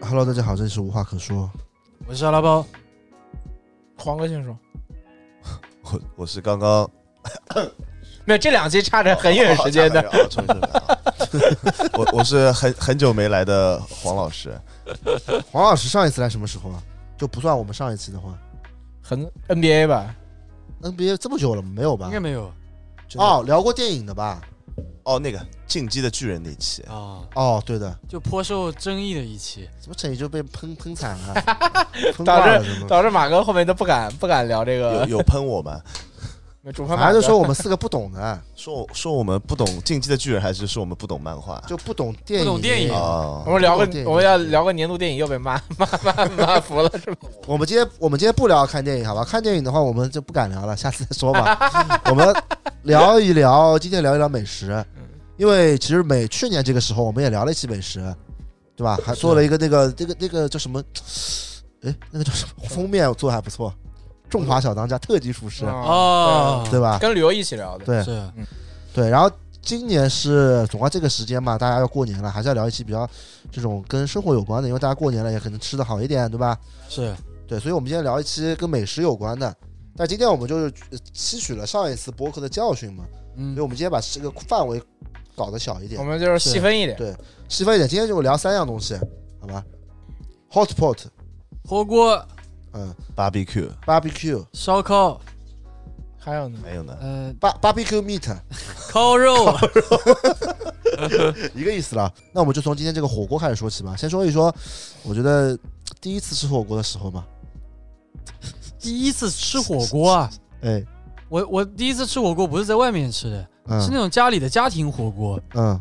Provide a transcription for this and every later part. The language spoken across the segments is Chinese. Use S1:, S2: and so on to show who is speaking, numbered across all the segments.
S1: Hello，大家好，这里是无话可说。
S2: 我是阿拉包，黄哥先说。
S3: 我我是刚刚
S2: 没有，这两期差着很远时间的。
S3: 啊，重新来啊！ 我我是很很久没来的黄老师，
S1: 黄老师上一次来什么时候啊？就不算我们上一期的话
S2: 很 NBA 吧？
S1: 嗯，NBA 这么久了吗没有吧
S4: 应？该没有
S2: 真的
S1: 哦，聊过电影的吧？
S3: 哦，那个《进击的巨人》那期，
S4: 啊，
S1: 哦，对的，
S4: 就颇受争议的一期。
S1: 怎么陈宇就被喷喷惨 了，喷
S2: 导
S1: 挂了
S2: 致
S1: 什么？
S2: 导致马哥后面都不敢不敢聊这
S3: 有
S2: 个。
S3: 有喷我们，
S2: 主拍
S1: 反
S2: 马
S1: 正
S2: 哥
S1: 就说我们四个不懂的，
S3: 说我说我们不懂《进击的巨人》，还是说我们不懂漫画？
S1: 就不懂电影，
S4: 不懂电影
S3: 啊
S2: 我，们聊个
S1: 电影
S2: 我们要聊个年度电影，又被骂骂骂骂服了是吧？
S1: 我们今天我们今天不聊看电影，好吧？看电影的话，我们就不敢聊了，下次再说吧。我们聊一聊，今天聊一聊美食，因为其实每去年这个时候我们也聊了一期美食，对吧？还做了一个那个那个那个叫什么？哎，那个叫什么？封面做的还不错，《中华小当家》特级厨师，
S4: 哦，
S1: 对吧？
S2: 跟旅游一起聊的。
S1: 啊对
S4: 是
S1: 对，然后。今年是总归这个时间嘛，大家要过年了，还是要聊一期比较这种跟生活有关的，因为大家过年了也可能吃的好一点，对吧？
S4: 是，
S1: 对，所以我们今天聊一期跟美食有关的。
S4: 嗯
S1: 但今天我们就是呃吸取了上一次播客的教训嘛，所
S4: 嗯
S1: 以我们今天把这个范围搞得小一
S2: 我
S1: 点，
S2: 们就是细分一点
S1: 对，细分一点。今天就聊三样东西，好吧？Hot pot，
S4: 火锅、
S1: 嗯
S3: Barbecue
S1: ，barbecue，
S4: 烧烤，
S2: 还有呢，
S3: 没有呢，
S4: 呃，
S1: 巴 barbecue meat，
S4: 烤 肉，
S1: 一个意思了。那我们就从今天这个火锅开始说起吧。先说一说，我觉得第一次吃火锅的时候嘛，
S4: 第一次吃火锅啊，
S1: 哎，
S4: 我我第一次吃火锅不是在外面吃的，是
S1: 嗯
S4: 那种家里的家庭火锅。
S1: 嗯，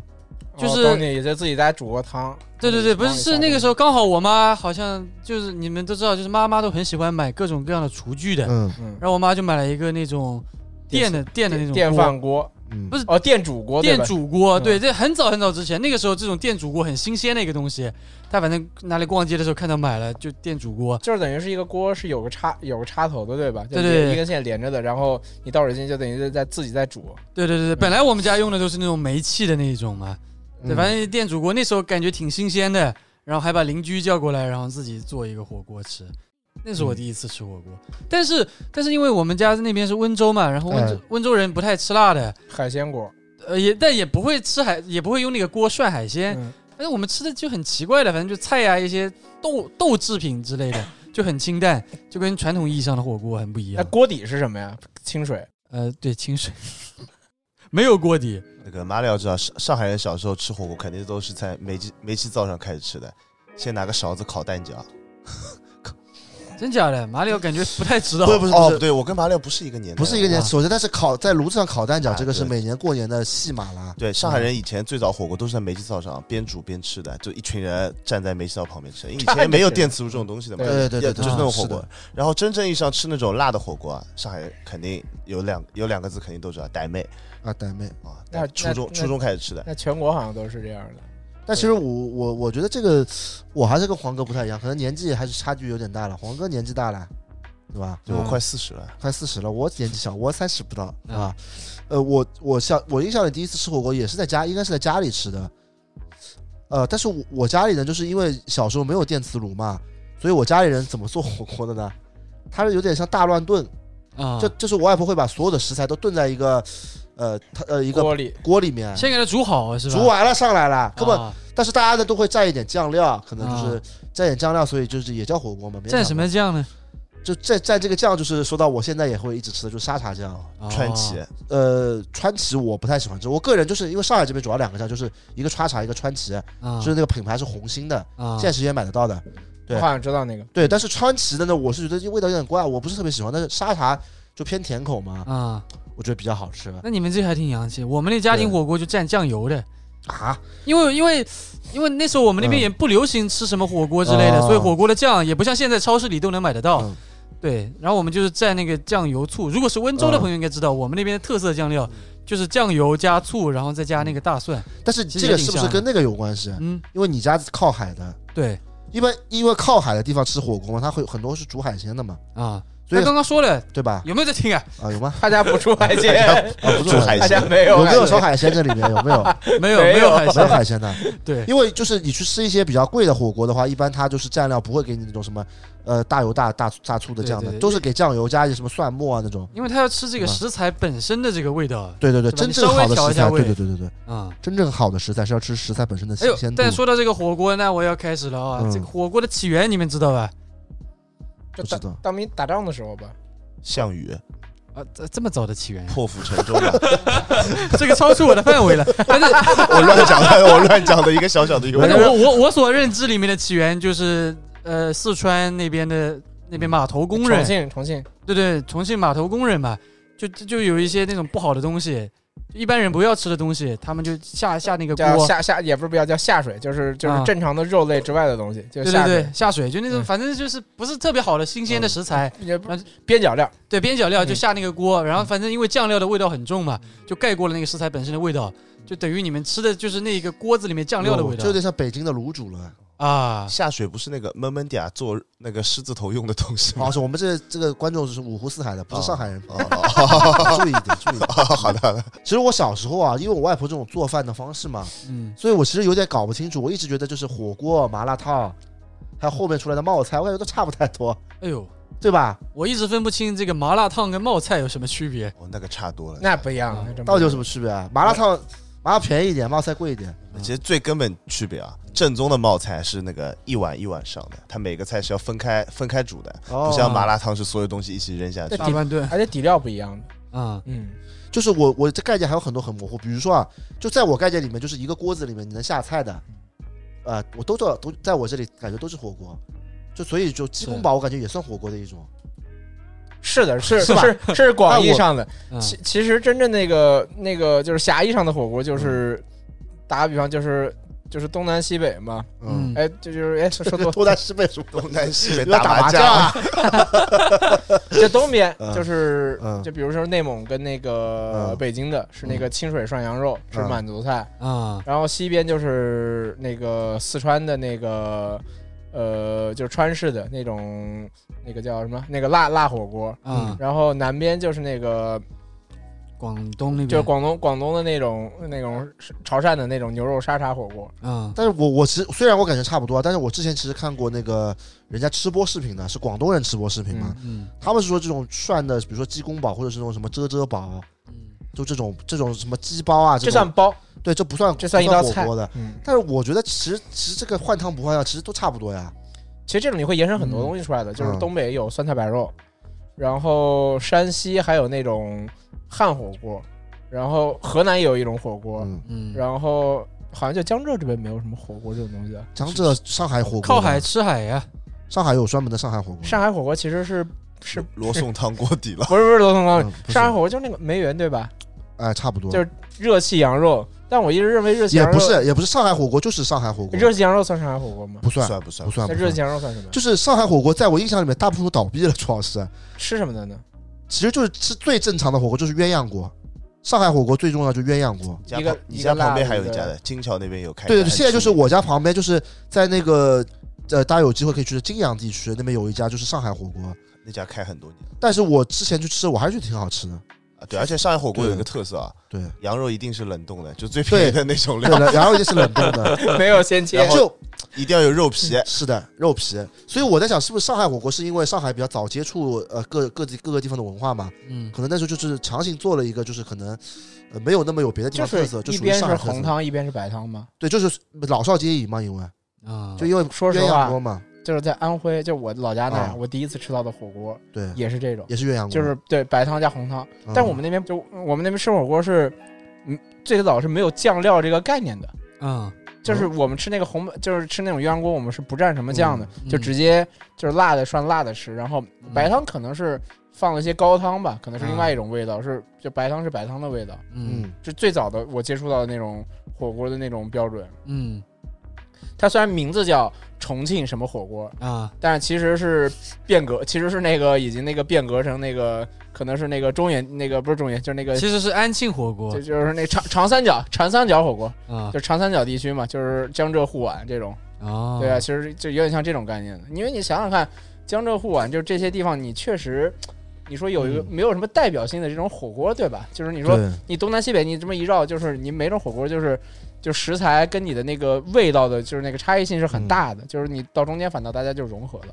S4: 就是
S2: 哦东西也在自己家煮过汤。
S4: 对对对，不是是那个时
S2: 候
S4: 候刚好我妈好像就是你们都知道，就是妈妈都很喜欢买各种各样的厨具的，
S1: 嗯
S4: 然后我妈就买了一个那种电的电的那种
S2: 电
S4: 锅
S2: 饭锅
S1: 嗯
S4: 不是
S2: 哦，电煮锅对吧
S4: 电煮锅，
S2: 嗯
S4: 对，这很早很早之前，那个时候这种电煮锅很新鲜的一个东西。他反正哪里逛街的时候看到买了，就电煮锅。
S2: 就是等于是一个锅是有个插有个插头的对吧？就
S4: 对对对
S2: 一根线连着的，然后你倒水进去就等于是在自己在煮。
S4: 对对对
S2: 嗯
S4: 对，本来我们家用的都是那种煤气的那一种嘛，
S1: 嗯
S4: 对，反正电煮锅那时候感觉挺新鲜的，然后还把邻居叫过来，然后自己做一个火锅吃。那是我第一次吃火锅，
S2: 嗯
S4: 但是但是因为我们家那边是温州嘛，然后温
S2: 哎
S4: 州、
S1: 嗯
S4: 温州人不太吃辣的，
S2: 海鲜锅，
S4: 呃也但也不会吃海，也不会用那个锅涮海鲜，
S2: 嗯
S4: 但哎是我们吃的就很奇怪的，反正就菜呀、一些豆豆制品之类的，就很清淡，就跟传统意义上的火锅很不一
S2: 那
S1: 哎
S4: 样。
S2: 锅底是什么呀？清水。
S4: 呃，对，清水 没有锅底，
S3: 那个马里奥知道，上上海人小时候吃火锅肯定都是在煤气煤气灶上开始吃的，先拿个勺子烤蛋饺。
S4: 真假的？马里奥感觉不太知道
S1: 不。是不是
S3: 哦，
S1: 不是
S3: 对，我跟马里奥不是一个年代，
S1: 不是一个年，
S4: 啊
S1: 首先但是烤在炉子上烤蛋饺，
S3: 啊
S1: 这个是
S3: 对
S1: 每年过年的戏码啦。
S3: 对，上海人以前最早火锅都是在煤气灶上边煮边吃的，就一群人站在煤气灶旁边吃，因为以
S2: 站着
S3: 前没有
S2: 吃
S3: 电磁炉这种东西的嘛，
S1: 对对对
S3: 要
S1: 对，
S3: 就是那种火
S1: 的
S3: 锅。然后真正意义上吃那种辣的火锅啊，上海人肯定有两有两个字肯定都知道，傣妹
S1: 啊，傣妹。
S3: 啊
S2: 那，
S3: 初中
S2: 那
S3: 初中开始吃的，
S2: 那全国好像都是这样的。
S1: 但其实我我我觉得这个我还是跟黄哥不太一样，可能年纪还是差距有点大了。黄哥年纪大了，对吧？
S3: 对我快四十了，
S1: 快四十了，我年纪小，我三十不到
S4: 嗯
S1: 啊。呃，我我小我印象里第一次吃火锅也是在家，应该是在家里吃的。呃，但是我我家里人就是因为小时候没有电磁炉嘛，所以我家里人怎么做火锅的呢？它是有点像大乱炖，
S4: 啊，
S1: 就就是我外婆会把所有的食材都炖在一个呃它呃一个
S2: 锅里
S1: 锅里面，
S4: 先给它煮好是吧？
S1: 煮完了上来了，根本
S4: 啊
S1: 但是大家呢都会蘸一点酱料，可能就是蘸点酱料，所以就是也叫火锅嘛。
S4: 蘸什
S1: 勉
S4: 么酱呢？
S1: 强？就蘸蘸这个酱，就是说到我现在也会一直吃的，就是沙茶酱。
S4: 哦
S3: 川崎
S1: 呃，川崎我不太喜欢吃，我个人就是因为上海这边主要两个酱，就是一个川茶，一个川崎，
S4: 啊，
S1: 就是那个品牌是红星的，
S4: 啊
S1: 现在其实也买得到的。对
S2: 我好像知道那个
S1: 对，但是川崎的呢，我是觉得这味道有点怪，我不是特别喜欢。但是沙茶就偏甜口嘛，
S4: 啊，
S1: 我觉得比较好吃
S4: 那你们这还挺洋气。我们那家庭火锅就蘸酱油的，
S1: 啊。
S4: 因为因为因为那时候我们那边
S1: 嗯
S4: 也不流行吃什么火锅之类的，
S1: 哦
S4: 所以火锅的酱也不像现在超市里都能买得到。
S1: 嗯
S4: 对，然后我们就是蘸那个酱油醋。如果是温州的
S1: 嗯
S4: 朋友应该知道，我们那边的特色酱料就是酱油加醋，然后再加那个大蒜。
S1: 但是这个是不
S4: 啊
S1: 是跟那个有关系？
S4: 嗯，
S1: 因为你家靠海的，
S4: 对
S1: 一般因为靠海的地方吃火锅嘛，它会很多是煮海鲜的嘛。
S4: 啊，
S1: 所
S4: 他
S1: 以
S4: 刚刚说了，
S1: 对吧？
S4: 有没有在 听啊？
S1: 啊，有吗？
S2: 他家不出海鲜，
S1: 啊，不是
S3: 煮海
S2: 他
S3: 鲜
S2: 家没有
S1: 有
S2: 海鲜，
S1: 没有烧海鲜？这里面有没 有
S4: 没有，
S2: 没有
S4: 没有
S1: 没
S4: 海
S1: 有
S4: 鲜。
S1: 海鲜的？
S4: 对，
S1: 因为就是你去吃一些比较贵的火锅的话，一般它就是蘸料不会给你那种什么呃大油大大大醋的酱
S4: 对
S1: 的
S4: 对，对
S1: 都是给酱油加一些什么蒜末啊那种。
S4: 因为他要吃这个食材本身的这个味道
S1: 对对对，
S4: 是吧
S1: 真
S4: 你
S1: 正
S4: 稍微
S1: 好的
S4: 调
S1: 食
S4: 一下
S1: 材，对
S4: 味
S1: 对对对对，
S4: 啊。
S1: 真正好的食材是要吃食材本身的嗯
S4: 哎
S1: 新
S4: 呦，
S1: 鲜度。
S4: 但说到这个火锅，那我要开始了啊！
S1: 嗯
S4: 这个火锅的起源你们知道吧？
S2: 就
S1: 不知道
S2: 当当兵打仗的时候吧，
S3: 项羽
S4: 啊，这这么早 的起源，
S3: 破釜沉舟嘛，
S4: 这个超出我的范围了。但是，
S3: 我乱讲的，我乱讲的一个小小的一个
S4: 但
S3: 问
S4: 是
S3: 题。
S4: 我我我所认知里面的起源就是呃四川那边的那边码头工人
S2: 重，庆重庆
S4: 对对，重庆码头工人嘛，就就就有一些那种不好的东西，一般人不要吃的东西，他们就下下那个
S2: 叫
S4: 锅，
S2: 下下也不是不叫叫下水，就是就是
S4: 啊
S2: 正常的肉类之外的东西，就
S4: 对
S2: 下
S4: 对
S2: 水
S4: 对，下水就那种，
S2: 嗯
S4: 反正就是不是特别好的新鲜的食材，
S2: 也不
S4: 嗯
S2: 边角料，
S4: 对边角料就
S2: 嗯
S4: 下那个锅，然后反正因为酱料的味道很重嘛，就盖过了那个食材本身的味道，就等于你们吃的就是那个锅子里面酱料的味
S1: 有
S4: 道
S1: 就有点像北京的卤煮了。
S4: 啊。
S3: 下水不是那个闷闷嗲做那个狮子头用的东西
S1: 啊，
S3: 吗？
S1: 是我们这这个观众是五湖四海的，不是
S3: 哦
S1: 上海人，
S3: 哦哦
S1: 注意一点，注意一 点。
S3: 哦，好的好的，
S1: 其实我小时候啊，因为我外婆这种做饭的方式嘛，
S4: 嗯，
S1: 所以我其实有点搞不清楚。我一直觉得就是火锅、麻辣烫，还有后面出来的冒菜，我感觉都差不太多，
S4: 哎呦，
S1: 对吧？
S4: 我一直分不清这个麻辣烫跟冒菜有什么区别。
S3: 哦，那个差多了。
S2: 那不一样
S4: 嗯，
S2: 那真不
S1: 到
S2: 一样
S1: 底有什么区别？啊？麻辣烫麻辣便宜一点，冒菜贵一点。
S3: 其实最根本区别啊，正宗的冒菜是那个一碗一碗上的，它每个菜是要分开分开煮的，
S1: 哦
S3: 不像麻辣烫是所有东西一起扔下去
S2: 对。
S4: 大半顿
S2: 而且底料不一样，
S4: 啊，
S2: 嗯，
S1: 就是我我这概念还有很多很模糊，比如说啊，就在我概念里面，就是一个锅子里面你能下菜的，呃，我都做都在我这里感觉都是火锅，就所以就鸡公煲我感觉也算火锅的一种，
S2: 是的，是
S4: 是吧
S2: 是是广
S1: 那
S2: 义
S1: 我
S2: 上的，
S4: 嗯
S2: 其其实真正那个那个就是狭义上的火锅，就是打个比方，就是就是东南西北嘛。
S4: 嗯
S2: 哎，这就是哎，说说
S1: 东
S2: 多，
S1: 南西北什么
S3: 东南西北
S1: 要打
S3: 麻
S1: 麻将啊，
S2: 这东边
S1: 嗯
S2: 就是
S1: 嗯
S2: 就比如说内蒙跟那个
S1: 嗯
S2: 北京的是那个清水涮羊肉，是
S1: 嗯
S2: 满族菜，
S4: 啊，
S2: 然后西边就是那个四川的那个。呃，就是川式的那种，那个叫什么？那个辣辣火锅。
S4: 嗯
S2: 然后南边就是那个，
S1: 嗯
S4: 广东那边
S2: 就是广东广东的那种那种潮汕的那种牛肉沙茶火锅。
S4: 啊，
S1: 但是我我其实虽然我感觉差不多，但是我之前其实看过那个人家吃播视频的，是广东人吃播视频嘛，
S2: 嗯
S4: 嗯
S1: 他们是说这种涮的，比如说鸡公煲或者是那种什么遮遮煲，啊
S4: 嗯，
S1: 就这种这种什么鸡煲啊，
S2: 这
S1: 这
S2: 算
S1: 种
S2: 包，
S1: 对这不算
S2: 这算一
S1: 不
S2: 道
S1: 火
S2: 菜
S1: 锅的。
S2: 嗯，
S1: 但是我觉得其实其实这个换汤不换药，其实都差不多呀。
S2: 其实这种你会延伸很多东西出来的，就是
S1: 嗯
S2: 东北有酸菜白肉，然后山西还有那种汉火锅，然后河南也有一种火锅，
S1: 嗯，
S4: 嗯，
S2: 然后好像就江浙这边没有什么火锅这种东西。啊
S1: 江浙上海
S2: 嗯
S1: 火锅
S4: 靠海
S1: 呢
S4: 吃海呀，
S1: 上海有专门的上海火锅，
S2: 上海火锅其实是是
S3: 罗宋汤锅底了。
S2: 不是不是罗宋汤
S1: 嗯
S2: 锅？
S1: 不是
S2: 呃上海火锅就是那个梅园对吧？
S1: 哎差不多，
S2: 就是热气羊肉，但我一直认为热气
S1: 也
S2: 羊肉
S1: 不是也不是上海火锅，就是上海火锅，
S2: 热气羊肉算上海火锅吗？
S1: 不算
S3: 算不
S1: 啊
S3: 算
S1: 不？算
S2: 那
S1: 不
S2: 热
S1: 算
S2: 气，羊肉算什么？
S1: 就是上海火锅，在我印象里面大部分都倒闭了，主要是
S2: 吃什么的呢？
S1: 其实就是吃最正常的火锅就是鸳鸯锅，上海火锅最重要就是鸳鸯锅。
S3: 你家
S2: 一个
S3: 旁你
S2: 一
S3: 家
S2: 个辣
S3: 旁边还有
S2: 一
S3: 一
S2: 个
S3: 家的，金桥那边有开。
S1: 对对，对现在就是我家旁边，就是在那个呃，大家有机会可以去的泾阳地区，那边有一家就是上海火锅，
S3: 那家开很多年了
S1: 但是我之前去吃，我还是觉得挺好吃的。
S3: 啊。对，而且上海火锅有一个特色啊，
S1: 对，
S3: 羊肉一定是冷冻的，就最便宜的那种
S1: 对
S3: 料，
S1: 了，然后也是冷冻的，
S2: 没有先切
S3: 然后
S1: 就
S3: 一定要有肉皮。
S1: 是的肉皮。所以我在想，是不是上海火锅是因为上海比较早接触呃各各地各个地方的文化嘛？
S4: 嗯
S1: 可能那时候就是强行做了一个，就是可能呃没有那么有别的地
S2: 就
S1: 方特
S2: 是
S1: 色，就
S2: 一
S1: 属于
S2: 边
S1: 上
S2: 是
S1: 海特
S2: 红
S1: 色。
S2: 汤一边是白汤吗？
S1: 对，就是老少皆宜嘛，因为
S2: 嗯
S4: 啊，
S1: 就因为
S2: 说实
S1: 鸳
S2: 话
S1: 鸯锅嘛，
S2: 就是在安徽，就我老家那
S1: 啊
S2: 儿，我第一次吃到的火锅
S1: 对，
S2: 也是这种，
S1: 也是鸳鸯锅，
S2: 就是对白汤加红汤。
S1: 嗯
S2: 但我们那边就我们那边吃火锅是，嗯，最早是没有酱料这个概念的，
S4: 啊，
S2: 就是
S1: 嗯
S2: 我们吃那个红，就是吃那种鸳鸯锅，我们是不蘸什么酱的，
S4: 嗯
S2: 就直接就是辣的涮辣的吃。然后
S4: 嗯
S2: 白汤可能是放了一些高汤吧，可能是另外一种味道，是就白汤是白汤的味道，
S4: 嗯
S1: 嗯
S2: 是最早的我接触到的那种火锅的那种标准。
S4: 嗯
S2: 它虽然名字叫重庆什么火锅，
S4: 啊，
S2: 但是其实是变革，其实是那个已经那个变革成那个可能是那个中原那个不是中原，就是那个
S4: 其
S2: 就
S4: 实是安庆火锅
S2: 就是那长长三角长三角火锅，
S4: 啊
S2: 就是长三角地区嘛，就是江浙沪皖这种，
S4: 啊，
S2: 对啊，其实就有点像这种概念的，因为你想想看，江浙沪皖就这些地方，你确实，你说有一个
S1: 嗯
S2: 没有什么代表性的这种火锅，对吧？就是你说
S1: 对
S2: 你东南西北你这么一绕，就是你每种火锅就是就食材跟你的那个味道的，就是那个差异性是
S4: 嗯
S2: 很大的，就是你到中间反倒大家就融合了。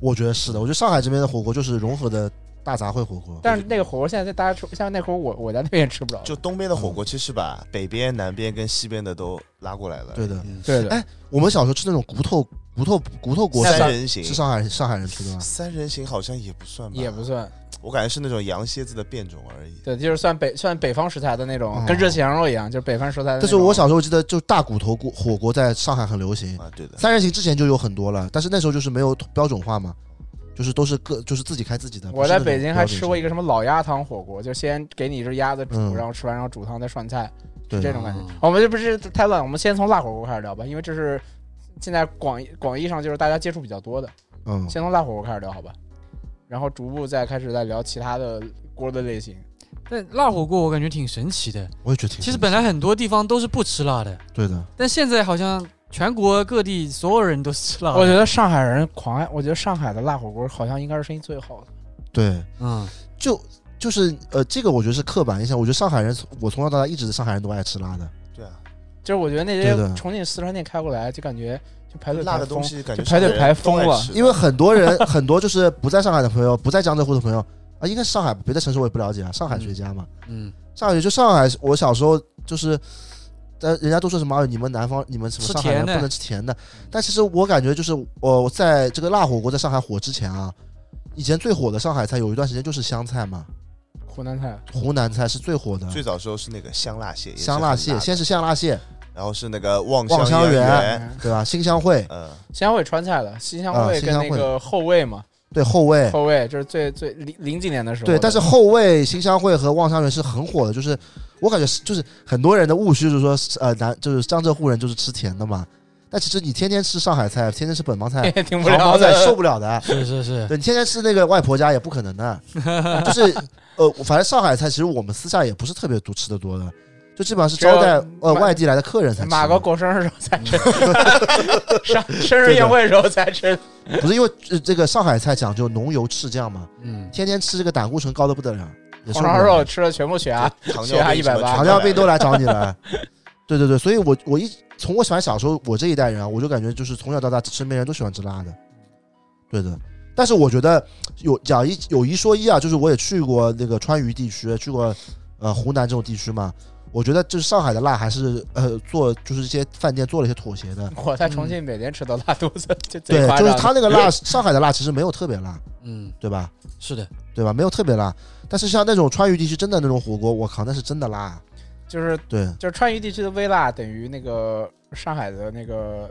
S1: 我觉得是的，我觉得上海这边的火锅就是融合的大杂烩火锅，
S2: 但是那个火锅现在在大家吃，像那会儿我我家那边也吃不着了，
S3: 就东边的火
S1: 嗯
S3: 锅，其实把北边、南边跟西边的都拉过来了。
S1: 对的。
S4: 嗯
S2: 对的
S1: 哎我们小时候吃那种骨头骨头骨头锅
S2: 那
S1: 是
S3: 三
S2: 算
S3: 人行，
S1: 是上海上海人吃的吗？
S3: 三人行好像也不算吧，
S2: 也不，算，
S3: 我感觉是那种羊蝎子的变种而已。
S2: 对，就是算北算北方食材的那种
S1: 哦，
S2: 跟热气羊肉一样，就是北方食材的那种。
S1: 但是我小时候记得，就大骨头锅火锅在上海很流行，
S3: 啊，对的，
S1: 三人行之前就有很多了，但是那时候就是没有标准化嘛，就是都是各就是自己开自己的。
S2: 我在北京还吃过一
S1: 个
S2: 个什么老鸭汤火锅，就先给你一只鸭子煮，
S1: 嗯
S2: 然后吃完然后煮汤再涮菜，
S1: 对啊
S2: 是这种感觉
S4: 嗯。
S2: 我们这不是太乱，我们先从辣火锅开始聊吧，因为这是现在广义广义上就是大家接触比较多的，
S1: 嗯，
S2: 先从辣火锅开始聊好吧，然后逐步再开始再聊其他的锅的类型。
S4: 但辣火锅我感觉挺神奇的。
S1: 我也觉得挺神奇。
S4: 其实本来很多地方都是不吃辣的，
S1: 对的，
S4: 但现在好像全国各地所有人都吃辣的。
S2: 我觉得上海人狂爱，我觉得上海的辣火锅好像应该是生意最好的。
S1: 对，
S4: 嗯，
S1: 就就是呃，这个我觉得是刻板印象。我觉得上海人，我从小到大一直上海人都爱吃辣的。
S3: 对啊，
S2: 就是我觉得那些
S1: 对的
S2: 重庆四川店开过来，就感觉就排队
S3: 辣的
S2: 排疯
S3: 东西感觉
S2: 就排队
S3: 上海人
S2: 排疯
S3: 都爱
S2: 了
S3: 吃
S1: 啊因为很多人，很多就是不在上海的朋友，不在江浙沪的朋友啊，应该是上海别的城市我也不了解啊，上海学家嘛，
S4: 嗯，
S1: 上海学就上海，我小时候就是。但人家都说什么？哎你们南方，你们什么
S4: 吃
S1: 上海人
S4: 甜的
S1: 不能吃甜的。但其实我感觉，就是我在这个辣火锅在上海火之前啊，以前最火的上海菜有一段时间就是湘菜嘛，
S2: 湖南菜，
S1: 湖南菜是最火的。
S3: 嗯最早时候是那个香辣蟹，也是
S1: 香辣
S3: 很
S1: 蟹，
S3: 的
S1: 先是香辣蟹，
S3: 然后是那个望
S1: 望
S3: 乡
S1: 乡园
S3: 园，
S1: 对吧？新香会，
S3: 嗯，
S2: 新香会川菜了，新香
S1: 哎啊
S2: 会
S1: 新
S2: 跟
S1: 香
S2: 那
S1: 会
S2: 个后卫嘛，
S1: 对后味，
S2: 后卫就是最最零零几年的时候的。，
S1: 对，但是后味新香会和望乡园是很火的，就是我感觉是就是很多人的误区就是说，呃，南就是江浙沪人就是吃甜的嘛，但其实你天天吃上海菜，天天吃本帮菜
S2: 也挺无
S1: 杭
S2: 聊
S1: 帮
S2: 的
S1: 菜，受不了的，
S4: 是是是，
S1: 对你天天吃那个外婆家也不可能的，就是呃，反正上海菜其实我们私下也不是特别多吃的多的。就基本上是招待
S2: 只有
S1: 呃
S2: 马
S1: 外地来的客人才吃，
S2: 马哥过生日时候才 吃，生生日宴会时候才吃。
S1: 不是因为呃这个上海菜讲究浓油赤酱嘛，
S4: 嗯，
S1: 天天吃这个胆固醇高的不得了，也受不
S2: 红烧
S1: 了
S2: 肉吃了全部血啊压，
S3: 糖
S2: 血压
S3: 尿病什么
S2: 180
S3: 全
S1: 糖尿
S3: 都来
S1: 病都
S3: 了
S1: 来找你了。对对对，所以我我一从我喜欢小时候我这一代人啊，我就感觉就是从小到大身边人都喜欢吃辣的，对的。但是我觉得有讲一有一说一啊，就是我也去过那个川渝地区，去过呃湖南这种地区嘛，我觉得就是上海的辣还是呃做就是一些饭店做了一些妥协的，
S2: 我在重庆每天吃都拉肚子，就
S1: 对
S2: 贼，夸
S1: 就
S2: 张。
S1: 是他那个 辣，上海的辣其实没有特别辣，
S4: 嗯，
S1: 对吧？
S4: 是的，
S1: 对吧？没有特别辣，但是像那种川渝地区真的那种火锅，我靠，那是真的辣，
S2: 就是
S1: 对。
S2: 就是川渝地区的微辣等于那个上海的那个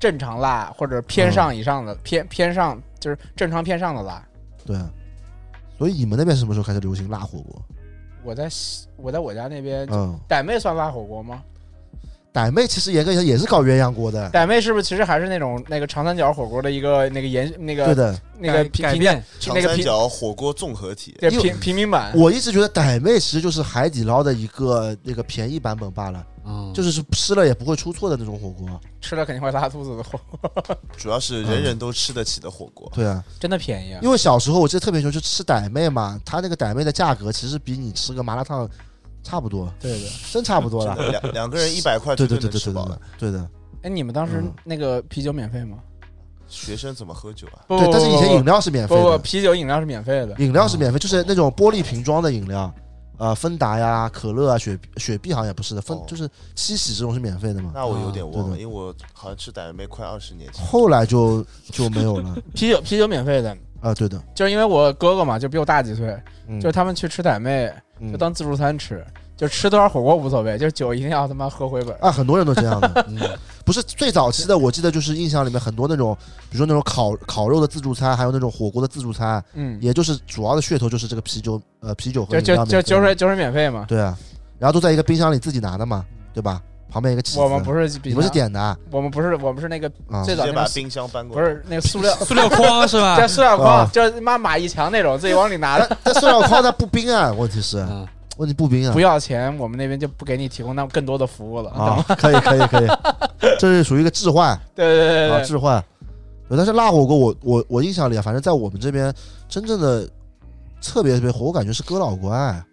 S2: 正常辣，或者偏上以上的、偏偏上，就是正常偏上的辣。
S1: 对，啊所以你们那边什么时候开始流行辣火锅？
S2: 我在西我在我家那边，
S1: 嗯，
S2: 傣妹算辣火锅吗？
S1: 傣妹其实严格讲也是搞鸳鸯锅的，
S2: 傣妹是不是其实还是那种那个长三角火锅的一个那个延那
S1: 对
S2: 个
S1: 的。
S2: 那个
S4: 改
S2: 平
S4: 改
S2: 平价
S4: 变，
S3: 长
S2: 那个
S3: 三
S2: 平
S3: 角火锅综合体，
S2: 对
S1: 因为
S2: 平平民版？
S1: 我一直觉得傣妹其实就是海底捞的一个那个便宜版本罢了，
S4: 嗯，，
S1: 就是是吃了也不会出错的那种火锅。
S2: 吃了肯定会拉肚子的火锅，
S3: 主要是人人都吃得起的火锅。
S1: 对啊，
S2: 真的便宜啊！
S1: 因为小时候我记得特别清楚，就吃傣妹嘛，它那个傣妹的价格其实比你吃个麻辣烫差不多，
S2: 对的。
S1: 真差不多
S3: 真
S1: 了。
S3: 的，两两 个人一百块
S1: 对
S3: 绝
S1: 对对
S3: 能
S1: 对
S3: 吃
S1: 对对
S3: 饱
S1: 对
S3: 了。，
S1: 对的，
S2: 哎，你们当时
S1: 嗯
S2: 那个啤酒免费吗？
S3: 学生怎么喝酒啊？
S2: 不
S1: 对。但是以前饮料是免
S2: 不
S1: 费
S2: 不
S1: 的，
S2: 啤酒饮料是免费的。
S1: 饮料是免费，就是那种玻璃瓶装的饮料，呃，芬达呀、可乐啊、雪雪碧好像也不是的，芬
S3: 哦
S1: 就是七喜这种是免费的嘛。
S3: 那我有点忘
S1: 啊
S3: 了，
S1: 对的
S3: 因为我好像吃傣妹快二十年前。
S1: 后来就就没有了
S2: 啤酒啤酒免费的，
S1: 啊，对的，
S2: 就是因为我哥哥嘛，就比我大几岁，
S1: 嗯
S2: 就是他们去吃傣妹，
S1: 嗯
S2: 就当自助餐吃，就吃多少火锅无所谓，就是酒一定要他妈喝回本。
S1: 啊，很多人都这样的
S4: 嗯
S1: 不是最早期的，我记得就是印象里面很多那种，比如说那种烤烤肉的自助餐，还有那种火锅的自助餐，
S2: 嗯，
S1: 也就是主要的噱头就是这个啤酒呃啤酒和
S2: 就
S1: 饮料
S2: 就
S1: 免
S2: 就
S1: 费
S2: 酒水酒水免费嘛。
S1: 对啊，然后都在一个冰箱里自己拿的嘛，对吧？旁边一个起子，
S2: 我们不是比
S1: 你们是点的啊，
S2: 我们不是我们是那个
S1: 啊
S2: 最
S3: 直
S2: 早
S3: 接
S2: 那
S3: 把
S2: 个
S3: 冰箱搬过
S2: 不
S3: 来。
S2: 是那个塑料
S4: 塑料筐是 吧
S2: 叫？塑料
S1: 啊
S2: 筐，就是妈马一强那种自己往里拿 的，
S1: 但塑料筐它不冰啊，问题是
S4: 嗯，
S1: 问题不冰啊
S2: 不，要钱，我们那边就不给你提供那么更多
S1: 啊
S2: 的服务了。
S1: 啊，可以可以可以，这是属于一个置换
S2: 对对对
S1: 啊，
S2: 对对，
S1: 置换。对但是辣火锅我我我印象里啊，反正在我们这边真正的特别特别火，我感觉是哥老关。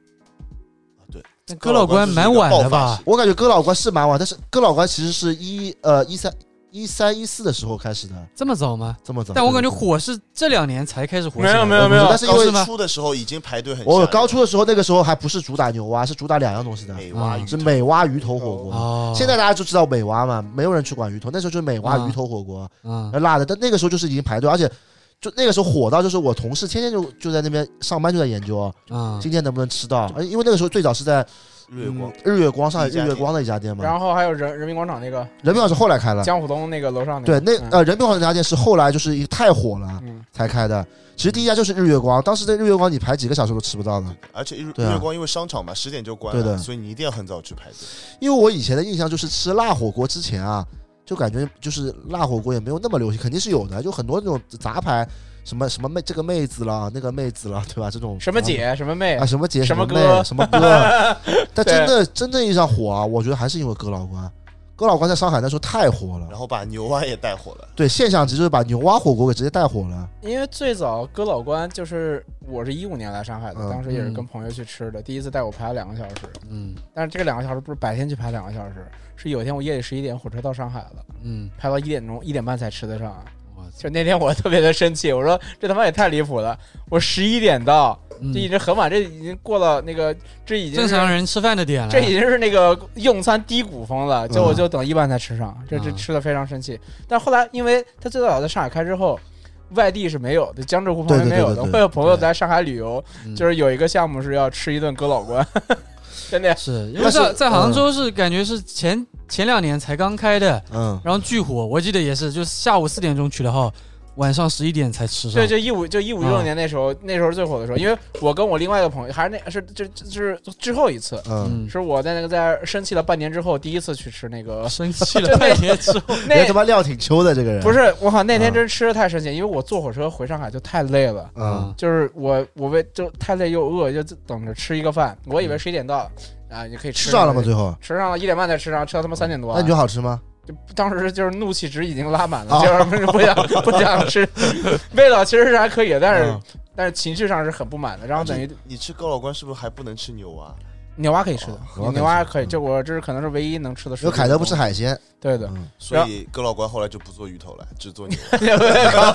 S4: 但哥老关蛮晚的吧？
S1: 我感觉哥老关是蛮晚，但是哥老关其实是一呃一三一三一四的时候开始的，
S4: 这么早吗？
S1: 这么早。
S4: 但我感觉
S1: 对
S4: 火是这两年才开始火起
S2: 没
S4: 来的。
S2: 有没有没
S1: 我
S2: 有
S1: 不，知道
S3: 高
S4: 是
S3: 出
S4: 吗
S3: 出的时候已经排队很
S1: 我
S3: 吓人
S1: 高初的时候，那个时候还不是主打牛蛙，是主打两样东西的，
S3: 美蛙鱼
S1: 是啊美蛙鱼头火锅。
S4: 哦，
S1: 现在大家就知道美蛙嘛，没有人去管鱼头，那时候就是美蛙
S4: 啊
S1: 鱼头火锅，
S4: 啊
S1: 那辣的。但那个时候就是已经排队，而且就那个时候火到就是我同事天天就就在那边上班就在研究
S4: 啊
S1: 今天能不能吃到，哎而因为那个时候最早是在
S3: 日月光
S1: 嗯日月光上海
S3: 一家
S1: 日
S3: 店
S1: 月光的一家店嘛，
S2: 然后还有人人民广场那个
S1: 人民广场是后来开的，
S2: 江浦东那个楼上
S1: 对，
S2: 个
S1: 那
S2: 嗯
S1: 呃人民广场那家店是后来就是一太火了
S2: 嗯
S1: 才开的。其实第一家就是日月光，当时在日月光你排几个小时都吃不到的。
S3: 而且日日
S1: 对啊
S3: 月光因为商场嘛，十点就关
S1: 对
S3: 了，
S1: 的
S3: 所以你一定要很早去排队。
S1: 因为我以前的印象就是吃辣火锅之前啊，就感觉就是辣火锅也没有那么流行，肯定是有的，就很多那种杂牌，什么什么妹这个妹子啦，那个妹子啦，对吧？这种
S2: 什么姐什么妹
S1: 啊，，什么姐
S2: 什么
S1: 么妹
S2: 哥
S1: 什么 哥，但真的真正意义上火啊，我觉得还是因为哥老关，哥老关在上海那时候太火了
S3: 然，后把牛蛙也带火了，
S1: 对现象级就是把牛蛙火锅给直接带火了，
S2: 因为最早哥老关就是我是一五年来上海的，
S1: 嗯
S2: 当时也是
S4: 嗯
S2: 跟朋友去吃的，第一次带我排了两个小时，
S4: 嗯
S2: 但是这个两个小时不是白天去排两个小时，是有一天我夜里十一点火车到上海了，
S4: 嗯，
S2: 排到一点钟一点半才吃得上。啊
S4: 我操
S2: 就那天我特别的生气，我说这他妈也太离谱了！我十一点到，这已
S4: 嗯
S2: 经很晚，这已经过了那个，这已经
S4: 正
S2: 是
S4: 常人吃饭的点了。
S2: 这已经是那个用餐低谷风了，结果
S1: 啊嗯
S2: 就等一半才吃上，这这
S4: 嗯
S2: 吃的非常生气。但后来，因为他最早在上海开之后，外地是没有的，江浙沪旁边没
S1: 对对对
S2: 有的，
S1: 对对
S2: 会有朋友来上海旅游，
S4: 嗯
S2: 就是有一个项目是要吃一顿哥老关， 真的。
S4: 是因为
S1: 但是
S4: 在在杭州是感觉是前前两年才刚开的，
S1: 嗯，
S4: 然后巨火，我记得也是，就是下午四点钟取的号，晚上十一点才吃上。
S2: 对，就一五就一五一
S1: 嗯
S2: 六年那时候，那时候是最火的时候，因为我跟我另外一个朋友，还是那是这这是之后一次，
S1: 嗯，
S4: 嗯，
S2: 是我在那个在生气了半年之后第一次去吃 那个
S4: 生气
S2: 真的
S4: 了半年之后，
S1: 人
S2: 那
S1: 他妈料挺秋的这个人，
S2: 不，是我靠，那天
S1: 嗯
S2: 真吃的太生气，因为我坐火车回上海就太累了。
S1: 嗯，
S2: 就是我我为就太累又饿，就等着吃一个饭。我以为十一点到啊，你可以
S1: 吃
S2: 吃
S1: 上了吗？最后，
S2: 吃上了，一点半才吃上，吃到他妈三点多啊。
S1: 那你觉得好吃吗？
S2: 就当时就是怒气值已经拉满了，
S1: 啊
S2: 就是 不想不想吃。味道其实是还可以，但是、
S1: 嗯
S2: 但是情绪上是很不满的。然
S4: 啊
S2: 后等于
S3: 你吃高老关是不是还不能吃牛蛙？
S2: 牛蛙可以吃的，
S1: 牛蛙可以吃
S2: 牛蛙可以，
S1: 嗯
S2: 这我这是可能是唯一能吃的。
S1: 因为凯德不吃，海鲜，
S2: 对的。
S1: 嗯，
S3: 所以高老关后来就不做鱼头了，只 做牛蛙。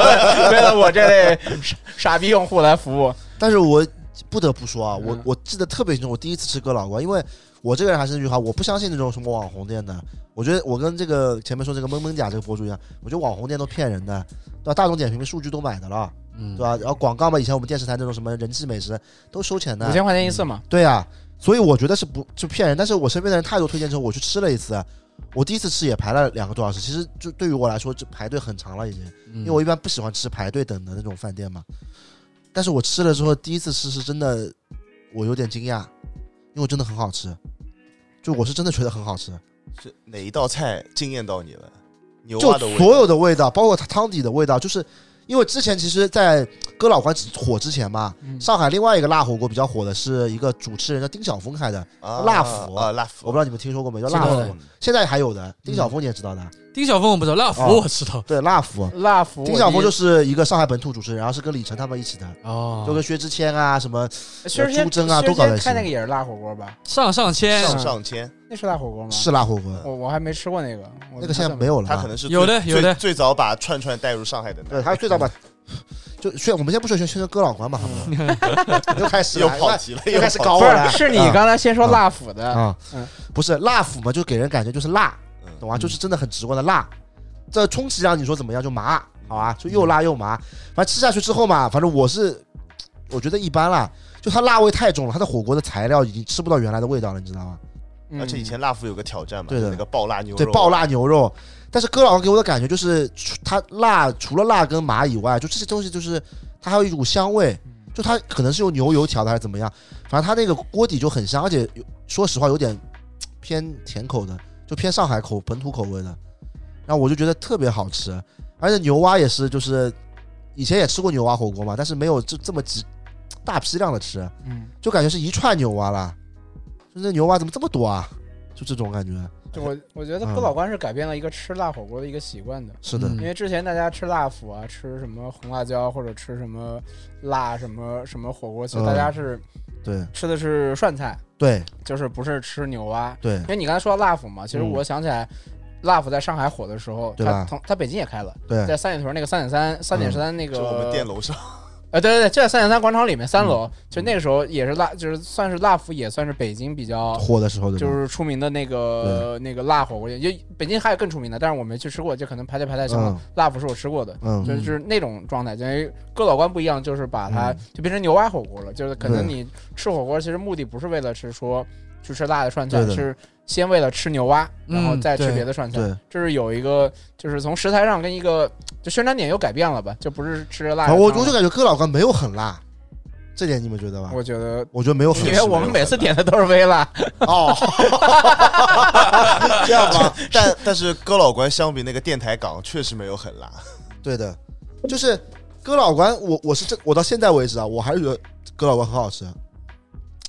S2: 为了我这类傻傻逼用户来服务，
S1: 但是我不得不说啊，我
S2: 嗯
S1: 我记得特别清楚，我第一次吃哥老关，因为我这个人还是那句话，我不相信那种什么网红店的。我觉得我跟这个前面说这个萌萌甲这个博主一样，我觉得网红店都骗人的，对吧？大众点评的数据都买的了，
S4: 嗯，
S1: 对吧？然后广告嘛，以前我们电视台那种什么人气美食都收钱
S2: 五
S1: 的，
S2: 千块钱一次嘛。
S1: 对呀、所以我觉得是不就骗人。但是我身边的人太多推荐之后，我去吃了一次，我第一次吃也排了两个多小时，其实就对于我来说，就排队很长了已经。
S4: 嗯，
S1: 因为我一般不喜欢吃排队等的那种饭店嘛。但是我吃了之后，第一次吃是真的，我有点惊讶，因为真的很好吃，就我是真的觉得很好吃，
S3: 是哪一道菜惊艳到你了？牛
S1: 就
S3: 啊蛙的味道
S1: 所有的味道，包括它汤底的味道，就是因为之前其实，在哥老关火之前嘛，
S2: 嗯
S1: 上海另外一个辣火锅比较火的是一个主持人叫丁晓峰开的，
S3: 啊
S1: 辣腐嗯
S3: 啊，辣腐，
S1: 我不知道你们听说过没，叫
S4: 知道
S1: 辣
S4: 了
S1: 腐，现在还有的，丁晓峰你也知道的，
S4: 丁小峰我不知道，辣福
S1: 哦
S4: 我知道。
S1: 对辣腐，
S2: 辣福，
S1: 丁晓峰就是是一个上海本土主持人，然后是跟李晨他们一起的，
S4: 哦，
S1: 就跟薛之谦啊什么
S2: 薛之谦，
S1: 猪胗啊
S2: 薛
S1: 都
S2: 之
S1: 搞在
S2: 谦
S1: 一起
S2: 开那个也是辣火锅吧？
S4: 上上签
S3: 上上签，
S1: 嗯
S2: 那是辣火锅吗？
S1: 是辣火锅，
S2: 我我还没吃哦过那个，我
S1: 那个现在
S2: 打算
S1: 没有了吧，
S3: 他可能是最
S4: 有的有的
S3: 最最早把串串带入上海的那
S1: 对，他最早把 就宣，我们先不说宣宣传哥老关嘛，好不好？又开始
S3: 又
S1: 了，
S3: 跑题了，
S1: 又开始
S3: 跑
S1: 搞
S2: 不
S1: 我了，
S2: 是，是你
S1: 啊
S2: 刚才先说
S1: 嗯
S2: 辣府的，
S1: 啊
S2: 嗯，
S1: 不是辣腐嘛，就给人感觉就是辣，
S3: 嗯
S1: 懂吗？就是真的很直观的辣。这充其量你说怎么样就麻，好吧，就又辣又麻。反正吃下去之后嘛，反正我是我觉得一般啦，就它辣味太重了，它的火锅的材料已经吃不到原来的味道了，你知道吗？
S2: 嗯
S3: 而且以前辣腐有个挑战嘛，
S1: 对的
S3: 就那个爆辣牛肉，啊
S1: 对，爆辣牛肉。但是哥老给我的感觉就是，除它辣除了辣跟麻以外，就这些东西就是它还有一股香味，就它可能是用牛油调的还是怎么样，反正它那个锅底就很香，而且有说实话有点嘖偏甜口的，就偏上海口本土口味的。然后我就觉得特别好吃，而且牛蛙也是，就是以前也吃过牛蛙火锅嘛，但是没有就这么几大批量的吃，
S2: 嗯，
S1: 就感觉是一串牛蛙啦，就那牛蛙怎么这么多啊？就这种感觉。
S2: 就我我觉得
S1: 嗯
S2: 不老关是改变了一个吃辣火锅的一个习惯的，
S1: 是的，
S4: 嗯
S2: 因为之前大家吃辣腐啊，吃什么红辣椒或者吃什么辣什么什么火锅，其实
S1: 嗯
S2: 大家是
S1: 对
S2: 吃的是涮菜，
S1: 对
S2: 就是不是吃牛蛙。
S1: 对
S2: 因，为你刚才说到辣腐嘛，其实
S1: 嗯
S2: 我想起来，辣腐在上海火的时候，
S1: 对
S2: 它
S1: 吧
S2: 同它北京也开了，
S1: 对嗯
S2: 在三里屯那个三点三三点三那
S3: 就我们
S2: 个
S3: 店楼上，
S2: 呃，对对对，就在三点三广场里面
S1: 嗯
S2: 三楼，就那个时候也是辣，就是算是辣腐，也算是北京比较
S1: 火的时候对吧
S2: 就是出名的那个那个辣火锅店，就北京还有更出名的，但是我没去吃过，就可能排队排在前面
S1: 嗯。
S2: 辣腐是我吃过的，就
S1: 嗯
S2: 是就是那种状态，因为哥老关不一样，就是把它
S1: 嗯
S2: 就变成牛蛙火锅了，就是可能
S1: 对
S2: 你吃火锅其实目的不是为了是说去吃辣的涮菜，
S1: 对的
S2: 是先为了吃牛蛙，然后
S4: 嗯
S2: 再吃
S4: 对
S2: 别的涮菜，
S1: 对，
S2: 这是有一个就是从食材上跟一个就宣传点又改变了吧，就不是吃
S1: 反
S2: 辣的
S1: 正我
S2: 汤
S1: 我就
S2: 了
S1: 感觉哥老关没有很辣，这点你们觉得吧？
S2: 我觉得。
S1: 我觉得没有很
S2: 因
S3: 确
S2: 为
S3: 实
S2: 我们
S3: 没有
S2: 每次
S3: 很辣
S2: 点的都是微辣，
S1: 哦，
S3: 这样吧， 但但是哥老关相比那个电台港确实没有很辣，
S1: 对的，就是哥老关，我我是这我到现在为止啊，我还是觉得哥老关很好吃，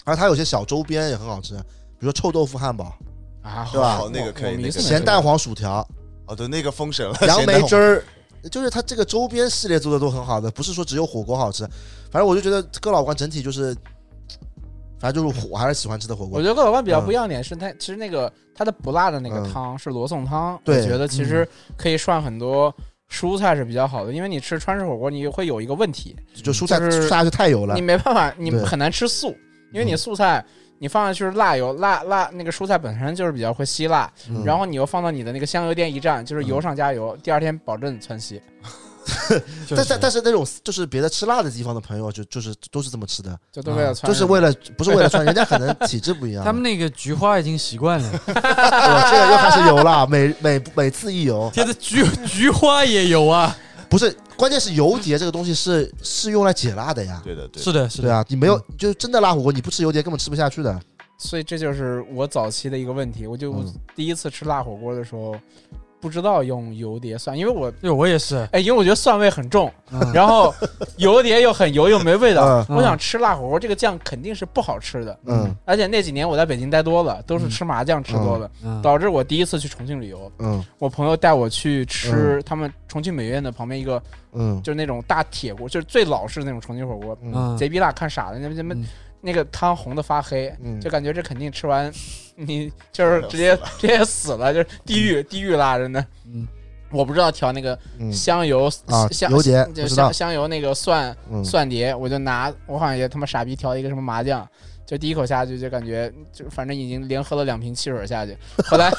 S1: 而它有些小周边也很好吃，比如说臭豆腐汉堡、
S2: 啊，
S1: 对吧
S2: 我
S3: 好那个可以
S2: 我
S3: 那
S2: 迷
S3: 个
S2: 死
S3: 可以
S2: 了
S1: 咸
S2: 这
S1: 蛋
S2: 个
S1: 黄薯条、
S3: 哦，对，那个封神了，
S1: 杨
S3: 咸蛋
S1: 梅
S3: 黄
S1: 汁儿，就是它这个周边系列做的都很好的，不是说只有火锅好吃，反正我就觉得哥老关整体就是，反正就是火我还是喜欢吃的火
S2: 我
S1: 锅。
S2: 觉得各老关比较不一样的点是它，其实那个它的不辣的那个
S1: 嗯
S2: 汤是罗宋汤，我
S1: 对
S2: 觉得其实可以涮很多蔬菜是比较好的，因为你吃川式火锅，你会有一个问题，
S1: 就蔬菜、
S2: 就是
S1: 蔬菜就太油了
S2: 你，没办法，你
S1: 对嗯
S2: 很难吃素，因为你素菜你放上去是辣油，辣辣那个蔬菜本身就是比较会吸辣，
S1: 嗯
S2: 然后你又放到你的那个香油店一蘸，就是油
S1: 嗯
S2: 上加油，第二天保证窜稀。
S4: 就
S1: 但但但是那种就是别的吃辣的地方的朋友，就就是都是这么吃的，
S2: 就都为了
S4: 嗯
S2: 窜、
S1: 就是为了不是为了穿，人家可能体质不一样。
S4: 他们那个菊花已经习惯了，
S1: 我这个又开始油了，每每每次一油，
S4: 现在菊菊花也有啊，
S1: 不是，关键是油碟这个东西是是用来解辣的呀。
S3: 对的对的
S4: 是的，是
S1: 对
S4: 的，
S1: 啊，你没有就真的辣火锅，你不吃油碟根本吃不下去的。
S2: 所以这就是我早期的一个问题，我就
S1: 嗯
S2: 第一次吃辣火锅的时候，不知道用油碟蒜，因为我
S4: 对我也是，
S2: 哎，因为我觉得蒜味很重，
S4: 嗯
S2: 然后油碟又很油又没味道，
S4: 嗯
S2: 我想吃辣火锅，这个酱肯定是不好吃的。
S1: 嗯
S2: 而且那几年我在北京待多了，都是吃麻酱吃多了，
S1: 啊
S4: 嗯，
S2: 导致我第一次去重庆旅游，
S1: 嗯
S2: 我朋友带我去吃他们重庆美院的旁边一个，
S1: 嗯
S2: 就是那种大铁锅，就是最老式的那种重庆火锅，
S1: 嗯
S2: 贼逼辣，看傻了，那那那
S4: 嗯
S2: 那个汤红的发黑，
S1: 嗯
S2: 就感觉这肯定 吃完你就是直接直接死了，就是地狱地狱辣真的。
S4: 嗯，
S2: 我不知道调那个
S1: 嗯
S2: 香油
S1: 啊
S2: 香
S1: 油碟
S2: 就
S1: 不知
S2: 香
S1: 道
S2: 香油那个蒜
S1: 嗯，
S2: 蒜碟，我就拿我好像也他妈傻逼调了一个什么麻酱，就第一口下去就感觉就反正已经连喝了两瓶汽水下去，后来，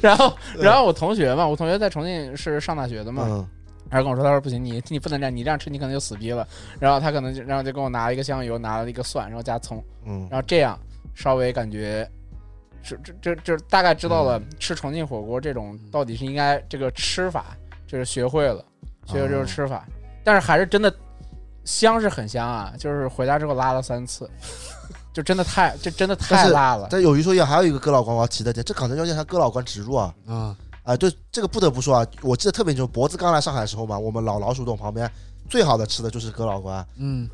S2: 然后然后我同学嘛，我同学在重庆是上大学的嘛，
S1: 嗯
S2: 然后跟我说，他说不行，你你不能这样，你这样吃你可能就死逼了。然后他可能就，然后就跟我拿了一个香油，拿了一个蒜，然后加葱，
S1: 嗯
S2: 然后这样稍微感觉，这这这这大概知道了
S1: 嗯
S2: 吃重庆火锅这种到底是应该这个吃法，就是学会了，
S1: 哦
S2: 学会这个吃法，但是还是真的香是很香啊，就是回家之后拉了三次， 就真的太就真的太
S1: 但是
S2: 辣了。
S1: 但有一说一，还有一个哥老关我要提的点，这可能要让他哥老关植入啊
S4: 啊，
S1: 啊！对，这个不得不说啊，我记得特别清楚，脖子刚来上海的时候嘛，我们老老鼠洞旁边最好的吃的就是哥老关，
S4: 嗯，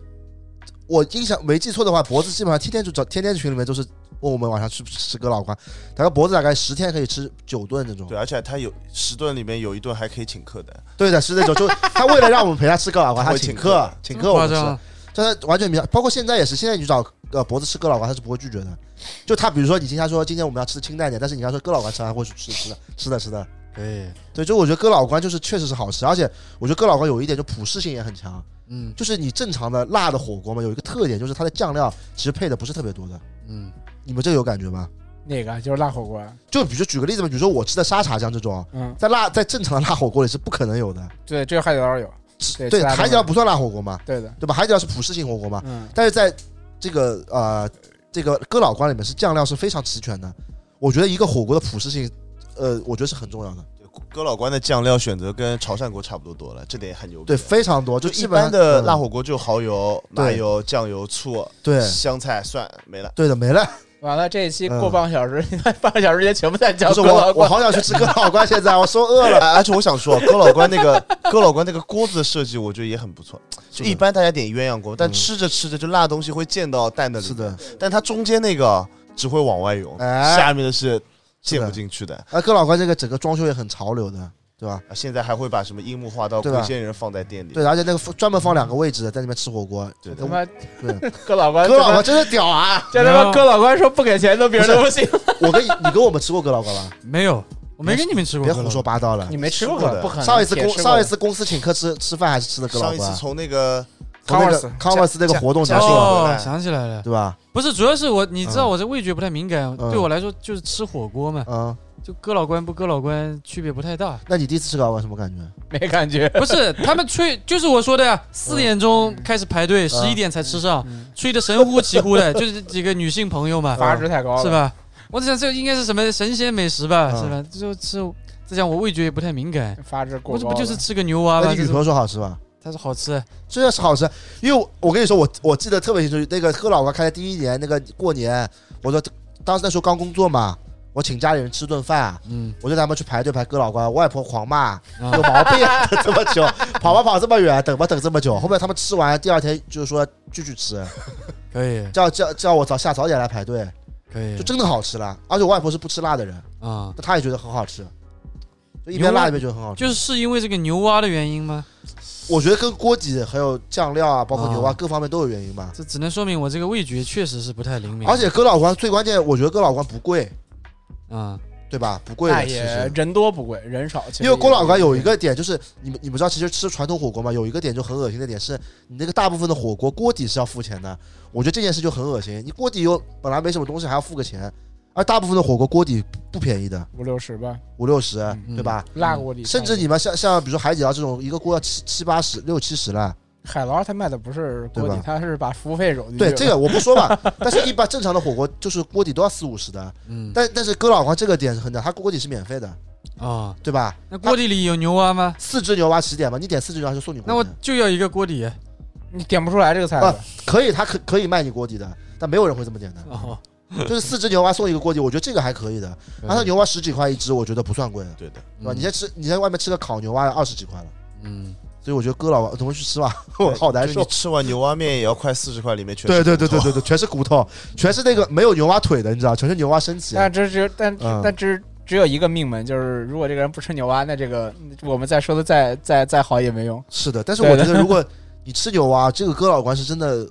S1: 我印象没记错的话，脖子基本上天天就找，天天群里面都是问我们晚上去不去吃哥老关，大概脖子大概十天可以吃九顿这种
S3: 对，。而且他有十顿里面有一顿还可以请客的，
S1: 对的，是那种，就他为了让我们陪他吃哥老关，他
S3: 会
S1: 请
S3: 请
S1: 客啊
S3: 客，
S1: 请
S4: 这
S1: 客
S4: 么
S1: 我
S4: 夸
S1: 们吃，
S4: 张，
S1: 这他完全没想，包括现在也是，现在你去找呃脖子吃哥老关，他是不会拒绝的。就他比如说你今天说今天我们要吃清淡一点，但是你要说哥老关吃完会去吃吃的吃的吃的。
S4: 可以，
S1: 对，就我觉得哥老关就是确实是好吃，而且我觉得哥老关有一点就普适性也很强，
S4: 嗯
S1: 就是你正常的辣的火锅嘛，有一个特点就是它的酱料其实配的不是特别多的，
S4: 嗯
S1: 你们这个有感觉吗？
S2: 那个就是辣火锅，
S1: 就比如说举个例子嘛，比如说我吃的沙茶酱这种，
S2: 嗯，
S1: 在辣在正常的辣火锅里是不可能有的。
S2: 对，这个海底捞有，对
S1: 对，
S2: 其他地
S1: 海底捞不算啊辣火锅嘛，
S2: 对的，
S1: 对吧？海底捞是普适性火锅嘛，
S2: 嗯，
S1: 但是在这个呃这个哥老关里面是酱料是非常齐全的。我觉得一个火锅的普适性，呃，我觉得是很重要的。
S3: 嗯对哥老关的酱料选择跟潮汕锅差不多多了，这点也很牛逼。
S1: 对，非常多，
S3: 就
S1: 基
S3: 一
S1: 本
S3: 般
S1: 上
S3: 的辣、
S1: 嗯
S3: 火锅就蚝油、
S1: 对
S3: 麻油、酱油、醋、
S1: 对
S3: 香菜、蒜没了。
S1: 对的没了。
S2: 完了，这一期
S1: 嗯
S2: 过半个小时，半个小时之前全部在讲
S1: 不是
S2: 郭
S1: 我，
S2: 老
S1: 我
S2: 怪。
S1: 好想去吃哥老关，现在 我说饿了。
S3: 哎 而且我想说，哥老关那个哥老关那个锅子的设计，我觉得也很不错。就一般大家点鸳�鸯锅，但
S1: 嗯
S3: 吃着吃着就辣东西会�见到蛋的里
S1: 是，的，
S3: 但它中间那个只会往外涌，
S1: 哎
S3: 下面的是
S1: 是
S3: 陷
S1: 的
S3: 不进去的。
S1: 啊，哥老关这个整个装修也很潮流的，对吧？
S3: 啊现在还会把什么樱木花道、
S1: 对吧
S3: 龟仙人放在店里，
S1: 对，而且那个放专门放两个位置的，在那边吃火锅。
S3: 对
S2: 他
S3: 的。
S2: 妈
S1: 对，
S2: 哥老关，
S1: 哥老关真的屌 啊！
S2: 这他妈哥老关说不给钱都别人都不信，
S1: 我跟你你跟我们吃过哥老关吧？
S4: 没有，我没跟你们吃过。
S1: 别胡说，八道了
S2: 你。没吃
S3: 过
S2: 过可
S3: 的
S2: 不可能。
S1: 上一次
S2: 铁
S1: 公
S2: 吃过
S1: 上一
S2: 的
S1: 次公司请客吃吃饭还是吃的哥
S3: 上
S1: 老
S3: 一次
S1: 关，
S3: 从那个
S1: 从那个
S2: Converse
S1: Converse 那个活动结
S3: 加
S1: 束
S3: 加
S1: 了，
S3: 回
S4: 哦
S3: 来，
S4: 想起来了，
S1: 对吧？
S4: 不是，主要是我，你知道
S1: 嗯
S4: 我这味觉不太敏感，
S1: 嗯
S4: 对我来说就是吃火锅嘛，
S1: 嗯，
S4: 就哥老关不哥老关区别不太大。
S1: 那你第一次吃哥老关什么感觉？
S2: 没感觉。
S4: 不是，他们吹就是我说的呀，四点钟开始排队，十
S1: 嗯
S4: 一点才吃上，吹得神乎其乎的，就是几个女性朋友嘛，
S2: 阀值啊太高了，
S4: 是？吧？我在想这应该是什么神仙美食吧，
S1: 嗯
S4: 是吧？就吃，再讲我味觉也不太敏感，
S2: 阀值过
S4: 我
S2: 高
S4: 这
S2: 了，
S4: 不就是吃个牛蛙
S1: 那
S4: 吗？
S1: 你女朋友说好吃吧？
S4: 它是好吃，
S1: 真的是好吃，因为我我跟你说，我我记得特别清楚，那个哥老关开的第一年，那个过年，我说当时那时候刚工作嘛，我请家里人吃顿饭，啊
S4: 嗯，
S1: 我就带他们去排队排哥老关，我外婆狂骂
S4: 啊
S1: 有毛病啊，等这么久，跑吧跑这么远，等吧等这么久，后面他们吃完第二天就是说继续吃，
S4: 可以，
S1: 叫叫叫我早下早点来排队，
S4: 可以
S1: 就真的好吃了，而且我外婆是不吃辣的人，
S4: 啊，
S1: 她也觉得很好吃。就一边辣一边觉得很好吃，
S4: 就是是因为这个牛蛙的原因吗？
S1: 我觉得跟锅底还有酱料啊，包括牛蛙
S4: 啊
S1: 各方面都有原因吧。
S4: 这只能说明我这个味觉确实是不太灵敏，
S1: 而且哥老关最关键，我觉得哥老关不贵，
S4: 啊，
S1: 对吧？不贵
S2: 那
S1: 的，其
S2: 也
S1: 实。
S2: 哎人多不贵，人少。其实
S1: 因为
S2: 也
S1: 哥老关有一个点就是，你们你们知道，其实吃传统火锅嘛，有一个点就很恶心的点是，你那个大部分的火锅锅底是要付钱的，我觉得这件事就很恶心。你锅底又本来没什么东西，还要付个钱，而大部分的火锅锅底不便宜的，
S2: 五六十吧，
S1: 五六十，
S4: 嗯
S1: 对吧？
S2: 辣锅里
S1: 甚至你们像像比如说海底捞这种，一个锅要七七八十、六七十了。
S2: 海捞他卖的不是锅
S1: 对
S2: 底
S1: 吧，
S2: 他是把服务费揉进去。
S1: 对这个我不说吧，但是一般正常的火锅就是锅底都要四五十的，
S4: 嗯
S1: 但但是哥老关这个点是很屌，他锅底是免费的，
S4: 啊，
S1: 对吧？
S4: 那锅底里有牛蛙吗？
S1: 四只牛蛙起点嘛，你点四只牛蛙就送你锅底。
S4: 那我就要一个锅底
S2: 你点不出来这个菜
S1: 啊
S2: 了，
S1: 可以，他可可以卖你锅底的，但没有人会这么 简单。
S4: 哦，
S1: 就是四只牛蛙送一个锅底，我觉得这个还可以的。
S4: 嗯
S1: 然后牛蛙十几块一只，我觉得不算贵，
S3: 对的，
S1: 对啊吧？你在吃你在外面吃个烤牛蛙二十几块了，
S4: 嗯，
S1: 所以我觉得哥老怎么去吃吧， 我好难
S3: 就你
S1: 受。
S3: 吃碗牛蛙面也要快四十块，里面全
S1: 对
S3: 是
S1: 对
S3: 骨
S1: 对
S3: 头
S1: 对对对，全是骨头，全是那个没有牛蛙腿的，你知道，全是牛蛙身体。
S2: 但这只但
S1: 嗯
S2: 但只只有一个命门，就是如果这个人不吃牛蛙，那这个我们再说的再再再好也没用。
S1: 是的，但是
S2: 对
S1: 我
S2: 的
S1: 觉得如果你吃牛蛙，这个哥老关是真的，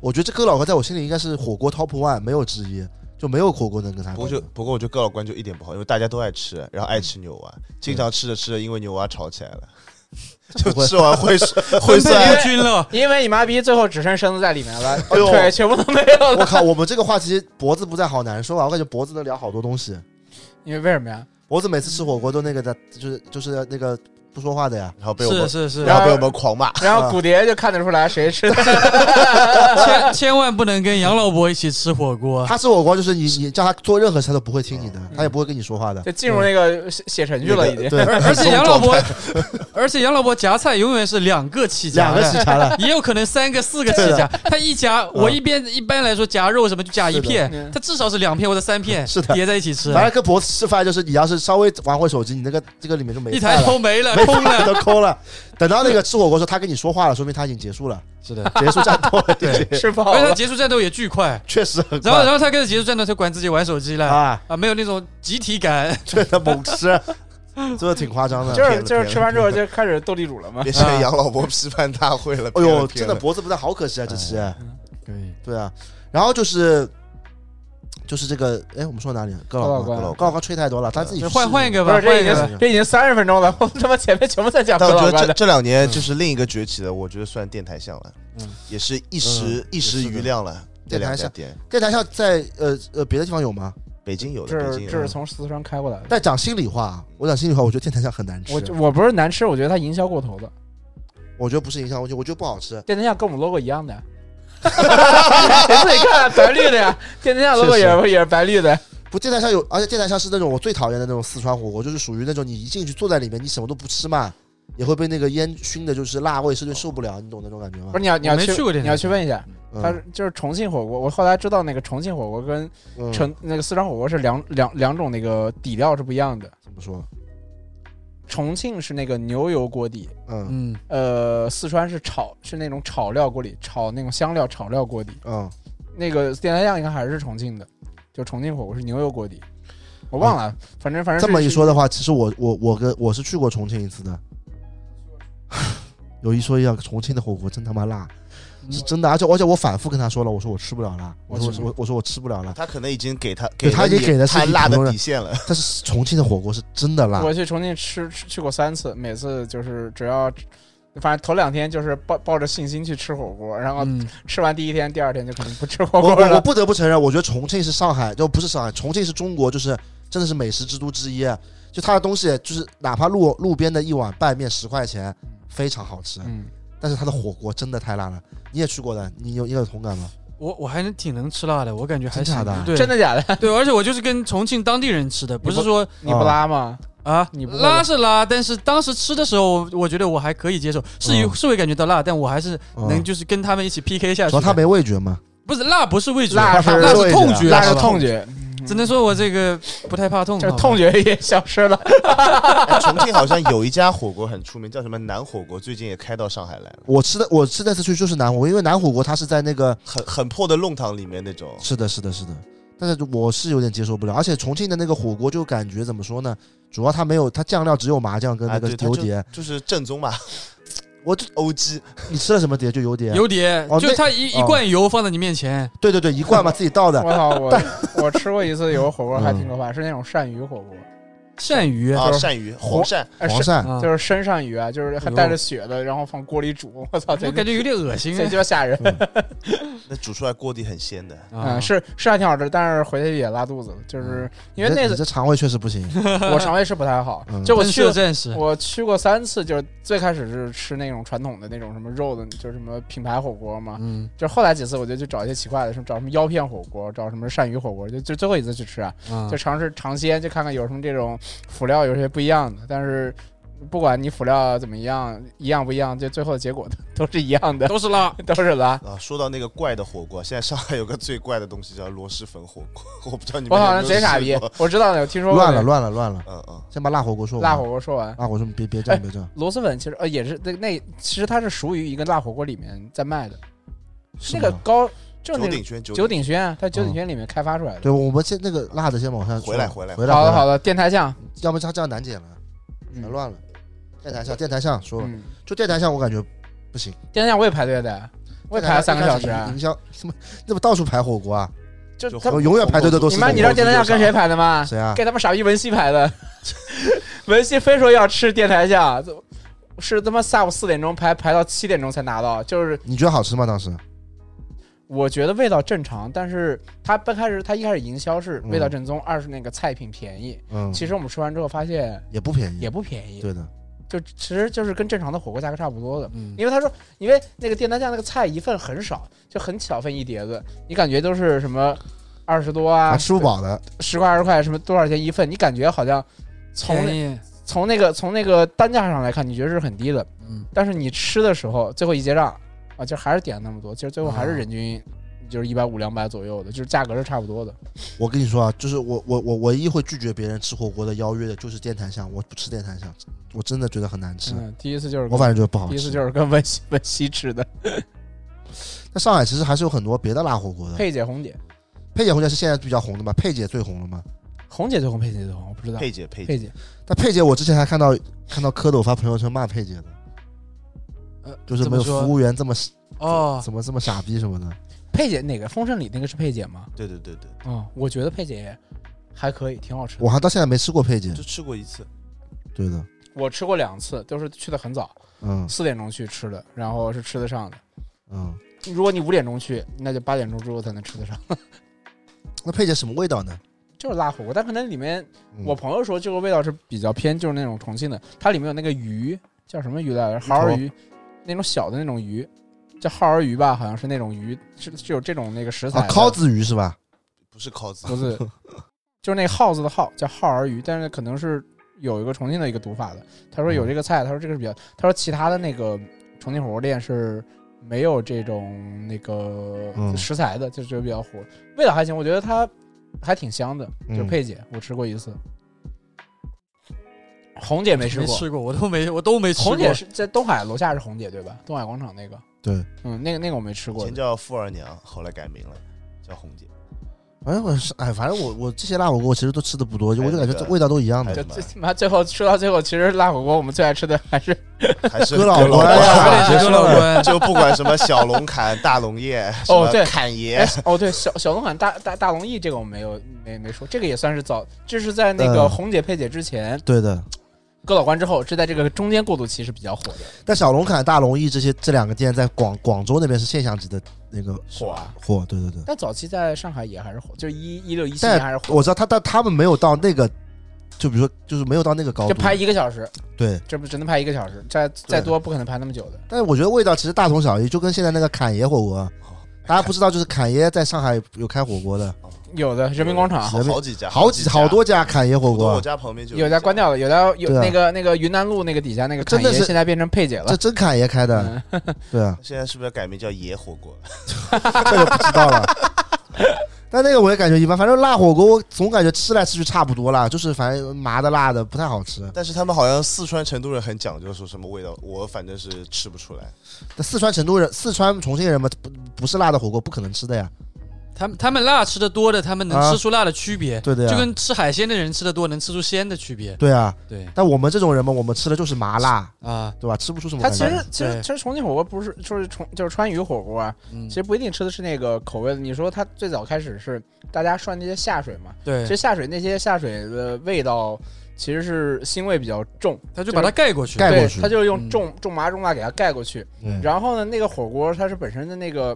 S1: 我觉得这哥老关在我心里应该是火锅 top one，没有之一，就没有火锅能跟他
S3: 不
S1: 比
S3: 过就不过我觉得哥老关就一点不好，因为大家都爱吃，然后爱吃牛蛙，经常吃着吃着因为牛蛙吵起来了，就
S1: 嗯 不会
S3: 吃 完会
S4: 分配
S3: 会酸
S4: 不。均了，
S2: 因为你妈逼最后只剩身子在里面了，
S1: 哎呦
S2: 腿全部都没 有
S1: 我
S2: 了。
S1: 靠，我们这个话题脖子不在好难受啊！我感觉脖子能聊好多东西。
S2: 因为为什 么呀？
S1: 脖子每次吃火锅都那个的，就是就是那个不说话的呀。
S3: 然后被我
S4: 是
S3: 们，
S4: 是是，
S3: 然后被我们狂
S1: 啊
S3: 骂。
S2: 然后骨蝶就看得出来 谁吃的，
S4: 千千万不能跟杨老伯一起吃火锅，
S1: 他吃火锅就是你你叫他做任何事他都不会听你的，
S4: 嗯
S1: 他也不会跟你说话的。
S2: 就进入那个写写程序了，已经。
S1: 对，
S4: 而且杨老伯，而且杨老伯夹菜永远是两个起嗯夹
S1: 两
S4: 的，
S1: 个喜茶了，
S4: 也有可能三个、四个起夹。他一夹，我一边一般来说夹肉什么就夹一
S2: 是的
S4: 片
S2: 嗯，
S4: 他至少是两片或者三片
S1: 是的
S4: 叠在一起吃，
S1: 反正跟脖子吃饭就是你要是稍微玩会手机，你那个这个里面就没
S4: 一
S1: 菜
S4: 抬
S1: 了，
S4: 头没 了，
S1: 没
S4: 空
S1: 饭
S4: 了。
S1: 都空了。等到那个吃火锅的时候，他跟你说话了，说明他已经结束 了，
S4: 是的，
S1: 结束战斗了，已经
S2: 吃饱
S4: 而且他
S2: 了，
S4: 结束战斗也巨快，
S1: 确实很
S4: 然后
S1: 快
S4: 然后他开始结束战斗，他管自己玩手机了。
S1: 啊，
S4: 啊，没有那种集体感，
S1: 真的猛吃，真的挺夸张的。
S2: 就是
S3: 骗了
S2: 就是
S3: 骗了
S2: 吃完之后就开始斗地主了嘛。
S3: 变成杨老伯批判大会了，
S1: 哎
S3: 别
S1: 呦，
S3: 了
S1: 真的，脖子不太好，可惜啊，这期。
S4: 对，
S1: 对啊，然后就是就是这个，哎，我们说哪里？高老
S2: 高老
S1: 高
S3: 官
S1: 高老官吹太多了，他自己
S4: 就换换一
S1: 个。
S4: 个
S2: 不
S4: 吧，
S2: 是，
S4: 换
S2: 这已
S4: 一个吧。
S1: 吧
S2: 经这已经三十分钟了， 我们他妈前面全部在讲
S3: 但
S2: 哥
S3: 我
S2: 老
S3: 觉
S2: 关
S3: 得
S2: 的
S3: 这，这两年就是另一个崛起的，我觉得算电台项了
S4: 嗯，
S3: 也是一时
S1: 嗯
S3: 一时余亮了。这
S1: 电
S3: 两
S1: 台
S3: 家
S1: 巷
S3: 店，
S1: 电台上在呃呃别的地方有吗？
S3: 北京有
S2: 这
S3: 的，北
S2: 是
S3: 京
S2: 这
S3: 有
S2: 是
S3: 的。
S2: 从四川开过来的。
S1: 但讲心里话啊，我讲心里话，我觉得电台上很难吃，
S2: 我
S1: 我
S2: 我不是难吃，我觉得它营销过头的。
S1: 觉得不是影响问题，我觉得不好吃。
S2: 电灯下跟我们 logo 一样的呀，你自己看啊白绿的呀，电灯下 logo 也是也是白绿的，
S1: 不，电台上有，而且电台上是那种我最讨厌的那种四川火锅，就是属于那种你一进去坐在里面，你什么都不吃嘛，也会被那个烟熏的，就是辣味，甚至受不了，你懂那种感觉吗
S2: 不是？你要你要
S4: 我没去过电
S2: 你要去
S4: 灯下
S2: 问一下，
S1: 嗯
S2: 它是就是重庆火锅，我后来知道那个重庆火锅跟
S1: 嗯
S2: 成那个四川火锅是两两两种那个底料是不一样的，
S1: 怎么说？
S2: 重庆是那个牛油锅底，
S1: 嗯
S4: 嗯，
S2: 呃，四川是炒是那种炒料锅底，炒那种香料炒料锅底，
S1: 嗯，
S2: 那个电台酱应该还是重庆的，就重庆火锅是牛油锅底，我忘了，反正反正
S1: 这么一说
S2: 的，
S1: 的话，其实我我我跟我是去过重庆一次的。 有一说一啊，重庆的火锅真他妈辣，
S4: 嗯
S1: 是真的，而且而且我反复跟他说了，我说我吃不了辣，我说
S2: 我知道
S1: 我我说我吃不了辣，
S3: 他可能已经给他，
S1: 对
S3: 了
S1: 他已经
S3: 你
S1: 给的是
S3: 他
S1: 一
S3: 辣
S1: 普通
S3: 的
S1: 人
S3: 底线了。
S1: 但是重庆的火锅是真的辣，
S2: 我去重庆吃吃去过三次，每次就是只要。反正头两天就是抱抱着信心去吃火锅，然后
S4: 嗯，
S2: 吃完第一天，第二天就肯定不吃火
S1: 我
S2: 锅
S1: 我我
S2: 了。
S1: 不得不承认，我觉得重庆是上海，就不是上海，重庆是中国，就是真的是美食之都之一。就它的东西，就是哪怕路路边的一碗拌面十块钱，非常好吃。
S2: 嗯，
S1: 但是它的火锅真的太辣了，你也去过的，你有你有同感吗？
S4: 我我还能挺能吃辣的，啊我感觉还
S1: 真假
S4: 行
S1: 的
S4: 对
S2: 真的假的？
S4: 对，而且我就是跟重庆当地人吃的，不是说
S2: 你不拉吗？
S1: 嗯
S4: 啊，
S2: 你不会吧
S4: 拉是拉，但是当时吃的时候，我觉得我还可以接受，是有、
S1: 嗯
S4: 是会感觉到辣，但我还是
S1: 嗯
S4: 能就是跟他们一起 PK 下去
S1: 主
S4: 的。
S1: 要它没味觉嘛。
S4: 不是辣，不是味觉，
S2: 辣是
S4: 是痛觉，
S2: 拉
S1: 辣
S2: 着
S1: 是
S2: 痛觉，
S4: 只能说我这个不太怕痛，啊
S2: 就是
S4: 好吧
S2: 痛觉也消失了。
S3: 哎重庆好像有一家火锅很出名，叫什么南火锅，最近也开到上海来了，
S1: 我吃的我吃那次去就是南火锅，因为南火锅它是在那个
S3: 很很破的弄堂里面那种。
S1: 是的是的是的，但是我是有点接受不了，而且重庆的那个火锅就感觉怎么说呢？主要它没有它酱料只有麻酱跟那
S3: 啊
S1: 个
S3: 对它
S1: 油碟，
S3: 就是正宗嘛，
S1: 我 这
S3: 欧鸡
S1: 你吃了什么碟就油碟，
S4: 油碟，
S1: 哦
S4: 就
S1: 那
S4: 它一一
S1: 哦
S4: 罐油放在你面前，
S1: 对 对对嗯一罐嘛自己倒的，
S2: 我操，我我吃过一次有个火锅还挺可怕，是那种鳝鱼火锅，
S4: 鳝鱼
S3: 啊，
S2: 就是
S3: 鳝鱼、黄鳝，
S2: 哎
S1: 黄
S2: 是
S1: 鳝
S4: 啊
S2: 就是生鳝鱼啊，就是还带着血的，然后放锅里煮。我操，
S4: 我
S2: 这
S4: 哎感觉有点恶心啊
S2: 这就吓人。
S3: 那煮出来锅底很鲜的。
S4: 啊
S2: 嗯，是是还挺好吃，但是回去也拉肚子，就是因为
S1: 你这
S2: 那
S1: 你
S2: 次
S1: 这肠胃确实 不行，
S2: 我肠胃是不太好
S1: 嗯，
S2: 就我
S4: 喷
S2: 去
S4: 射战士，
S2: 我去过三次，就是最开始是吃那种传统的那种什么肉的，就是什么品牌火锅嘛。
S4: 嗯
S2: 就后来几次我就去找一些奇怪的，什么找什么腰片火锅，找什么鳝鱼火锅，就就最后一次去吃啊，
S4: 啊
S2: 就尝试尝鲜，就看看有什么这种辅料有些不一样的。但是不管你辅料怎么样，一样不一样，就最后的结果都 都是一样的，
S4: 都是辣，
S2: 都是辣。
S3: 啊，说到那个怪的火锅，现在上海有个最怪的东西叫螺蛳粉火锅，我不知道你
S2: 我
S3: 们有
S2: 好
S3: 没
S2: 像
S3: 有
S2: 贼傻逼
S3: 吃过，
S2: 我知道的，我听说过
S1: 乱
S2: 的
S1: 了乱了乱了，
S3: 嗯嗯，
S1: 先把辣火锅说完。
S2: 辣火哎锅说完，
S1: 辣火锅说别别这样别这样，
S2: 螺蛳粉其实呃也是那那其实它是属于一个辣火锅里面在卖的，
S1: 是
S2: 那个
S1: 吗
S2: 高就
S3: 九
S2: 那个
S3: 鼎轩，
S2: 九
S3: 九
S2: 鼎轩，啊，它九鼎轩里面开发出来的。
S1: 对，我们先那个辣的先往下说
S3: 回来回来
S1: 回来，
S2: 好的
S1: 回来
S2: 好，的，电台酱，
S1: 要不他这样难解了，
S2: 嗯
S1: 难乱了。电台上电台上说了，
S2: 嗯，
S1: 就电台上我感觉不行，
S2: 电台酱我也排队的，我也
S1: 电台
S2: 排了
S1: 上
S2: 三个
S1: 一开
S2: 小
S1: 始
S2: 时啊
S1: 营，销什么那不到处排火锅啊？
S2: 就
S3: 就
S2: 他
S1: 我永远排队的都
S2: 你
S1: 是
S2: 妈，
S1: 火
S2: 你
S1: 锅
S2: 知道电台酱跟谁排的吗？
S1: 谁啊？
S2: 给他们傻逼文熙排的， 文熙非说要吃电台酱，是他妈下午四点钟排排到七点钟才拿到，就是
S1: 你觉得好吃吗？当时
S2: 我觉得味道正常，但是他刚开始他一开始营销是
S1: 嗯
S2: 味道正宗，二是那个菜品便宜，
S1: 嗯，
S2: 其实我们吃完之后发现
S1: 也不便宜，
S2: 也不便宜，
S1: 对的，
S2: 就其实就是跟正常的火锅价格差不多的。
S4: 嗯，
S2: 因为他说，因为那个电单价那个菜一份很少，就很小份一碟子，你感觉都是什么二十多啊
S1: 还，吃不饱的。
S2: 十块二十块什么多少钱一份，你感觉好像从
S4: 便
S2: 那
S4: 宜，
S2: 从那个从那个单价上来看，你觉得是很低的，
S4: 嗯，
S2: 但是你吃的时候最后一结账啊，就还是点了那么多，其实最后还是
S4: 啊
S2: 人均就是一百五两百左右的，就是价格是差不多的。
S1: 我跟你说啊，就是我我我唯一会拒绝别人吃火锅的邀约的就是电台上，我不吃电台上，我真的觉得很难吃，
S2: 嗯，第一次就是
S1: 我
S2: 跟
S1: 反正觉得不好吃。
S2: 第一次就是嗯跟文熙文熙吃的
S1: 那上海其实还是有很多别的辣火锅的，
S2: 佩姐红姐，
S1: 佩姐红姐是现在比较红的嘛？佩姐最红了嘛？
S2: 红姐最红，佩姐最红，我不知道
S3: 配姐配姐，
S2: 佩姐
S1: 但佩姐我之前还看到看到蝌蚪发朋友圈骂佩姐的，
S4: 呃，
S1: 就是
S4: 怎
S1: 没
S4: 么
S1: 有
S4: 说
S1: 服务员这么
S2: 啊
S4: 哦，
S1: 怎么这么傻逼什么的。
S2: 佩姐哪个封神里那个是佩姐吗？
S3: 对对对对，
S2: 嗯，我觉得佩姐还可以，挺好吃的。
S1: 我还到现在没吃过佩姐
S3: 就，吃过一次，
S1: 对的，
S2: 我吃过两次，都是去的很早，
S1: 嗯
S2: 四点钟去吃的，然后是吃得上的。
S1: 嗯。
S2: 如果你五点钟去，那就八点钟之后才能吃得上，
S1: 那佩姐什么味道呢？
S2: 就是辣火锅。但可能里面，
S1: 嗯
S2: 我朋友说这个味道是比较偏，就是那种重庆的，它里面有那个鱼，叫什么鱼来着？蚝儿鱼，那种小的那种鱼，叫蚝儿鱼吧，好像是那种鱼，是是有这种那个食材
S1: 啊
S2: 的。
S1: 烤子鱼是吧？
S3: 不是烤子，
S2: 不是，就是那个耗子的耗叫耗儿鱼，但是可能是有一个重庆的一个读法的。他说有
S1: 嗯
S2: 这个菜，他说这个是比较，他说其他的那个重庆火锅店是没有这种那个
S1: 嗯
S2: 食材的，就就比较火，味道还行，我觉得它还挺香的。
S1: 嗯
S2: 就佩姐，我吃过一次，红姐没吃
S4: 没
S2: 过，
S4: 吃过，我都没我都没吃过
S2: 红，姐是在东海楼下是红姐对吧？东海广场那个，
S1: 对，
S2: 嗯，那个那个我没吃过
S3: 以前
S2: 的，
S3: 叫富二娘，后来改名了。叫红姐，
S1: 反正我是哎，反正我我这些辣火锅其实都吃的不多，就我就感觉
S3: 还有那
S1: 这
S3: 个
S1: 味道都一样的。
S2: 就
S3: 对
S2: 最起码最后说到最后，其实辣火锅我们最爱吃的还是
S3: 还是
S1: 哥老
S3: 哥
S1: 关
S4: 哎
S1: 呀
S4: 呀，哥老关，
S3: 就不管什么小龙坎、大龙叶，什么
S2: 对
S3: 侃爷
S2: 哎， 哦对，小小龙坎大大大龙燚这个我没有没没说，这个也算是早，这是在那个
S1: 嗯
S2: 红姐佩姐之前，
S1: 对的，
S2: 哥老关之后，是在这个中间过渡期是比较火的。
S1: 但小龙坎、大龙燚这些这两个店在广广州那边是现象级的那个
S2: 火啊！
S1: 火，对对对。
S2: 但早期在上海也还是火，就是一一六一七年还是
S1: 但
S2: 火，
S1: 我知道他，但他们没有到那个，就比如说，就是没有到那个高
S2: 就
S1: 度。
S2: 拍一个小时，
S1: 对，
S2: 这不只能拍一个小时，再再多不可能拍那么久的。
S1: 但是我觉得味道其实大同小异，就跟现在那个侃爷火锅，啊大家不知道，就是侃爷在上海有开火锅的，
S2: 有的人民广场
S3: 好好几家，
S1: 好
S3: 几
S1: 几
S3: 家
S1: 好多家侃爷火
S3: 我多我
S1: 锅，啊
S3: 家旁边就
S2: 有
S3: 一
S2: 家关，掉了，有的有
S1: 对啊
S2: 那个那个云南路那个底下那个侃
S1: 真的
S2: 爷
S1: 是
S2: 现在变成佩姐
S1: 这
S2: 了，
S1: 真侃爷开的，
S2: 嗯
S1: 对啊，
S3: 现在是不是改名叫野火锅？
S1: 这个不知道了。 但那个我也感觉一般，反正辣火锅我总感觉吃来吃去差不多啦，就是反正麻的辣的不太好吃。
S3: 但是他们好像四川成都人很讲究，说什么味道，我反正是吃不出来。
S1: 但四川成都人、四川重庆人嘛，不不是辣的火锅不可能吃的呀。
S4: 他们他们辣吃的多的，他们能
S1: 啊
S4: 吃出辣的区别，
S1: 对的呀
S4: 就跟吃海鲜的人吃的多，能吃出鲜的区别，
S1: 对啊，
S4: 对
S1: 但我们这种人嘛，我们吃的就是麻辣，
S4: 啊，
S1: 对吧？吃不出什么
S2: 它
S1: 感
S2: 其
S1: 觉。
S2: 实其实
S4: 对
S2: 其实重庆火锅不是就是重就是川渝火锅啊，
S4: 嗯
S2: 其，实不一定吃的是那个口味的。你说它最早开始是大家涮那些下水嘛，
S4: 对
S2: 其，实下水那些下水的味道其实是腥味比较重，
S4: 他就把它盖过去，
S1: 盖过
S2: 对
S1: 去，
S2: 它就是用
S4: 嗯
S2: 重重麻重辣给它盖过去。
S1: 对
S2: 然后呢，那个火锅它是本身的那个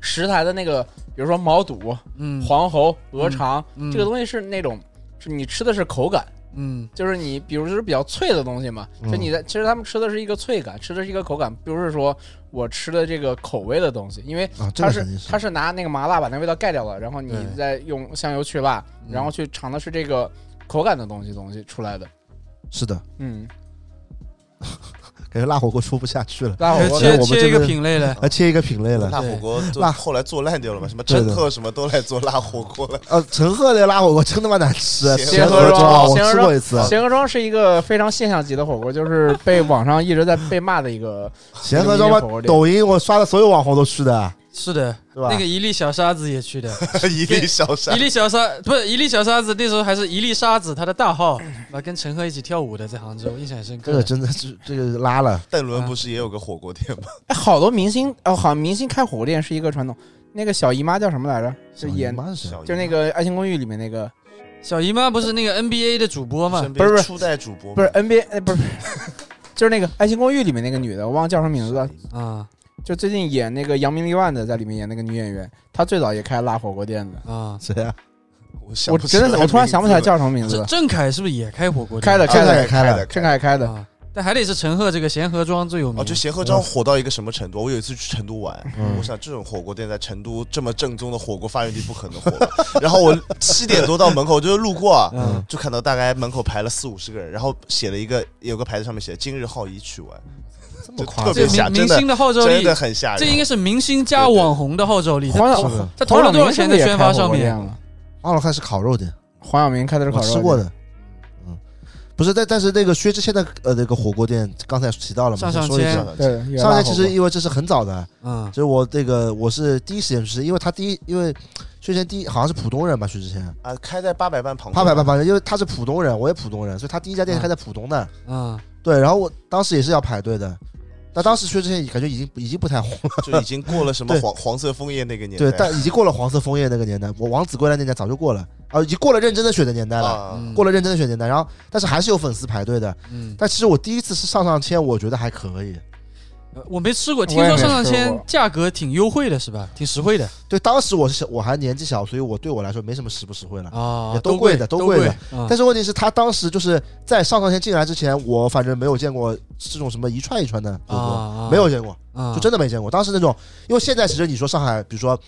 S2: 食材的那个，比如说毛肚、
S4: 嗯，
S2: 黄喉、鹅肠，
S4: 嗯
S2: 这个东西是那种是你吃的是口感。
S4: 嗯
S2: 就是你，比如就是比较脆的东西嘛，
S1: 嗯
S2: 就你在，其实他们吃的是一个脆感，吃的是一个口感，不是说我吃的这个口味的东西，因为
S1: 啊，这
S2: 它
S1: 个
S2: 是
S1: 肯定是
S2: 它是拿那个麻辣把那味道盖掉了，然后你
S4: 对
S2: 再用香油去辣，
S4: 嗯
S2: 然后去尝的是这个口感的东西东西出来的。
S1: 是的，
S2: 嗯，
S1: 感觉辣火锅说不下去了，
S2: 辣火锅
S1: 对
S4: 切
S1: 我们
S4: 切
S1: 这
S4: 一个
S1: 边
S4: 品类 了，
S1: 还切一个品类了。
S3: 辣火锅都
S1: 辣
S3: 后来做烂掉了嘛，什么
S1: 对的
S3: 陈赫什么都来做辣火锅了。
S1: 呃，陈赫的辣火锅真他妈难吃，啊
S3: 咸
S1: 咸
S2: 河
S1: 河
S2: 庄
S1: 庄我
S2: 咸河啊
S1: 吃
S2: 庄
S1: 过一次，
S2: 咸鹅庄是一个非常现象级的火锅，就是被网上一直在被骂的一个。
S1: 咸河庄
S2: 咸河火锅
S1: 嘛，
S2: 店
S1: 抖音我刷的所有网红都去的，啊
S4: 是的，
S1: 对吧
S4: 那？个一粒小沙子也去的，
S3: 一粒小沙
S1: 嗯
S4: 一，粒小沙不是一粒小沙子，那时候还是一粒沙子，他的大号，啊，跟陈赫一起跳舞的，在杭州印象很深
S1: 这个
S4: 刻。
S1: 真的是这个拉了，
S3: 邓伦不是也有个火锅店吗？
S2: 哎，好多明星哦，好像明星开火锅店是一个传统。那个小姨妈叫什么来着？就演
S1: 妈是谁
S3: 小姨
S2: 就那个《爱情公寓》里面那个，
S4: 小姨妈不是那个 NBA 的主播嘛
S3: 身？
S2: 不
S3: 边
S2: 是不是
S3: 初代主播吗
S2: 不是 NBA，哎，不是， 就是那个《爱情公寓》里面那个女的，我忘了叫什么名字了。
S4: 啊
S2: 就最近演那个《扬名立万》的，在里面演那个女演员，她最早也开辣火锅店的。
S4: 啊，
S1: 谁啊？
S3: 我想
S2: 我
S3: 不起
S2: 真
S3: 来
S2: 的是，我突然想不起来
S3: 名字了
S2: 叫什么名字
S4: 郑
S2: 了。
S4: 郑恺是不是也开火锅店？
S2: 开了，
S1: 郑恺
S2: 了
S1: 也，开了
S2: 郑恺开的。
S4: 啊，但还得是陈赫这个咸河庄最有名。
S3: 哦，就协和庄火到一个什么程度？我有一次去成都玩，
S1: 嗯
S3: 我想这种火锅店在成都这么正宗的火锅发源地不可能火 吧。然后我七点多到门口，就是路过啊，
S4: 嗯
S3: 就看到大概门口排了四五十个人，然后写了一个有个牌子上面写“今日号一去玩
S1: 这”，
S3: 就
S1: 么夸
S3: 特
S1: 张
S3: 别
S4: 这
S3: 吓，
S4: 明
S3: 真
S4: 明
S3: 的
S4: 星的号召
S3: 真
S4: 力
S3: 的，很吓
S4: 这应
S3: 人。
S4: 该是明星加网红的号召力。
S2: 黄
S4: 他
S2: 晓
S1: 是的
S4: 他投了多少钱
S2: 明
S4: 的
S2: 是也
S4: 宣
S2: 开
S4: 发
S2: 火
S4: 上
S2: 锅店
S4: 面？
S2: 了？
S1: 王老汉是烤肉店，
S2: 黄晓明开的是烤
S1: 我
S2: 肉，
S1: 吃过。的，嗯，不是，但但是那个薛之谦的呃那个火锅店，刚才提到了嘛，
S4: 上
S1: 先
S4: 上
S1: 说一
S4: 签
S1: 下。
S2: 对，也是
S1: 上
S2: 辣
S1: 海
S2: 火
S1: 其
S2: 锅
S1: 实因为这是很早的，
S4: 嗯
S1: 就是我这个我是第一时间去吃，因为他第一，因为薛之谦第一好像是浦东人吧，薛之谦，
S3: 啊，开在八佰伴旁边，
S1: 八百八百，因为他是浦东人，我也浦东人，所以他第一家店开在浦东的，
S4: 嗯，
S1: 对，然后我当时也是要排队的，但当时薛之谦感觉已经已经不太红了，
S3: 就已经过了什么
S1: 对
S3: 黄黄色枫叶那个年代
S1: 对，但已经过了黄色枫叶那个年代，我王子归来那年代早就过了，啊，已经过了认真的雪的年代了，
S3: 啊，
S4: 嗯
S1: 过了认真的雪年代，然后但是还是有粉丝排队的，
S4: 嗯，
S1: 但其实我第一次吃上上签，我觉得还可以，
S4: 呃我没吃过，
S2: 也
S4: 听说上上
S2: 没吃
S4: 签
S2: 过
S4: 价格挺优惠的，是吧？挺实 惠的
S1: 对，当时我是小我还年纪小，所以我对我来说没什么实不实惠了。
S4: 啊
S1: 也，都
S4: 贵
S1: 贵的
S4: 都
S1: 都贵的。
S4: 嗯
S1: 但是问题是，他当时就是在上上签进来之前，我反正没有见过这种什么一串一串的火锅，
S4: 啊，
S1: 没有见过，
S4: 啊，
S1: 就真的没见过。当时那种，因为现在其实你说上海，比如说，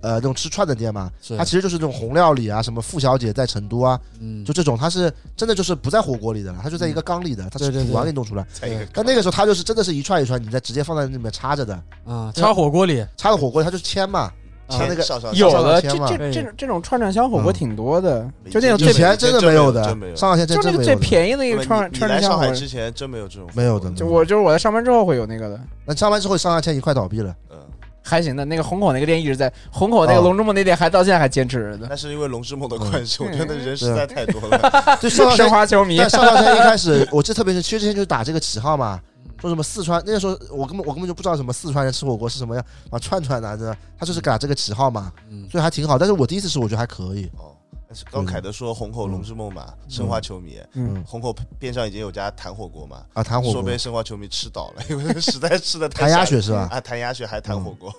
S1: 呃，那种吃串的店嘛，
S4: 是
S1: 它其实就是那种红料理啊，什么付小姐在成都啊，
S4: 嗯
S1: 就这种，它是真的就是不在火锅里的了，它就在一个缸里的，它是
S4: 对对
S1: 煮完
S4: 对
S1: 给你弄出来。
S3: 在一个
S1: 但那个时候，它就是真的是一串一串，你再直接放在那里面插着的，
S4: 啊，插火锅里，
S1: 插到火锅里它就是签嘛。
S4: 啊
S1: 像那个
S3: 上上
S2: 有
S1: 上上
S2: 的，这
S1: 签嘛
S2: 这这种这种串串香火
S1: 嗯
S2: 锅挺多的，
S3: 没
S2: 就那种
S3: 见
S1: 以
S2: 最
S3: 过
S2: 便
S1: 前真的
S3: 真没
S1: 没
S3: 有
S1: 的
S3: 真没，有
S1: 上上签
S2: 就
S1: 真
S2: 是
S1: 真
S2: 那个
S1: 没
S2: 最
S1: 有的。
S2: 便宜的一
S3: 那
S2: 个
S3: 么
S2: 串
S3: 你你
S2: 串串
S3: 来
S2: 香
S3: 上
S2: 火
S3: 海
S2: 锅。
S3: 之前真没有这种火锅
S1: 没有的
S2: 就我就是我在上班之后会有那个的，
S1: 那上班之后，上上签一块倒闭了。
S3: 嗯，
S2: 还行的。那个虹口那个店一直在，虹口那个
S1: 哦
S2: 龙之梦那店还到现在还坚持 着呢。
S3: 那是因为《龙之梦》的关系，
S2: 嗯
S3: 我觉得人实在太多了。
S2: 啊
S1: 对上上
S2: 申
S1: 山，
S2: 花球迷
S1: 但上上山一开始我记得特别清，其实之前就是打这个旗号嘛，说什么四川，那个时候我根本我根本就不知道什么四川人吃火锅是什么样啊，串串啊，真的，他就是打这个旗号嘛，
S4: 嗯，
S1: 所以还挺好。但是我第一次吃，我觉得还可以，
S3: 哦，但是刚凯德说虹口《龙之梦》嘛，申花球迷，
S1: 嗯
S3: 虹口边上已经有家弹火锅嘛，
S1: 啊，谈火
S3: 说
S1: 锅
S3: 被，申花球迷吃倒了，因 为实在吃的太
S1: 谈鸭
S3: 吓人
S1: 血是吧？嗯
S3: 啊，弹鸭血还弹火锅，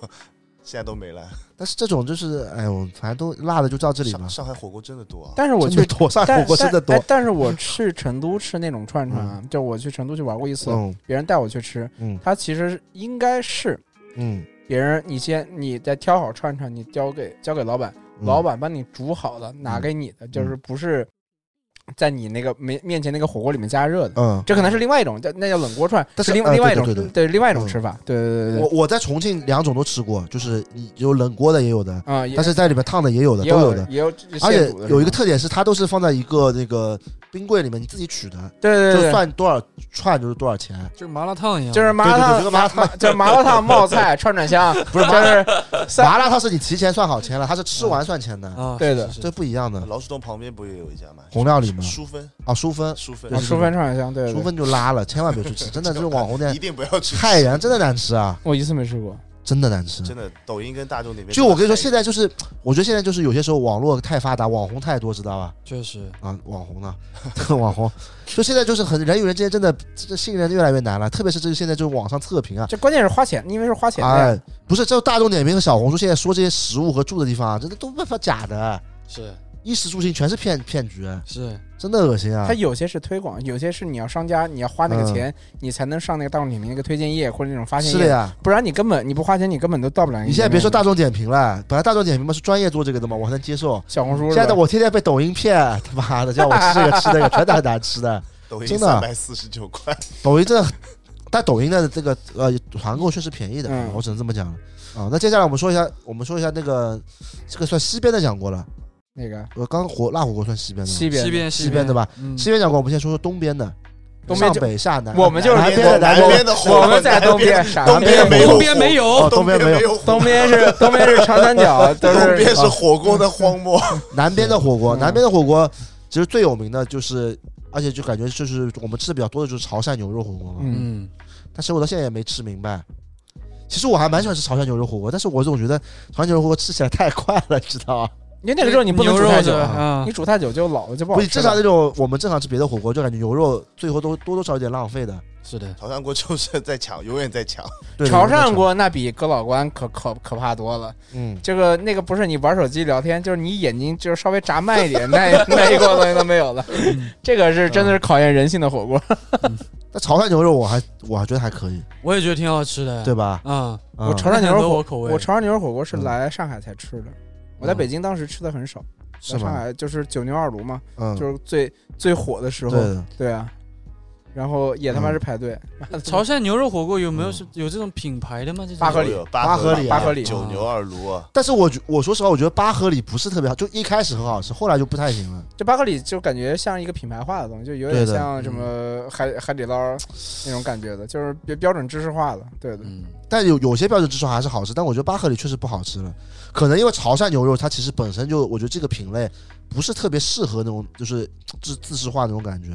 S3: 现在都没了。
S1: 但是这种就是，哎呦，反正都辣的就到这里嘛
S3: 上。上海火锅真的多啊，
S2: 但是我
S1: 真的
S2: 去，
S1: 多上海
S2: 但
S1: 火锅真的
S2: 但
S1: 多
S2: 哎，但是我去成都吃那种串串啊，就我去成都去玩过一次，
S1: 嗯
S2: 别人带我去吃，
S1: 嗯
S2: 它其实应该是
S1: 嗯，
S2: 别人你先你再挑好串串，你交给交给老板，
S1: 嗯
S2: 老板帮你煮好了拿给你的，就是不是在你那个面面前那个火锅里面加热的，
S1: 嗯，
S2: 这可能是另外一种，叫那叫冷锅串，
S1: 但是
S2: 另
S1: 呃
S2: 另外一
S1: 对对
S2: 种
S1: 对
S2: 对另外一种
S1: 嗯
S2: 吃法，对对对对
S1: 我我在重庆两种都吃过，就是你有冷锅的也有的，
S2: 对，啊，也
S1: 但是在里面烫的也有的，
S2: 也
S1: 都有
S2: 有
S1: 的。
S2: 也有，
S1: 而且有一个
S2: 现煮的是吧
S1: 特点是，它都是放在一个那个冰柜里面，你自己取的，
S2: 对对对
S1: 就
S2: 对，
S1: 算多少串就是多少钱。
S4: 就是麻辣烫一样，
S2: 就是麻辣
S1: 对对对就
S2: 烫，
S1: 跟麻辣烫
S2: 就是麻 辣烫冒菜串串香，不是就是三啊
S1: 麻辣烫是你提前算好钱了，它是吃完算钱的，
S4: 啊，
S2: 对的
S4: 是是
S1: 这
S4: 是
S1: 不一样的。
S3: 老鼠洞旁边不也有一家吗？
S1: 红料理吗？
S3: 淑芬，
S1: 啊，淑芬，
S3: 淑芬
S1: 对
S2: 啊，
S1: 是
S2: 淑芬串串香，对，对
S1: 淑芬就拉了，千万别去 吃，真的就是网红
S3: 一
S1: 店，
S3: 定不要去吃，
S1: 害人，真的难吃啊，
S2: 我一次没吃过，
S1: 真的难吃。
S3: 真的，抖音跟大众那边，
S1: 就我跟你说，现在就是，我觉得现在就是有些时候网络太发达，网红太多，知道吧？
S4: 确实，
S1: 啊，网红呢， 这个网红，就现在就是很人与人之间真的这信任越来越难了，特别是这个现在就是网上测评啊，
S2: 这关键是花钱，因为是花钱的呀
S1: 哎，不是，这大众点评和小红书现在说这些食物和住的地方啊，真的都没法假的，
S4: 是
S1: 衣食住行全是骗骗局，
S4: 是
S1: 真的恶心啊
S2: 它！有些是推广，有些是你要商家你要花那个
S1: 嗯
S2: 钱，你才能上那个大众点评那个推荐页或者那种发现
S1: 是的
S2: 页，
S1: 呀，
S2: 不然你根本你不花钱你根本都到不了那个页面。
S1: 你现在别说大众点评了，本来大众点评嘛是专业做这个的嘛，我还能接受。
S2: 小红书是吧，
S1: 现在我天天被抖音骗，他妈的叫我吃这个吃那个，全打打吃的。
S3: 抖音
S1: 真的啊
S3: 三百四十九块，
S1: 抖音真的很，但抖音的这个呃团购确实便宜的，
S2: 嗯
S1: 我只能这么讲了啊。那接下来我们说一下，我们说一下那个这个算西边的讲过了，
S2: 那个
S1: 我刚火辣火锅算西边的吗，
S2: 西边
S4: 西边
S1: 西边的吧？
S4: 嗯，
S1: 西边讲过，我们先说说东边的，
S2: 东边
S1: 上
S2: 就
S1: 北下南，
S2: 我们就是
S1: 南
S3: 南
S1: 边的
S3: 边
S1: 南
S3: 南
S1: 边
S3: 边的火，
S2: 我们在
S3: 南
S2: 东边啥
S3: 东边没有火，
S4: 嗯东边没有
S1: 哦东啊边没有
S3: 没有火，
S2: 东边是东边是长 三角，都是啊
S3: 东边是火锅的荒漠。
S1: 南边的火锅，
S2: 嗯
S1: 南边的火锅其实最有名的就是，而且就感觉就是我们吃的比较多的就是潮汕牛肉火锅嘛。
S2: 嗯，
S4: 嗯，
S1: 但是我到现在也没吃明白。其实我还蛮喜欢吃潮汕牛肉火锅，但是我总觉得潮汕牛肉火锅吃起来太快了，知道吧？
S2: 因为那个肉你不能
S4: 牛
S2: 煮
S4: 肉
S2: 太
S4: 是
S2: 久
S4: 吧
S2: 啊，
S4: 啊
S2: 你，煮太久就老了就不好
S1: 不是
S2: 吃
S1: 正常那
S2: 了。
S1: 种，我们正常吃别的火锅，就感觉牛肉最后都多多少有点浪费的。
S4: 是的，
S3: 潮汕锅就是 在抢，永远在抢。
S1: 对
S2: 潮汕，锅那比哥老关可可可怕多了。
S1: 嗯，
S2: 这个那个不是你玩手机聊天，就是你眼睛就是稍微眨慢一 点，那那一锅东西都没有了。
S1: 嗯
S2: 这个是真的是考验人性的火锅。
S1: 那潮汕牛肉我还我还觉得还可以，
S4: 我也觉得挺好吃的，
S1: 对吧？
S4: 啊，
S1: 嗯
S2: 我潮汕牛
S4: 很合
S2: 肉火
S4: 我口味，
S2: 我潮汕牛肉火锅是
S1: 嗯
S2: 来上海才吃的，我在
S1: 嗯
S2: 北京当时吃的很少，
S1: 是
S2: 在上
S1: 吗？
S2: 海就是九牛二炉嘛，
S1: 嗯，
S2: 就是最最火的时
S1: 对
S2: 候，
S1: 的，
S2: 对啊，然后也他妈
S1: 嗯
S2: 是 排队，妈的
S4: 潮汕牛肉火锅有没有
S1: 嗯
S4: 是有这种品牌的吗？这种
S2: 八合里
S3: 有
S1: 八合里啊
S3: 里，
S1: 八
S2: 合里啊
S3: 九牛二炉，啊
S1: 但是我觉我说实话，我觉得八合里不是特别好，就一开始很好吃，后来就不太行了。
S2: 这巴克里就感觉像一个品牌化的东西，就有点
S1: 对的嗯
S2: 像什么海海底捞那种感觉的，就是标标准知识化的，对的，
S4: 嗯，
S1: 但有有些标准之处还是好吃，但我觉得八合里确实不好吃了，可能因为潮汕牛肉它其实本身就，我觉得这个品类不是特别适合那种就是自自式化那种感觉，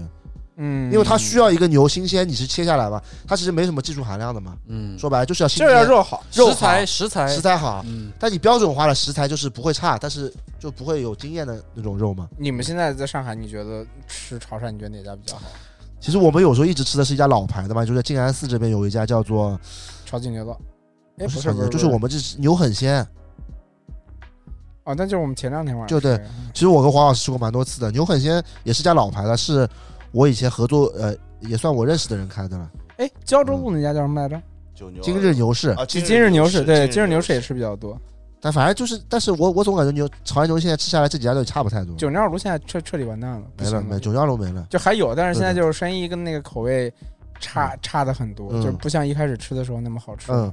S2: 嗯，
S1: 因为它需要一个牛新鲜，你是切下来嘛，它其实没什么技术含量的嘛，
S4: 嗯，
S1: 说白了就是要新
S2: 就
S1: 鲜，
S2: 是要肉好，
S1: 肉
S4: 食材
S1: 好
S4: 食材
S1: 食材好，
S4: 嗯，
S1: 但你标准化的食材就是不会差，但是就不会有经验的那种肉嘛。
S2: 你们现在在上海，你觉得吃潮汕，你觉得哪家比较好？
S1: 其实我们有时候一直吃的是一家老牌的嘛，就在静安寺这边有一家叫做
S2: 超级牛肉？哎，
S1: 不是
S2: 是
S1: 长
S2: 不
S1: 街，就是我们这是牛很鲜。
S2: 哦，那就是我们前两天晚上
S1: 就对
S2: 吃的，
S1: 其实我跟黄老师吃过蛮多次的，牛很鲜也是家老牌了，是我以前合作呃也算我认识的人开的了。
S2: 哎，胶州路那家叫什么来
S1: 嗯
S2: 着？
S3: 九牛二炉。
S1: 今日牛市，
S3: 啊，
S2: 今日牛市，对，今
S3: 今
S2: 日牛市也吃比较多。
S1: 但反正就是，但是我我总感觉牛潮汕牛现在吃下来这几家都差不太多，
S2: 九牛二炉现在彻彻底完蛋了，不
S1: 没了
S2: 行
S1: 没九幺楼没了。
S2: 就还有，但是现在
S1: 对
S2: 就是生意跟那个口味差差的很多，
S1: 嗯
S2: 就是不像一开始吃的时候那么好吃。
S1: 嗯，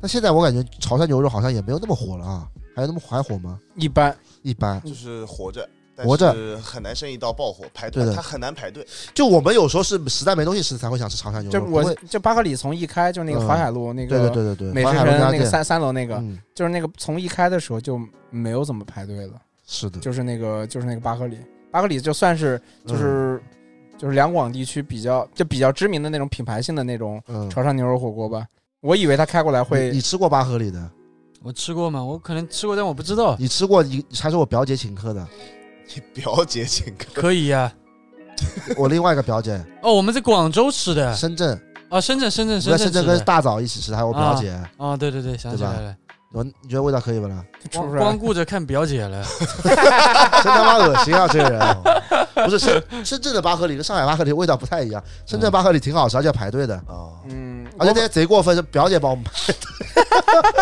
S1: 但现在我感觉潮汕牛肉好像也没有那么火了啊，还有那么还火吗？
S2: 一般
S1: 一般。
S3: 就是活着。但
S1: 活着
S3: 是很难生意到爆火，排
S1: 对
S3: 队
S1: 的
S3: 它很难排队。
S1: 就我们有时候是实在没东西吃才会想吃长沙牛
S2: 就
S1: 肉，不
S2: 我
S1: 会。
S2: 就巴克里从一开就那个
S1: 嗯
S2: 淮海路那
S1: 对对
S2: 个
S1: 对对对，
S2: 美食
S1: 淮海
S2: 城
S1: 路那家
S2: 那个
S1: 店
S2: 三三楼那个，
S1: 嗯，
S2: 就是那个从一开的时候就没有怎么排队了，
S1: 是的，嗯
S2: 就是那个就是那个巴克里，巴克里就算是就是就是两广地区比较就比较知名的那种品牌性的那种
S1: 嗯，嗯
S2: 潮汕牛肉火锅吧。我以为他开过来
S1: 你
S2: 会
S1: 你吃过八合里的？
S4: 我吃过吗？我可能吃过，但我不知道。
S1: 你吃过？你还是我表姐请客的，
S3: 你表姐请客，
S4: 可以
S1: 啊
S4: 呀、
S1: 我另外一个表 姐，
S4: 哦，我们在广州吃
S2: 嗯
S4: 的
S1: 深圳，
S4: 啊，深圳，深圳，
S1: 我在深圳
S4: 圳吃
S1: 跟
S4: 的。
S1: 大枣一起吃，还有我
S2: 啊
S1: 表姐，
S4: 哦，对对对，想起
S1: 对吧
S4: 来了，
S1: 我你觉得味道可以不啦？
S2: 出
S4: 光
S2: 不
S4: 光
S2: 来，
S4: 顾着看表 姐了。
S1: 真他妈恶心啊！这个人哦，不是深深圳的八合里跟上海八合里味道不太一样，深圳八合里挺好吃，而且要排队的。
S3: 哦，
S2: 嗯，
S1: 而且那天贼过分，是表姐帮我们排，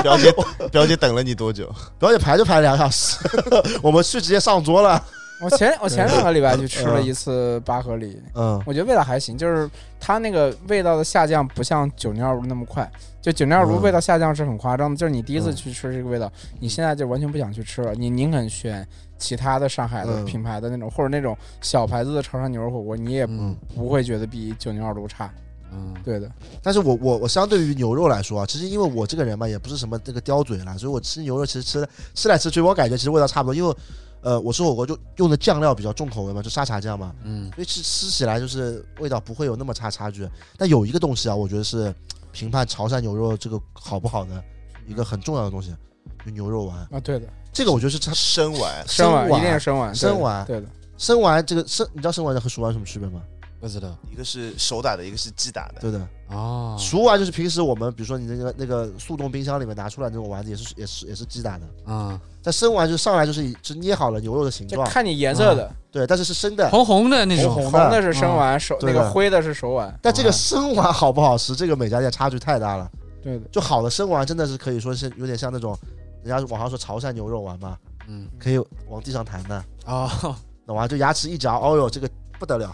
S3: 表姐表姐等了你多久？
S1: 表姐排就排了两小时， 我们去直接上桌了。
S2: 我前我前两个礼拜去吃了一次巴合里，
S1: 嗯，
S2: 我觉得味道还行，就是它那个味道的下降不像酒酿如那么快。就酒酿如
S1: 嗯
S2: 味道下降是很夸张的，就是你第一次
S1: 嗯
S2: 去吃这个味道，你现在就完全不想去吃了，你宁肯选其他的上海的
S1: 嗯
S2: 品牌的那种、或者那种小牌子的潮汕牛肉火锅，你也
S4: 嗯
S2: 不会觉得比酒酿如差。
S4: 嗯，
S2: 对的，
S1: 但是我我我相对于牛肉来说啊，其实因为我这个人嘛，也不是什么这个刁嘴啦，所以我吃牛肉其实吃的吃来吃去，我感觉其实味道差不多，因为呃，我吃火锅就用的酱料比较重口味嘛，就沙茶酱嘛，
S4: 嗯，
S1: 所以吃吃起来就是味道不会有那么差差距。但有一个东西啊，我觉得是评判潮汕牛肉这个好不好的一个很重要的东西，就牛肉丸。
S2: 啊，对的，
S1: 这个我觉得是它
S3: 生完
S2: 生
S1: 丸
S2: 丸一定是生丸，对的
S1: 生丸
S2: 对的，
S1: 生丸这个生，你知道生丸和熟丸有什么区别吗？
S4: 不知道
S3: 一个是手打的，一个是机打的。
S1: 对的，
S4: 哦，
S1: 熟丸就是平时我们比如说你那个那个速冻冰箱里面拿出来那种丸子，也是也是也是鸡打的。
S4: 嗯，
S1: 但生丸就上来就是以是捏好了牛肉的形
S2: 就
S1: 状，
S2: 看你颜色的，
S1: 对，但是是生的。
S4: 红红的那种，
S1: 红
S2: 红
S1: 的
S2: 的是生丸，手
S1: 嗯对
S2: 那
S1: 的
S2: 个灰的是手丸，
S1: 但这个生丸好不好吃，这个每家店差距太大了。
S2: 对的，
S1: 就好的生丸真的是可以说是有点像那种，人家网上说潮汕牛肉丸嘛，
S4: 嗯，
S1: 可以往地上弹的，
S4: 哦，
S1: 懂吗？就牙齿一嚼，哦哟，这个不得了。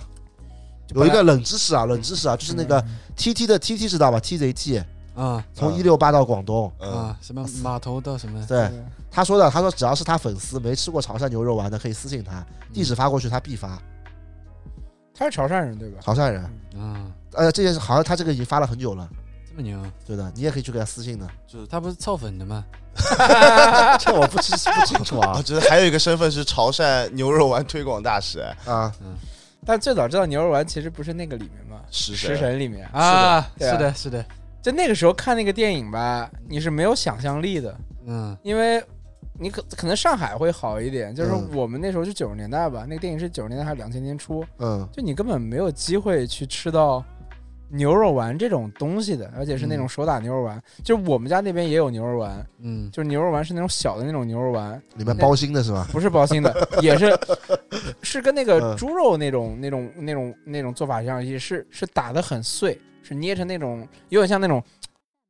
S2: 就
S1: 有
S2: 本
S1: 一
S2: 来
S1: 个冷知识啊，冷知识啊，就是那个
S2: 嗯
S1: T T 的 T T 知道吧？T Z T
S4: 嗯
S1: 从
S3: 嗯
S1: 一六八到广东，
S3: 嗯，
S4: 啊，什么码头到什么，
S1: 对，他说的，他说只要是他粉丝没吃过潮汕牛肉丸的，可以私信他，地
S2: 嗯
S1: 址发过去，他必发。
S2: 他是潮汕人对吧？
S1: 潮汕人，
S4: 嗯，
S1: 呃，这件事好像他这个已经发了很久了，
S4: 这么牛，
S1: 对的，你也可以去给他私信 的。
S4: 他不是造粉的吗？
S1: 这我不清不清楚
S3: 我
S1: 啊
S3: 觉得还有一个身份是潮汕牛肉丸推广大使，哎
S1: 啊！
S2: 但最早知道牛肉丸其实不是那个里面嘛，
S3: 食
S2: 食神里面，
S4: 啊，
S2: 对啊
S4: 是的，是的，
S2: 就那个时候看那个电影吧，你是没有想象力的，
S4: 嗯
S2: 因为你可可能上海会好一点，就是
S1: 嗯
S2: 我们那时候是九十年代吧，那个电影是九十年代还是两千年初，
S1: 嗯
S2: 就你根本没有机会去吃到牛肉丸这种东西的，而且是那种手打牛肉丸，就是我们家那边也有牛肉丸，
S4: 嗯，
S2: 就是牛肉丸是那种小的那种牛肉丸，
S1: 里面包心的是吧？
S2: 不是包心的，也是是跟那个
S1: 嗯
S2: 猪肉那种那种那种那种做法一样，也是是打的很碎，是捏成那种有点像那种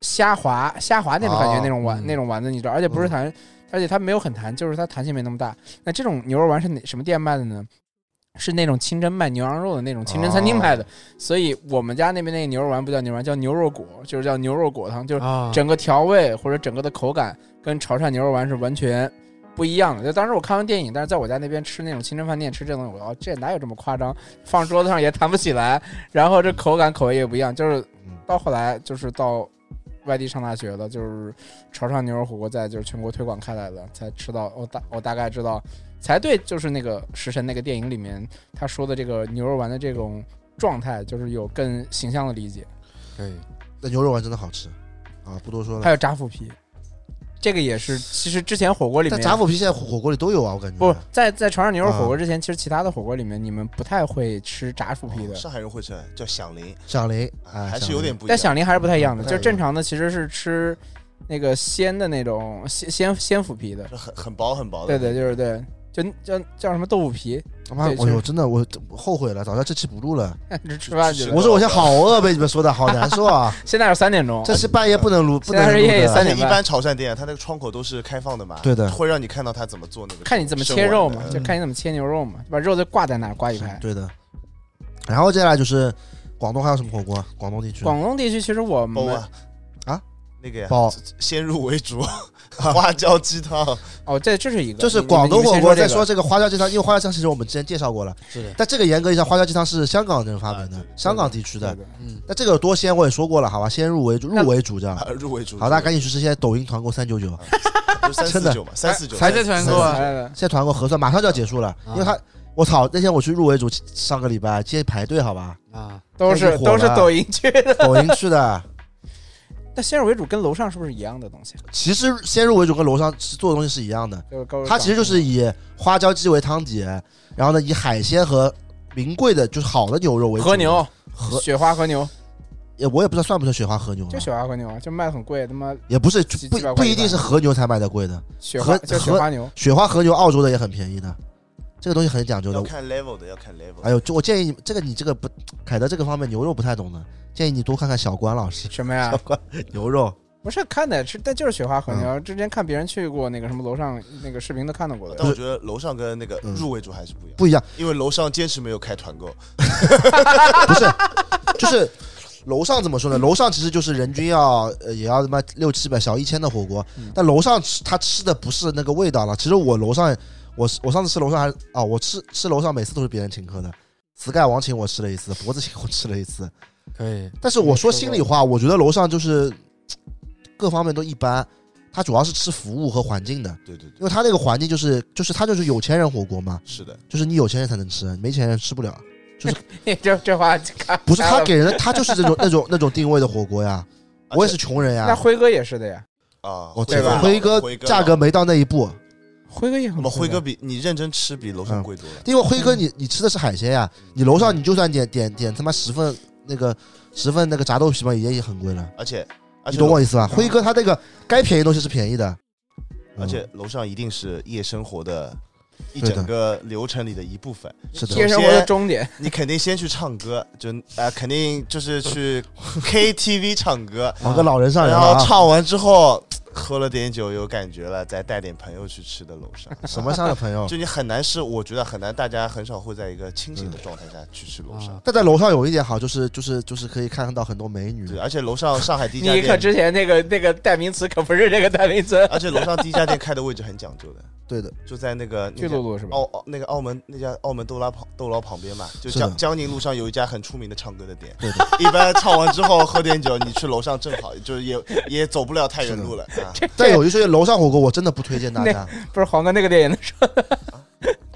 S2: 虾滑虾滑那种感觉
S1: 哦
S2: 那种丸、
S4: 嗯
S2: 那种丸子，你知道，而且不是弹，而且它没有很弹，就是它弹性没那么大。那这种牛肉丸是哪什么店卖的呢？是那种清真卖牛羊肉的那种清真餐厅卖的，所以我们家那边那个牛肉丸不叫牛肉丸，叫牛肉果，就是叫牛肉果汤，就是
S4: 啊，
S2: 整个调味或者整个的口感跟潮汕牛肉丸是完全不一样的。就当时我看完电影，但是在我家那边吃那种清真饭店吃这东西，我哦，这哪有这么夸张？放桌子上也弹不起来，然后这口感口味也不一样。就是
S1: 嗯
S2: 到后来就是到外地上大学了，就是潮汕牛肉火锅在就是全国推广开来了，才吃到我大我大概知道，才对就是那个食神那个电影里面他说的这个牛肉丸的这种状态，就是有更形象的理解。
S4: 可以，
S1: 那牛肉丸真的好吃啊，不多说
S2: 还
S1: 了。
S2: 有炸腐皮，这个也是，其实之前火锅里
S1: 但
S2: 面
S1: 炸腐皮现在火锅里都有啊，我感觉。
S2: 不在在潮汕牛肉火锅之前，其实其他的火锅里面你们不太会吃炸腐皮
S3: 哦，
S2: 的
S3: 上海人会吃叫响铃，
S1: 响铃，哎，
S3: 还
S1: 响
S3: 是
S1: 铃
S3: 有点不一
S2: 但
S3: 样。
S2: 响铃还是不太一样的，
S1: 嗯
S2: 就是正常的其实是吃那个鲜的那种鲜鲜鲜腐皮的，
S3: 就很很薄很薄
S2: 对
S3: 的，
S2: 对，就是对，就叫叫什么豆腐皮，
S1: 他妈，
S2: 对
S1: 我
S2: 确
S1: 哟，
S2: 实
S1: 真的我我后悔了，早知道这期不录了。
S2: 这吃饭去
S3: 是
S2: 了。
S1: 我说我现在好饿，被你们说的好难受 啊！
S2: 现在是三点钟，
S1: 这期半夜不 能录，不
S2: 现在
S1: 能
S2: 是
S1: 录
S2: 夜
S1: 的。
S2: 三
S3: 而且
S2: 点
S3: 一
S2: 半
S3: 般潮汕店啊它那个窗口都是开放的嘛，
S1: 对的
S3: 会让你看到他怎么做那个，
S2: 看你怎么切肉
S3: 生
S2: 嘛，就
S3: 丸的
S2: 看你怎么切牛肉嘛，把肉就挂在那儿挂一排。
S1: 对的。然啊后接下来就是广东还有什么火锅？广东地区
S2: 广东地区其实我们
S3: 包啊
S1: 啊，
S3: 那个呀
S1: 包
S3: 先入为主，花椒鸡汤，
S2: 哦，这这是一个，
S1: 就是
S2: 你
S1: 广东火锅在说，
S2: 你们先这个
S1: 这个花椒鸡汤，因为花椒鸡汤其实我们之前介绍过了，
S4: 是的，
S1: 但这个严格意义上花椒鸡汤是香港人发明
S3: 啊
S1: 的
S3: 对，
S1: 香港地区
S2: 对
S1: 的。
S2: 对
S4: 嗯，
S1: 那这个有多鲜我也说过了，好吧，先入为主，入为主这样。
S3: 啊入为主。
S1: 好，大家赶紧去吃，现在抖音团购三九九，
S3: 就三
S1: 真
S3: 四
S1: 的
S3: 九嘛，三四九
S4: 还在团购啊？
S2: 对
S1: 现在团购核算马上就要结束了，
S2: 啊
S1: 因为他，我操，那天我去入为主，上个礼拜今天排队，好吧，
S4: 啊，
S2: 都
S1: 那
S2: 是
S1: 就火了
S2: 都是抖音去的。
S1: 抖音去的。
S2: 那先入为主跟楼上是不是一样的东西？
S1: 其实先入为主跟楼上做的东西是一样的，
S2: 就是高
S1: 它其实就是以花椒鸡为汤底，然后呢以海鲜和名贵的就是好的牛肉为主
S2: 和牛、
S1: 和啊
S2: 雪花和牛，
S1: 也我也不知道算不算雪花和牛啊，
S2: 就雪花和牛啊，就卖的很贵，他妈
S1: 也不是
S2: 几
S1: 不
S2: 几百块
S1: 不一
S2: 一
S1: 定
S2: 碗
S1: 是和牛才卖的贵的，
S2: 雪花
S1: 和
S2: 叫雪花牛。
S1: 雪花和牛澳洲的也很便宜的，这个东西很讲究
S3: 要
S1: 的。
S3: 看 level 的，要看 level。
S1: 哎呦，就我建议你这个你这个不凯德这个方面牛肉不太懂的，建议你多看看小关老师
S2: 什么呀？
S1: 牛肉。
S2: 不是看的，是但就是雪花和
S1: 嗯
S2: 牛。之前看别人去过那个什么楼上那个视频都看到过
S3: 但
S2: 的。
S3: 我觉得楼上跟那个
S1: 嗯
S3: 入为主还是不一样，
S1: 不一样，
S3: 因为楼上坚持没有开团购，
S1: 不是， 就是楼上怎么说呢？楼上其实就是人均要呃也要他妈六七百小一千的火锅，
S2: 嗯
S1: 但楼上吃他吃的不是那个味道了。其实我楼上，我我上次吃楼上还啊，我吃吃楼上每次都是别人请客的。Sky 王请我吃了一次，脖子请我吃了一次，
S4: 可以，
S1: 但是我说心里话，我觉得楼上就是各方面都一般，它主要是吃服务和环境的，
S3: 对对对，
S1: 因为它那个环境就是就是它就是有钱人火锅嘛，
S3: 是的，
S1: 就是你有钱人才能吃，没钱人吃不了。嗯
S2: 这这话看
S1: 不是
S2: 看
S1: 他
S2: 了
S1: 给人的，他就是这 种那种那种定位的火锅呀。
S3: 而且
S1: 我也是穷人
S2: 那
S1: 呀，
S2: 辉哥也是的呀，
S3: 啊，
S1: 我
S2: 对吧
S1: 辉哥
S3: 辉哥
S1: 价格没到那一步，
S2: 辉哥也很
S3: 那么
S2: 贵的。
S3: 辉哥比你认真吃比楼上贵多了，
S1: 因为辉
S3: 嗯
S1: 哥你你吃的是海鲜呀，嗯你楼上你就算点点点他妈十份那个十份那个炸豆皮嘛，也也很贵了。
S3: 而且而
S1: 你
S3: 且
S1: 懂
S3: 楼
S1: 我意思吧？辉哥他那个该便宜的东西是便宜的，嗯
S3: 而且楼上一定是夜生活的一
S1: 对的
S3: 整个流程里的一部分，
S1: 是
S2: 夜
S1: 的，
S2: 生活的终点，
S3: 你肯定先去唱歌，就啊、肯定就是去 KTV 唱歌，
S1: 往个老人上人
S3: 然
S1: 了
S3: 后
S1: 啊！
S3: 唱完之后喝了点酒有感觉了，再带点朋友去吃的楼上。
S1: 什么上的朋友？
S3: 就你很难是，我觉得很难，大家很少会在一个清醒的状态下去吃楼上
S4: 啊。
S1: 但在楼上有一点好，就是就是就是可以看到很多美女。
S3: 对，而且楼上上海第一家
S2: 你可
S3: 店，
S2: 之前那个那个代名词可不是这个代名
S1: 啊
S2: 词。
S3: 而且楼上第一家店开的位置很讲究的，
S1: 对的，
S3: 就在那个
S2: 巨
S3: 那
S2: 鹿
S3: 个
S2: 路是吧？
S3: 澳
S1: 哦
S3: 澳那个澳门那家澳门豆拉旁豆捞旁边嘛，就是
S1: 的
S3: 江江宁路上有一家很出名的唱歌的店。
S1: 对的。
S3: 一般唱完之后喝点酒，你去楼上正好，就是也也走不了太远路了啊。
S1: 但有一些楼上火锅我真的不推荐大 家。
S2: 不是黄哥那个电影的时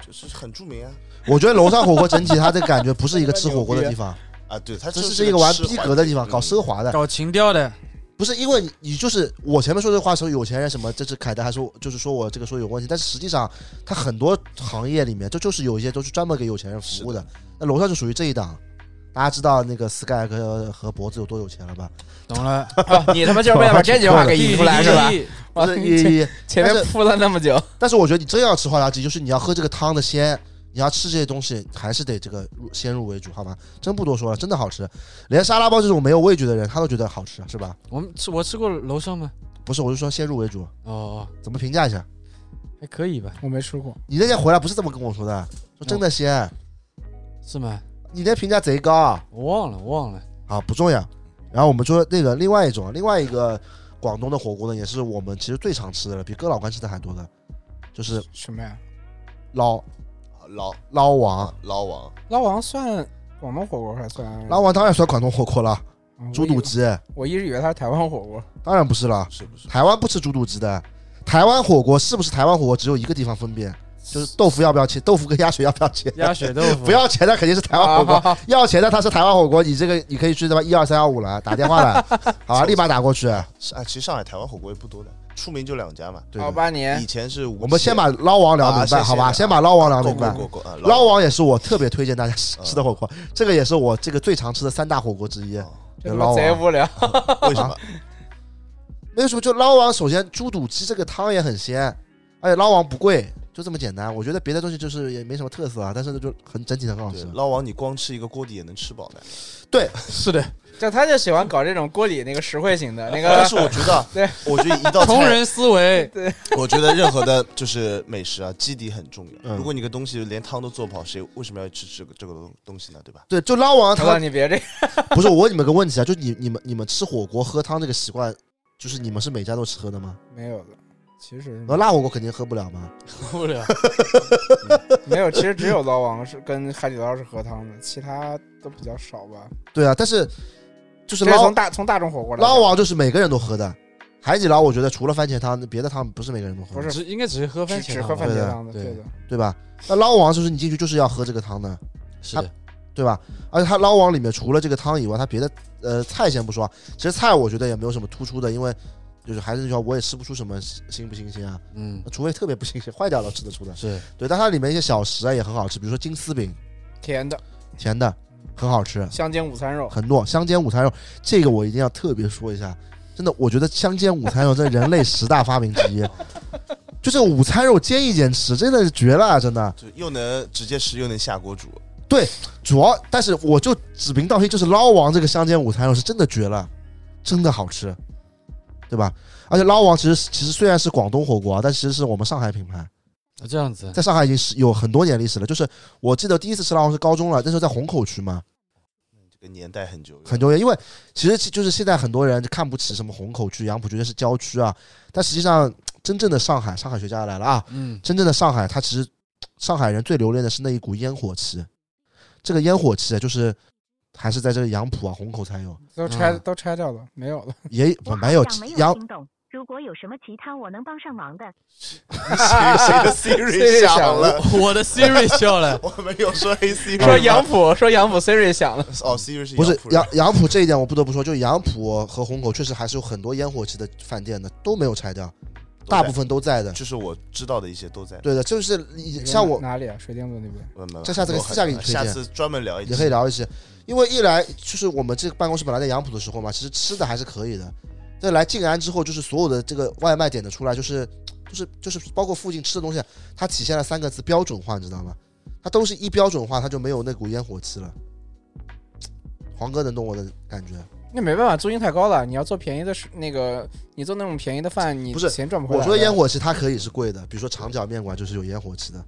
S3: 就是很著名啊
S1: 我觉得楼上火锅整体它的感觉不 是一个吃火锅的地方，
S3: 啊，对，它
S1: 这
S3: 就是是
S1: 是一个玩
S3: 吃
S1: 逼
S3: 环
S1: 格的地方，
S3: 嗯
S1: 搞奢华的。
S4: 啊搞情调的，
S1: 不是因为你，你就是我前面说这话的时候，有钱人什么，这是凯德还说，就是说我这个说有问题，但是实际上，他很多行业里面，这就是有一些都是专门给有钱人服务的。那楼上就属于这一档，大家知道那个 Sky 和和脖子有多有钱了吧？
S4: 懂了？
S2: 候， 你他妈就是为了把这句话给引出来是吧？
S1: 不
S2: 哇
S1: 是
S2: 你前
S1: 你，
S2: 前
S1: 但
S2: 面
S1: 是
S2: 铺了那么久，
S1: 但是我觉得你真要吃花椒鸡，就是你要喝这个汤的鲜，你要吃这些东西，还是得这个入先入为主，好吗？真不多说了，真的好吃，连沙拉包这种没有味觉的人，他都觉得好吃，是吧？
S4: 我们吃我吃过楼上吗？
S1: 不是，我是说先入为主，
S4: 哦哦，
S1: 怎么评价一下？
S4: 还可以吧？
S2: 我没吃过，
S1: 你那天回来不是这么跟我说的，
S3: 嗯
S1: 说真的鲜。
S4: 是吗？
S1: 你那评价贼高啊，
S4: 我忘了，我忘了。
S1: 啊不重要。然后我们说那个另外一种，另外一个广东的火锅呢，也是我们其实最常吃的了，比哥老关吃的还多的，就是
S2: 什么呀？
S1: 捞
S3: 捞
S1: 捞王。
S3: 捞王，
S2: 捞王算广东火锅还是算
S1: 捞王当然算广东火锅了，
S2: 嗯
S1: 猪肚？鸡
S2: 我一我一直以为它是台湾 火锅，
S1: 当然不是了，
S3: 是不是？
S1: 台湾不吃猪肚鸡的。台湾火锅是不是台湾火锅？只有一个地方分辨，就是豆腐要不要切，豆腐跟鸭血要不要
S3: 嗯
S1: 切？
S4: 鸭血豆腐，
S1: 不 要钱的肯定是台湾火锅，
S2: 啊好好
S1: 要钱的他是台湾火锅，你这个你可以去他妈一二三幺五了，打电话 来，好吧，立马打过去。
S3: 是啊，其实上海台湾火锅也不多的，出名就两家嘛。
S1: 对
S2: 好
S1: 的，
S2: 吧你
S3: 以前是
S1: 我们先把捞王聊明
S3: 啊谢
S1: 白，
S3: 谢
S1: 好吧，
S3: 啊
S1: 先把捞王聊
S3: 够
S1: 明白。
S3: 够够够啊，
S1: 捞王也是我特别推荐大家吃
S3: 嗯
S1: 吃的火锅，这个也是我这个最常吃的三大火锅之一。
S2: 这
S1: 有
S2: 他
S1: 捞
S2: 妈贼
S1: 王，
S2: 无聊。
S3: 啊 为什么？
S1: 没有什么，就捞王。首先，猪肚鸡这个汤也很鲜，而且捞王不贵，就这么简单。我觉得别的东西就是也没什么特色啊，但是就很整体很好
S3: 对
S1: 吃，。
S3: 捞王你光吃一个锅底也能吃饱的。
S4: 是的，
S2: 就他就喜欢搞这种锅里那个实惠型的那
S3: 但
S2: 个，
S3: 是我觉得啊
S2: 对
S3: 我觉得一道
S4: 穷
S3: 菜，
S4: 人思 维，
S3: 我觉得任何的就是美食啊，基底很重要。
S1: 嗯
S3: 如果你个东西连汤都做不好，谁为什么要去吃这个这个东东西呢？对吧？
S1: 对，就捞王
S2: 我告诉
S1: 汤
S2: 你别这
S1: 不是我问你们个问题啊，就你你们你们吃火锅喝汤这个习惯就是你们是每家都吃喝的吗？
S2: 没有的，其实
S1: 那辣火锅肯定喝不了嘛。
S4: 喝不了。
S2: 没有，其实只有捞王是跟海底捞是喝汤的，其他都比较少吧。
S1: 对啊，但是就是
S2: 这是
S1: 捞
S2: 从大从大众火锅来
S1: 捞
S2: 讲
S1: 王就是每个人都喝的，海底捞我觉得除了番茄汤，别的汤不是每个人都喝的，
S2: 不是
S4: 只应该只是喝啊番
S2: 只
S4: 茄
S2: 只
S4: 汤
S2: 喝
S4: 吧，
S2: 番
S1: 对
S2: 茄
S1: 的
S2: 汤的，
S4: 对
S2: 对的。
S1: 对吧？那捞王就是你进去就是要喝这个汤的，
S4: 是
S1: 它对吧？而且它捞王里面除了这个汤以外，它别的呃菜先不说，其实菜我觉得也没有什么突出的，因为就是还是那句话，我也吃不出什么新不新鲜啊，
S4: 嗯啊
S1: 除非特别不新鲜，坏掉了吃得出的。
S4: 是
S1: 对，但它里面一些小食啊也很好吃，比如说金丝饼，
S2: 甜的
S1: 甜的很好吃，
S2: 香煎午餐肉，
S1: 很糯香煎午餐肉，这个我一定要特别说一下，真的，我觉得香煎午餐肉真的人类十大发明之一， 就这个午餐肉煎一煎吃，真的是绝了、真的。
S3: 就又能直接吃又能下锅煮，
S1: 主要，但是我就指名道姓，就是捞王这个香煎午餐肉是真的绝了，真的好吃，对吧？而且捞王其实其实虽然是广东火锅啊，但其实是我们上海品牌，
S4: 这 样子。啊
S1: 在上海已经是有很多年历史了。就是我记得第一次吃捞王是高中了，那时候在虹口区嘛，
S3: 这个年代很久远
S1: 很 久远。因为其实就是现在很多人就看不起什么虹口区、杨浦区这是郊区啊，但实际上真正的上海，上海学家来了啊，
S4: 嗯，
S1: 真正的上海，它其实上海人最留恋的是那一股烟火气。这个烟火气啊，就是还是在这个杨浦啊、虹口才有，
S2: 都拆
S4: 嗯
S2: 都拆掉了，没有了。
S1: 也
S5: 我好
S1: 没有
S5: 像没有
S1: 杨
S5: 听懂。如果有什么其他我能帮上忙的，
S1: 啊
S3: 谁谁 的
S2: Siri
S3: Siri 响了？
S4: 我的 Siri 笑了。
S3: 我没有说 A Siri，
S2: 说杨浦，说杨浦 Siri 响了，
S3: 哦，Siri 是
S1: 不是
S3: 浦人
S1: 杨杨浦这一点，我不得不说，就杨浦和虹口确实还是有很多烟火气的饭店的，都没有拆掉，
S3: 都在
S1: 大部分都在的。
S3: 就是我知道的一些都在。
S1: 对的，就是像我
S2: 哪里啊？水晶宫那边。
S3: 没有没有
S1: 这下次
S3: 很多
S1: 给私下给你
S3: 很
S1: 推
S3: 多
S1: 荐
S3: 下次专门聊一期，
S1: 也可以聊一些，因为一来就是我们这个办公室本来在杨浦的时候嘛，其实吃的还是可以的。再来静安之后，就是所有的这个外卖点的出来，就是就是就是包括附近吃的东西，它体现了三个字标准化，你知道吗？它都是一标准化，它就没有那股烟火气了。黄哥能懂我的感觉？
S2: 那没办法，租金太高了。你要做便宜的，是那个你做那种便宜的饭，你
S1: 不是
S2: 钱赚不回来。
S1: 我说烟，火气，它可以是贵的，比如说长角面馆就是有烟火气的。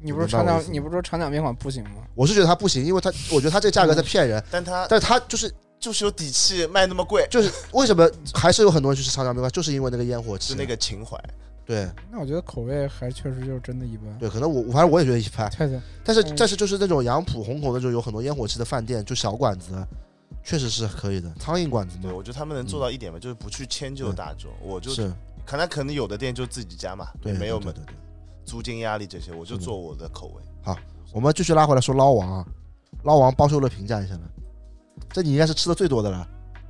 S2: 你不
S1: 明
S2: 是
S1: 白
S2: 长
S1: 我
S2: 角
S1: 意思，
S2: 你不是说长角面馆不行吗？
S1: 我是觉得它不行，因为它我觉得它这价格在骗人，
S3: 但他
S1: 但是它就是
S3: 就是有底气卖那么贵，
S1: 就是为什么还是有很多人去吃长角面馆，就是因为那个烟火气，
S3: 是那个情怀。
S1: 嗯对
S2: 那我觉得口味还确实就是真的一般。
S1: 对，可能我反正我也觉得一般。
S2: 太太，
S1: 但是
S2: 嗯
S1: 但是就是那种杨浦、虹口那种有很多烟火气的饭店，就小馆子，确实是可以的。苍蝇馆子
S3: 对，
S1: 嘛，
S3: 我觉得他们能做到一点吧，就是不去迁就
S1: 嗯对
S3: 大众。我就是可能可能有的店就自己家嘛，
S1: 对，
S3: 没有
S1: 对对对对。
S3: 租金压力这些，我就是
S1: 的
S3: 做我的口味。
S1: 我们继续拉回来说捞王，啊，捞王包修了评价一下呢，这你应该是吃的最多的了，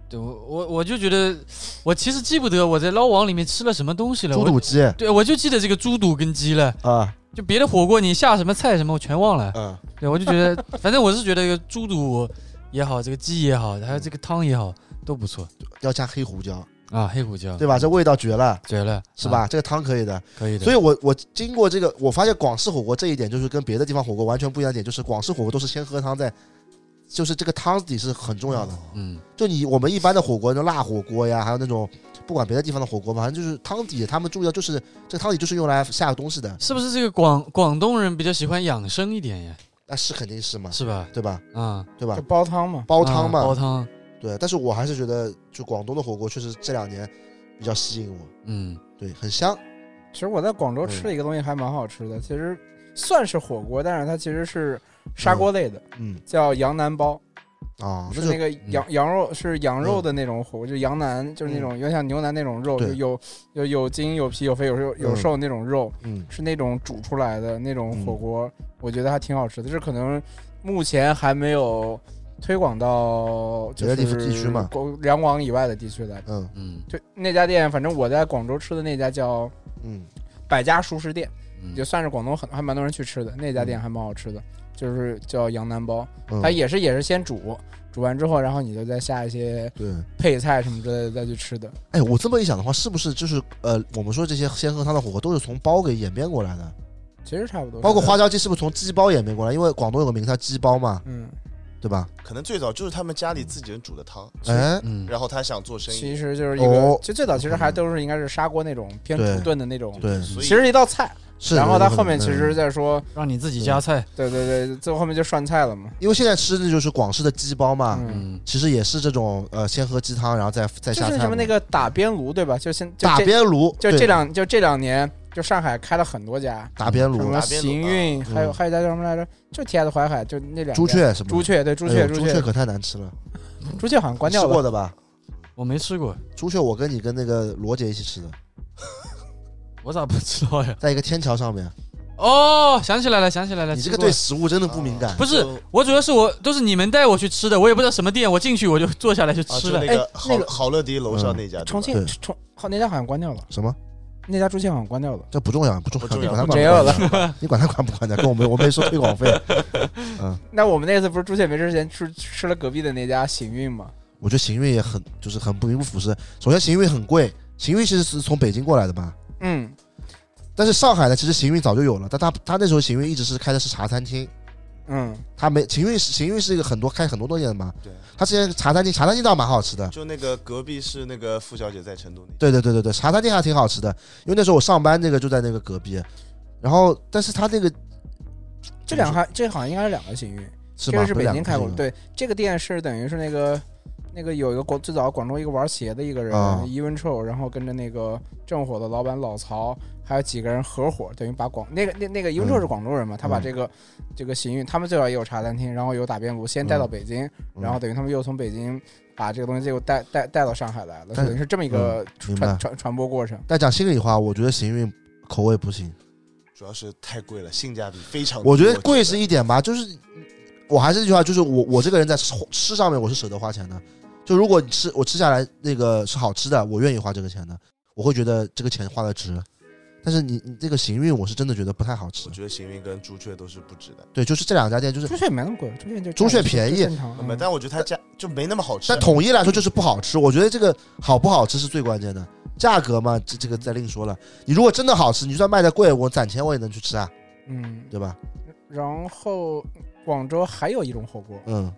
S4: 对我我我就觉得，我其实记不得我在捞王里面吃了什么东西了。
S1: 猪
S4: 我
S1: 肚鸡啊
S4: 对，我就记得这个猪肚跟鸡了，
S1: 啊
S4: 就别的火锅你下什么菜什么我全忘了。
S1: 嗯
S4: 对，我就觉得，反正我是觉得这个猪肚也好，这个鸡也好，还有这个汤也好，都不错
S1: 要加黑胡椒，
S4: 啊。黑胡椒，
S1: 对吧？这味道绝了，
S4: 绝了，
S1: 是
S4: 啊
S1: 吧？这个汤可以的。
S4: 可以的。
S1: 所以
S4: 以
S1: 我我经过这个，我发现广式火锅这一点就是跟别的地方火锅完全不一样的点，就是广式火锅都是先喝汤再，就是这个汤底是很重要的。
S4: 嗯，
S1: 就你我们一般的火锅，那种辣火锅呀，还有那种不管别的地方的火锅嘛，反正就是汤底，他们注意到就是这个汤底就是用来下东西的，
S4: 是不是这个广广东人比较喜欢养生一点呀？
S1: 那是肯定是嘛，
S4: 是吧？
S1: 对吧？
S4: 啊，
S1: 对吧
S2: 就？煲汤嘛，
S1: 嗯煲汤嘛，
S4: 啊煲汤，
S1: 对。但是我还是觉得，就广东的火锅确实这两年比较吸引我，
S4: 嗯，
S1: 对，很香，
S2: 其实我在广
S1: 嗯
S2: 州吃了一个东西还蛮好吃的，其实算是火锅，但是它其实是砂锅类的，
S1: 嗯
S2: 叫羊腩煲，
S1: 啊，
S2: 是
S1: 那就嗯
S2: 那个羊羊肉是羊肉的那种火锅，就羊腩，就是那种有点像牛腩那种肉，
S1: 对
S2: 就有有有筋有皮有肺有肉有
S1: 嗯
S2: 瘦那种肉，
S1: 嗯
S2: 是那种煮出来的那种火锅，我觉得还挺好吃的。这可能目前还没有推广到就
S1: 别的
S2: 是
S1: 地区地区嘛
S2: 广两广以外的地区来。
S1: 嗯
S4: 嗯
S2: 对，那家店，反正我在广州吃的那家叫
S1: 嗯
S2: 百家熟食店，
S4: 嗯，
S2: 也算是广东很还蛮多人去吃的。那家店还蛮好吃的，就是叫羊腩包，
S1: 嗯，
S2: 它也是也是先煮，煮完之后，然后你就再下一些
S1: 对。
S2: 配菜什么之类的再去吃的。
S1: 哎，我这么一想的话，是不是就是呃，我们说这些先喝汤的火锅都是从煲给演变过来的？
S2: 其实差不多，
S1: 包括花椒鸡是不是从鸡煲演变过来？因为广东有个名字叫鸡煲嘛，
S2: 嗯，
S1: 对吧？
S3: 可能最早就是他们家里自己人煮的汤，
S1: 嗯哎，
S4: 嗯，
S3: 然后他想做生
S2: 其
S3: 意，
S2: 实就是一个，
S1: 哦
S2: 就最早其实还都是应该是砂锅那种偏
S1: 对
S2: 土炖的那种
S1: 对，
S3: 所以
S2: 其实一道菜，
S1: 是。
S2: 然后他
S1: 有可能
S2: 后面其实是
S1: 嗯
S2: 在说，
S4: 让你自己夹菜。
S2: 对对对，最后面就涮菜了嘛。
S1: 因为现在吃的就是广式的鸡煲嘛，
S2: 嗯，
S4: 嗯，
S1: 其实也是这种呃，先喝鸡汤，然后再再
S2: 就
S1: 下
S2: 是
S1: 菜
S2: 什么
S1: 嘛。
S2: 那个打边炉对吧？就现就
S1: 打
S2: 这
S1: 边炉，
S2: 就
S1: 对
S2: 这两就这两年，就上海开了很多家，
S1: 打边
S2: 什
S1: 炉
S2: 么、
S3: 打边炉
S2: 行运，还有还有一家叫什么来着？就 T S 淮海，就那两家
S1: 朱雀什么的，
S2: 朱雀对朱
S1: 哎
S2: 雀
S1: 呦
S2: 雀
S1: 可太难吃了，
S2: 朱雀好像关掉
S1: 吃过
S2: 了，
S1: 的吧？
S4: 我没吃过，
S1: 朱雀我跟你跟那个罗姐一起吃的，
S4: 我咋不知道呀？
S1: 在一个天桥上面。
S4: 哦，想起来了，想起来了。
S1: 你这
S4: 吃
S1: 个
S4: 过
S1: 对食物真的不
S3: 啊
S1: 敏
S2: 啊
S1: 感，
S4: 不是我主要是我都是你们带我去吃的，我也不知道什么店，我进去我就坐下来就
S3: 啊，
S4: 吃
S3: 就
S4: 了。
S3: 那
S2: 哎
S3: 个好
S2: 那个
S3: 好乐迪楼上那家，对吧
S2: 重庆
S1: 对
S2: 重好那家好像关掉了，
S1: 什么？
S2: 那家朱雀好像关掉了，
S1: 这不重要，不重
S3: 不
S1: 要，
S3: 重
S1: 你
S3: 要
S1: 管他管
S2: 没有
S1: 不
S2: 了
S1: 管。。你管他管不管的，跟我没我没收推广费。
S2: 那我们那次不是朱雀没吃之前吃吃了隔壁的那家行运嘛？
S1: 我觉得行运也很就是很不名不符实。首先行运很贵，行运其实是从北京过来的嘛，
S2: 嗯，
S1: 但是上海呢，其实行运早就有了，但他他那时候行运一直是开的是茶餐厅。
S2: 嗯，
S1: 他没行运是行运是一个很多开很多多店的嘛，
S3: 对
S1: 他之前茶餐厅茶餐厅倒蛮好吃的，
S3: 就那个隔壁是那个付小姐在成都那家，
S1: 对对对对对，茶餐厅还挺好吃的，因为那时候我上班那个就在那个隔壁，然后但是他那个
S2: 这两行这好像应该是两个行运，
S1: 是
S2: 这
S1: 吗？
S2: 个是
S1: 不
S2: 北
S1: 两
S2: 京
S1: 个
S2: 开过
S1: 是
S2: 的。
S1: 吗，
S2: 对，这个店是等于是那个那个有一个广最早广州一个玩鞋的一个人
S1: 啊
S2: 伊文臭，然后跟着那个正火的老板老曹，还有几个人合伙，等于把广那个那那个伊文臭
S1: 嗯
S2: 是广州人嘛，他把这个这个行运，他们最早也有茶餐厅，然后有打边炉，先带到北京，
S1: 嗯
S2: 然后等于他们又从北京。把这个东西又带带带到上海来了，
S1: 但嗯
S2: 等于是这么一个
S1: 明
S2: 传
S1: 白
S2: 传传播过程。
S1: 但讲心里话，我觉得行运口味不行，
S3: 主要是太贵了，性价比非常低。
S1: 我觉得贵是一点吧，就是我还是那句话，就是我我这个人在吃吃上面我是舍得花钱的，就如果你吃我吃下来那个是好吃的，我愿意花这个钱的，我会觉得这个钱花的值。但是你你这个行运，我是真的觉得不太好吃
S3: 我。觉得行运跟朱雀都是不值的，
S1: 对，就是这两家店，就是
S2: 朱雀没那么贵，朱雀就
S1: 朱雀
S2: 就
S1: 便宜
S2: 正常。
S3: 那么
S2: 嗯
S3: 但我觉得它价就没那么好吃。
S1: 但统一来说就是不好吃。我觉得这个好不好吃是最关键的，价格嘛，这这个再另说了。你如果真的好吃，你就算卖的贵，我攒钱我也能去吃啊，
S2: 嗯，
S1: 对吧？
S2: 然后广州还有一种火锅，
S1: 嗯，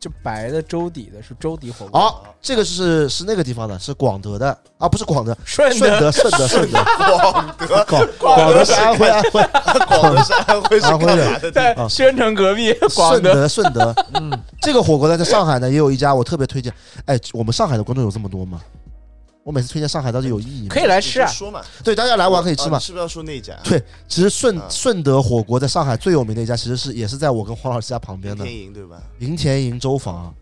S2: 就白的粥底的是粥底火锅，
S1: 好、这个是是那个地方的，是广德的啊，不是广德，
S2: 顺
S1: 顺德，顺德，顺德，
S3: 呃广 德，
S1: 广广德是安徽，安徽，
S3: 广德是安徽是
S1: 安徽
S3: 干
S1: 的
S3: 嘛的地方？
S2: 在
S1: 啊
S2: 宣城隔壁广
S1: 顺
S2: 德，
S1: 德，顺德。
S4: 嗯，
S1: 这个火锅呢，在上海呢也有一家，我特别推荐。哎，我们上海的观众有这么多吗？我每次推荐上海到底有意义吗
S2: 可？以来
S3: 来
S2: 吃啊，
S3: 说嘛，
S1: 对，大家来玩可以吃
S3: 啊
S1: 嘛
S3: 你。是不是要说那家？
S1: 对其实顺
S3: 啊
S1: 顺德火锅在上海最有名的一家，其实是也是在我跟黄老师家旁边
S3: 林
S1: 的。
S3: 天营对吧？
S1: 银田营周坊，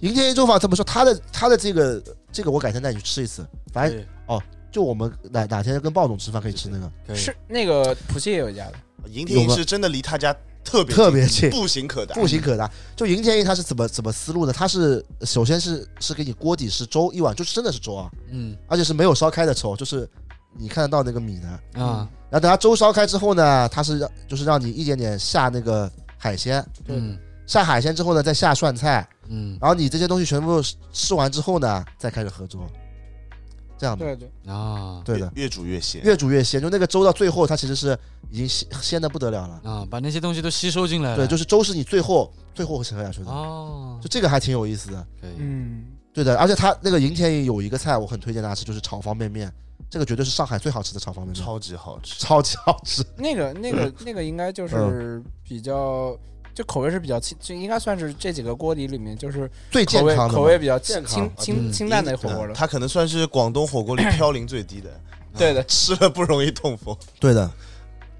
S1: 银田营周坊怎么说？它的它的这个这个，我改天带你去吃一次。反正哦
S4: 对
S1: 就我们哪哪天跟鲍总吃饭可以吃那个，
S4: 可以
S2: 是那个浦西也有一家的，
S3: 银天营
S1: 有个
S3: 是真的离他家特别
S1: 特别近
S3: 步行可达。
S1: 步行可达。就银田营它是怎么怎么思路呢？它是首先是是给你锅底是粥一碗，就是真的是粥啊，
S4: 嗯
S1: 而且是没有烧开的粥，就是你看得到那个米的。
S4: 啊
S1: 然后等它粥烧开之后呢，它是让就是让你一点点下那个海鲜，
S4: 嗯
S1: 下海鲜之后呢再下涮菜，
S4: 嗯
S1: 然后你这些东西全部吃完之后呢再开始喝粥，这样的。
S2: 对对，
S4: 啊
S1: 对的，
S3: 越越煮越咸。
S1: 越煮越鲜，就那个粥到最后它其实是已经鲜鲜的不得了了。
S4: 啊，把那些东西都吸收进来了。
S1: 对，就是粥是你最后最后会吃下去的，
S4: 哦
S1: 就，这个还挺有意思的。
S4: 可以。
S2: 嗯，
S1: 对的，而且它那个银田营有一个菜我很推荐大家吃，就是炒方便面，这个绝对是上海最好吃的炒方便面，
S3: 超级好吃，
S1: 超级好吃。
S2: 那个那
S1: 嗯
S2: 个那个应该就是比较。就口味是比较清，就应该算是这几个锅底里面就是
S1: 最
S2: 口
S1: 健
S2: 味
S1: 康的
S2: 口
S1: 嘛
S2: 味比较
S1: 健
S2: 清
S1: 康啊
S2: 清
S4: 嗯
S2: 清清淡的火锅了。
S3: 它可能算是广东火锅里嘌呤最低的， 啊
S2: 对的，
S3: 吃了不容易痛风。
S1: 对的。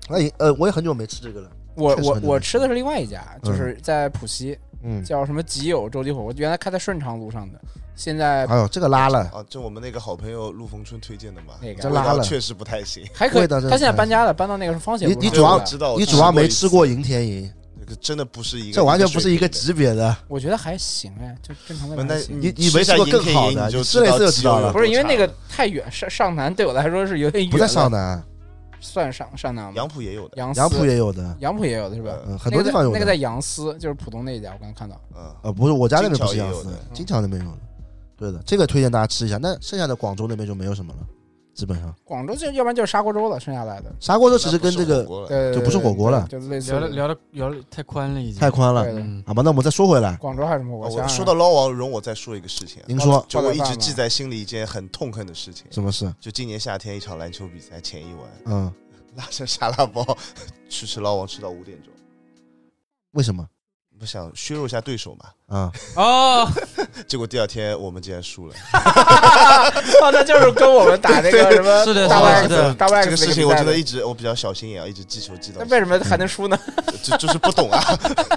S1: 那银呃，我也很久没吃这个了。
S2: 我
S1: 确实嗯
S2: 我
S1: 很
S2: 我
S1: 难
S2: 吃的是另外一家，就是在浦西
S1: 嗯，
S2: 叫什么吉友粥底火锅，原来开在顺昌路上的，现在
S1: 哎呦，这个拉了，
S3: 啊，就我们那个好朋友陆逢春推荐的嘛，
S2: 那个
S1: 这
S3: 味
S1: 拉
S3: 道
S1: 了
S3: 确实不太行，
S2: 还可以，
S1: 味道
S2: 他
S1: 真的
S2: 现在
S1: 太
S2: 搬家了，搬到那个是方斜
S1: 你
S2: 路
S1: 你
S2: 上
S1: 主要
S2: 了
S3: 知道，
S1: 你主要没
S3: 次
S1: 吃过，银田营，
S3: 那个真的不是一个，
S1: 这完全不是一个
S3: 水
S1: 级别的。
S2: 我觉得还行哎，就正常
S3: 平
S2: 的
S3: 的。
S2: 还
S3: 那
S2: 行。
S1: 你你没
S3: 吃下
S1: 吃过
S3: 银
S1: 更
S3: 天
S1: 好
S3: 营
S1: 的啊
S3: 你就
S1: 你吃了一次就知道了
S2: 不是因为那
S3: 鸡肉有
S2: 个
S3: 多
S2: 太远，上上南对我来说是有点远了。
S1: 不在上南，
S2: 算上上南
S3: 差了
S2: 吗？
S3: 杨浦也有的，
S2: 杨
S1: 杨浦
S2: 也
S1: 也有的，
S2: 杨浦也有的是吧？
S1: 嗯，
S3: 嗯
S1: 很多地方有的。
S2: 那个在那个在杨思，就是浦东那一家，我刚才看到。
S3: 嗯，
S1: 呃，不是，我家那边不是
S3: 金桥
S1: 杨
S3: 也有
S1: 丝
S3: 的，
S1: 金桥那边有的。对的，这个推荐大家吃一下。那剩下的广州那边就没有什么了，基本上
S2: 广州就要不然就是砂锅粥了，剩下来的
S1: 砂锅粥其实跟这
S3: 那不是
S1: 个
S3: 火锅了
S2: 对
S1: 就不是火锅了
S2: 对对对就是类似
S4: 聊的
S2: 的
S4: 聊的聊的太宽了，已经
S1: 太宽了。
S2: 对的。
S4: 嗯
S1: 好吧，那我们再说回来，
S2: 广州还有什么火
S3: 哦
S2: 锅？
S3: 我
S2: 想想
S3: 说到捞王，容我再说一个事情啊，
S1: 您说
S3: 就我一
S2: 报道
S3: 直
S2: 吧
S3: 记在心里一件很痛恨的事情，
S1: 什么事？
S3: 就今年夏天一场篮球比赛前一晚，
S1: 嗯，
S3: 拉上沙拉包，吃吃捞王吃到五点钟，
S1: 为什么？
S3: 不想削弱一下对手嘛。
S1: 啊，
S4: 哦，
S3: 结果第二天我们竟然 输了，
S2: 哦，那就是跟我们打那个什么
S4: 是的
S2: 大
S4: 是
S2: Y
S4: 的是的
S2: X 大 Y
S3: 这
S2: X
S3: 个事
S2: 那
S3: 情
S2: 比
S3: 我
S2: 赛
S3: 真的
S2: 的
S3: 一直我比较小心眼啊，一直记仇记到
S2: 那为什么还能输呢？
S3: 就就是不 懂啊，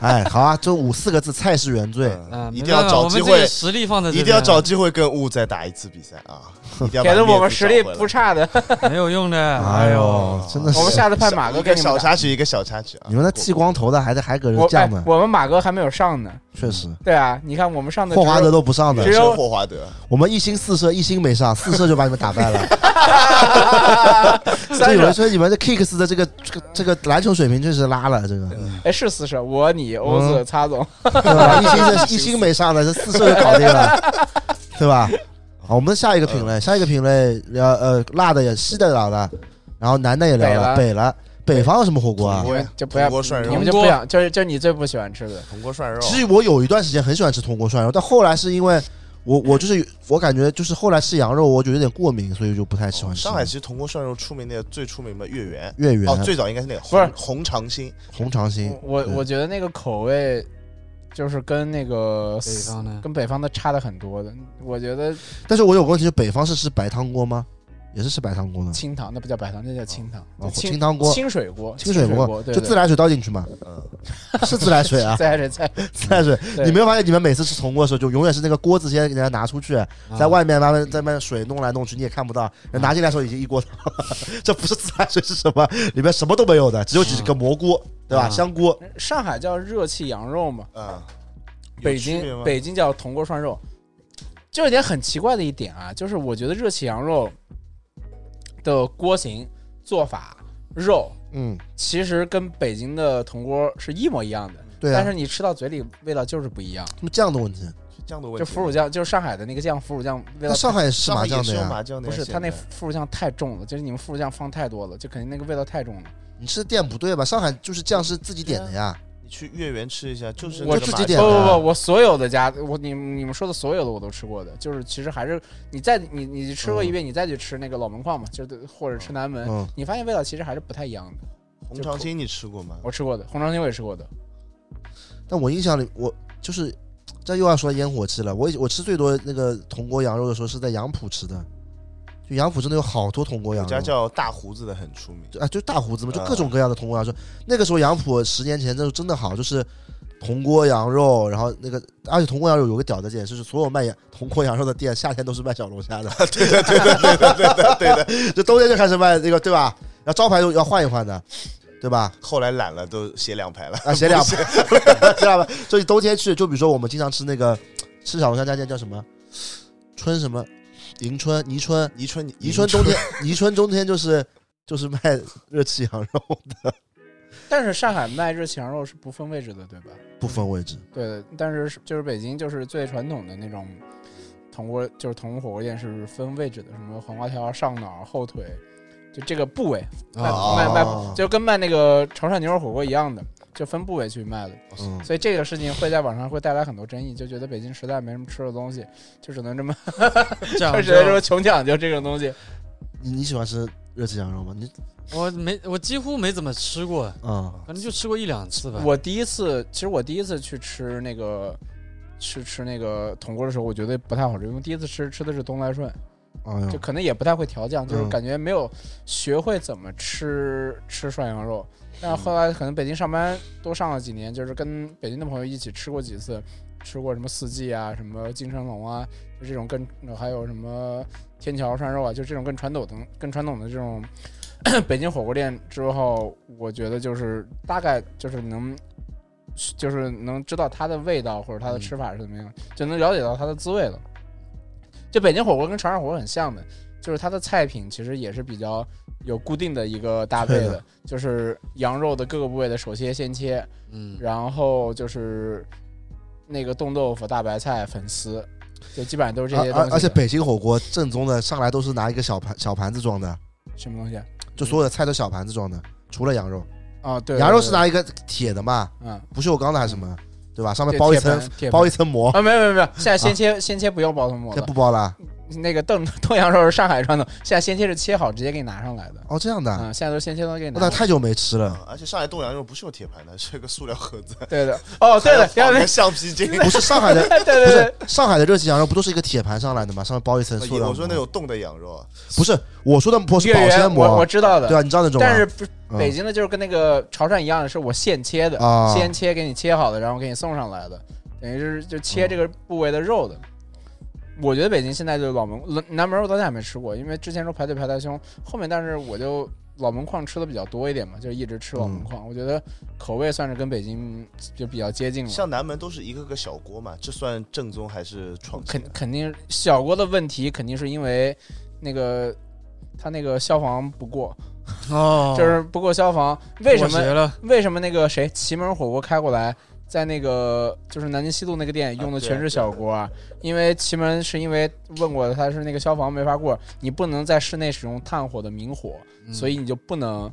S1: 哎，好啊，这五四个字菜是原 罪，
S3: 嗯
S4: 嗯，
S3: 一
S4: 没
S3: 定要
S4: 办法
S3: 找
S4: 我们
S3: 机
S4: 这个
S3: 会，
S4: 实力放在这
S3: 一定
S4: 边
S3: 要找机会跟雾再打一次比赛 啊，一定要把
S2: 显得我
S3: 面
S2: 们
S3: 子
S2: 实
S3: 找
S2: 力
S3: 回来
S2: 不差的。
S4: 没有用的。
S1: 哎
S4: 哎呦，
S1: 呦，真的是
S2: 我 们下次派马哥
S3: 一
S2: 给
S3: 个
S2: 你
S3: 小
S2: 们打。
S3: 插曲，一个小插曲啊。
S1: 你们那剃光头的还在还搁这
S2: 我哎
S1: 犟呢，，
S2: 我们马哥还没有上呢。
S1: 确实，
S2: 对啊，你看我们上的
S1: 霍华德
S2: 都
S1: 都不上的
S2: 只，
S3: 只
S2: 有
S3: 有霍华德，
S1: 我们一星四射，一星没上，四射就把你们打败 了。
S2: 三
S1: 这有人
S2: 射，
S1: 说你们这 Kicks 的这个这个这个篮球水平确实拉了，这个
S2: 哎是四射，我你欧子
S1: 嗯
S2: 擦总，
S1: 对吧？一星这一星没上的，这四射就搞定了，对吧？好，我们下一个
S2: 嗯
S1: 品类，下一个品类聊呃辣的也西的聊了，然后南的也聊了，北
S2: 北
S1: 了，北方有什么火锅啊
S3: 铜？
S2: 你
S3: 锅
S2: 们就不要
S3: 铜锅涮肉
S2: 你们就不想，就是就是你最不喜欢吃的。
S3: 铜锅涮肉
S1: 其实我有一段时间很喜欢吃铜锅涮肉，但后来是因为我我就是我感觉就是后来吃羊肉我觉得有点过敏，所以就不太喜欢吃。
S3: 哦上海其实铜锅涮肉出名的最出名的月圆，
S1: 月圆、
S3: 哦，最早应该是那个
S2: 不是
S3: 红红长兴，
S1: 红长兴
S2: 我，我
S1: 嗯对
S2: 我觉得那个口味就是跟那个
S4: 北方 呢？
S2: 跟北方的差的很多的。我觉得
S1: 但是我有个问题，就是北方是吃白汤锅吗？也是吃白汤锅呢？
S2: 清汤那不叫白汤，那叫清汤，
S1: 哦，
S2: 就
S1: 清
S2: 清
S1: 汤锅，
S2: 清水锅，
S1: 清
S2: 水
S1: 水锅，
S2: 对
S1: 就自来水倒进去嘛，
S3: 嗯，
S1: 是自来水 啊，
S2: 在这在
S1: 自来水。
S2: 对
S1: 你没有发现你们每次吃铜锅的时候，就永远是那个锅子先给大家拿出去，在外面慢慢在外面水弄来弄去，你也看不到。人拿进来的时候已经一锅汤了， 这不是自来水是什么？里面什么都没有的，只有几个蘑菇，对吧？
S4: 啊
S1: 香菇。
S2: 上海叫热气羊肉嘛，
S3: 啊，有
S2: 北
S3: 区别吗
S2: 京北京叫铜锅涮肉。这有一点很奇怪的一点啊，就是我觉得热气羊肉的锅型、做法、肉，
S1: 嗯，
S2: 其实跟北京的铜锅是一模一样的，
S1: 对啊
S2: 但是，你吃到嘴里味道就是不一样。
S1: 什么酱的问题？
S3: 是这样的问
S2: 就
S3: 题，
S2: 腐乳酱，就是上海的那个酱，腐乳酱味
S1: 那
S2: 道
S1: 上海也是
S3: 上
S1: 麻
S3: 海也
S1: 酱的
S3: 是用
S1: 呀，
S3: 麻酱的
S2: 不
S3: 呀，
S2: 是
S3: 现
S2: 它那
S3: 在
S2: 腐乳酱太重了，就是你们腐乳酱放太多了，就肯定那个味道太重了。
S1: 你吃的店不对吧？上海就是
S3: 嗯
S1: 酱是自己点的呀，
S3: 你去月圆吃一下，就是
S2: 我
S3: 那个
S1: 自己
S3: 麻酱
S1: 点
S2: 不
S1: 的
S2: 不
S1: 啊
S2: 不，我所有的家，我你你们说的所有的我都吃过的，就是其实还是你再你你吃过一遍，你再去吃那个老门框嘛，就是或者吃南
S3: 啊
S2: 门，
S1: 嗯，
S2: 你发现味道其实还是不太一样的。
S3: 红长兴你吃过吗？
S2: 我吃过的红长兴我也吃过的，
S1: 但我印象里，我就是这又要说烟火气了。我以我吃最多那个铜锅羊肉的时候是在杨浦吃的，就杨浦真的有好多铜锅
S3: 有
S1: 羊
S3: 家
S1: 肉。
S3: 叫大胡子的很出名，
S1: 就啊，就大胡子嘛，就
S3: 嗯
S1: 各种各样的铜锅羊肉。那个时候杨浦十年前那时候真的好，就是铜锅羊肉，然后那个而且铜锅羊肉有个屌的点，就是所有卖羊铜锅羊肉的店夏天都是卖小龙虾的，
S3: 啊对的对的对的对的对 的。
S1: 就冬天就开始卖那个，对吧？然后招牌就要换一换的，对吧？
S3: 后来懒了，都写两排了。
S1: 啊，写两排， 知道吧？所以冬天去，就比如说我们经常吃那个吃小龙虾那家叫什么春什么迎春宜春
S3: 宜春
S1: 宜春冬天宜春冬天就是就是卖热气羊肉
S2: 但是上海卖热气羊肉是不分位置的，对吧？
S1: 不分位置，
S2: 对的，但是是就是北京就是最传统的那种铜锅，就是铜火锅店是分位置的，什么黄瓜条、上脑、后腿，就这个部位卖、
S4: 啊
S2: 卖
S1: 哦
S2: 卖，就跟卖那个潮汕牛肉火锅一样的，就分部位去卖的。
S1: 嗯，
S2: 所以这个事情会在网上会带来很多争议，就觉得北京实在没什么吃的东西， 就只能这么，
S4: 讲
S2: 就只能说穷讲究这种东西。
S1: 你你喜欢吃热气羊肉吗？你
S4: 我没，我几乎没怎么吃过，
S1: 啊，
S4: 可能就吃过一两次吧。
S2: 我第一次，其实我第一次去吃那个。吃吃那个铜锅的时候，我觉得不太好吃，因为第一次吃吃的是东来顺，
S1: 哎
S2: 就
S1: 呦，
S2: 可能也不太会调酱，就是
S1: 嗯
S2: 感觉没有学会怎么吃吃涮羊肉。但是后来可能北京上班多上了几年，就是跟北京的朋友一起吃过几次，吃过什么四季啊，什么金神龙啊，就这种更还有什么天桥涮肉啊，就这种更传统的、更传统的这种 北京火锅店之后，我觉得就是大概就是能。就是能知道它的味道或者它的吃法是怎么样，就能了解到它的滋味了。就北京火锅跟潮汕火锅很像的，就是它的菜品其实也是比较有固定的一个搭配
S1: 对
S2: 的
S1: 的，
S2: 就是羊肉的各个部位的手切、现切，
S4: 嗯，
S2: 然后就是那个冻豆腐、大白菜、粉丝，就基本上都是这些
S1: 而
S2: 东西
S1: 啊而
S2: 的。
S1: 而且北京火锅正宗的上来都是拿一个小盘小盘子装的，
S2: 什么东西啊？
S1: 就所有的菜都小盘子装的，除了羊肉，
S2: 啊对，
S1: 羊肉是
S2: 对？
S1: 拿一个铁的嘛，
S2: 对嗯，
S1: 不锈钢的还是什么，对吧？上面
S2: 对
S1: 包一
S2: 铁
S1: 层
S2: 盘铁哦
S1: 包
S2: 盘
S1: 一层膜，
S2: 啊，没有没有没有，现在先切先切不用包头膜
S1: 现在
S2: 了
S1: 不，包了。
S2: 那个炖炖羊肉是上海传统，现在先切是切好直接给你拿上来的。
S1: 哦，这样的啊，
S2: 嗯，现在都是先切都给你
S1: 那
S2: 拿上来。
S1: 太久没吃了，
S3: 啊而且上海冻羊肉不是用铁盘的，是一个塑料盒子，
S2: 对的，哦，对 的，
S3: 还
S2: 杨
S3: 有
S2: 梅
S3: 放，橡皮筋。
S1: 不是上海的，
S2: 对对
S1: 不
S2: 对
S1: 是，上海的热气羊肉，不都是一个铁盘上来的吗？上面包一层塑料膜。
S3: 我
S2: 呃
S3: 说那种冻的羊肉，
S1: 不是，我说的不是
S2: 月
S1: 保鲜
S2: 圆，我我
S1: 膜，
S2: 知道的，
S1: 对啊，你知道那种吗？
S2: 但是不
S1: 嗯
S2: 北京的就是跟那个潮汕一样，是我现切的，
S1: 啊
S2: 先切给你切好的，然后给你送上来的，等于是就
S1: 嗯
S2: 切这个部位的肉的。我觉得北京现在就是老门冷南门，我到现在还没吃过，因为之前说排队排太凶，后面但是我就老门框吃的比较多一点嘛，就一直吃老
S1: 嗯
S2: 门框，我觉得口味算是跟北京就比较接近了。
S3: 像南门都是一个个小锅嘛，这算正宗还是创新啊
S2: 肯
S3: 的？
S2: 肯定小锅的问题肯定是因为那个他那个消防不过，
S4: 哦，
S2: 就是不过消防，为什
S4: 妥
S2: 么
S4: 协了？
S2: 为什么那个谁祁门火锅开过来，在那个就是南京西路那个
S1: 啊
S2: 店用的全是小锅啊？因为祁门是因为问过他是那个消防没法过，你不能在室内使用炭火的明火，嗯
S1: 嗯
S2: 所以你就不能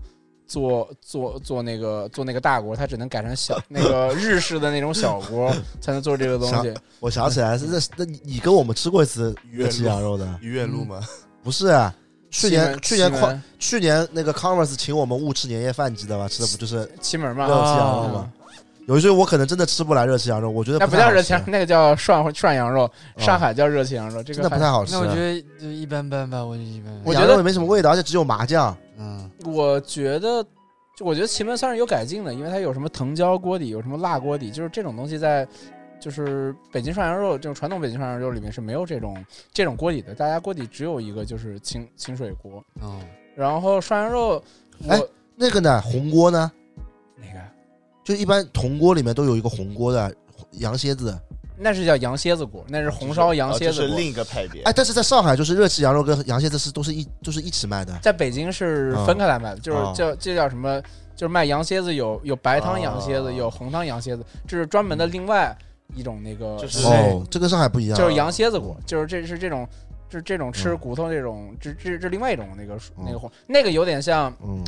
S2: 做做做那个做那个大锅，它只能改成小那个日式的那种小 锅才能做这个东西。
S1: 我想起来是那那你你跟我们吃过一次热气羊肉的，
S3: 愉悦路吗？
S1: 不是啊？去年去
S2: 祁门
S1: 年
S2: 祁
S1: 跨
S2: 门
S1: 去年那个 Converse 请我们误吃年夜饭，你记得吧？吃的不就是
S2: 祁门
S1: 热
S2: 嘛，
S1: 气羊肉
S2: 啊
S1: 吗？有一些我可能真的吃不来热气羊肉，我觉得
S2: 那
S1: 不
S2: 不
S1: 太
S2: 叫
S1: 好
S2: 热
S1: 吃
S2: 气，那个叫涮涮羊肉，
S1: 嗯
S2: 上海叫热气羊肉，这
S1: 真
S2: 个
S1: 的不
S2: 还
S1: 太好吃。
S4: 嗯
S1: 啊
S4: 那我觉得就一般般吧，我就一般般。
S2: 我觉
S1: 羊
S2: 得
S1: 肉也没什么味道，而且只有麻酱。
S4: 嗯，
S2: 我觉得，就我觉得祁门算是有改进的，因为它有什么藤椒锅底，有什么辣锅底，就是这种东西在就是北京涮羊肉这种传统北京涮羊肉里面是没有这种这种锅底的，大家锅底只有一个就是清清水锅，
S4: 哦，
S2: 然后涮羊肉我
S1: 哎那个呢，红锅呢，
S2: 哪个？
S1: 就一般铜锅里面都有一个红锅的羊蝎子。
S2: 那是叫羊蝎子锅，那是红烧羊
S3: 啊
S2: 蝎
S3: 这
S2: 子
S3: 是
S2: 锅。
S3: 另一个派别
S1: 哎，。但是在上海就是热气羊肉跟羊蝎子是都是一就是一起卖的。
S2: 在北京是
S3: 啊
S2: 分开来卖的，就是
S1: 哦
S2: 叫这叫什么？就是卖羊蝎子有有白汤羊蝎子，
S3: 哦
S2: 有红汤羊蝎子，这是专门的另外一种那个
S3: 就是
S1: 哦，这跟上海不一样。
S2: 就是羊蝎子骨，就是这是这种，是这种吃骨头这种，这这这另外一种那个那个火，那个有点像，
S1: 嗯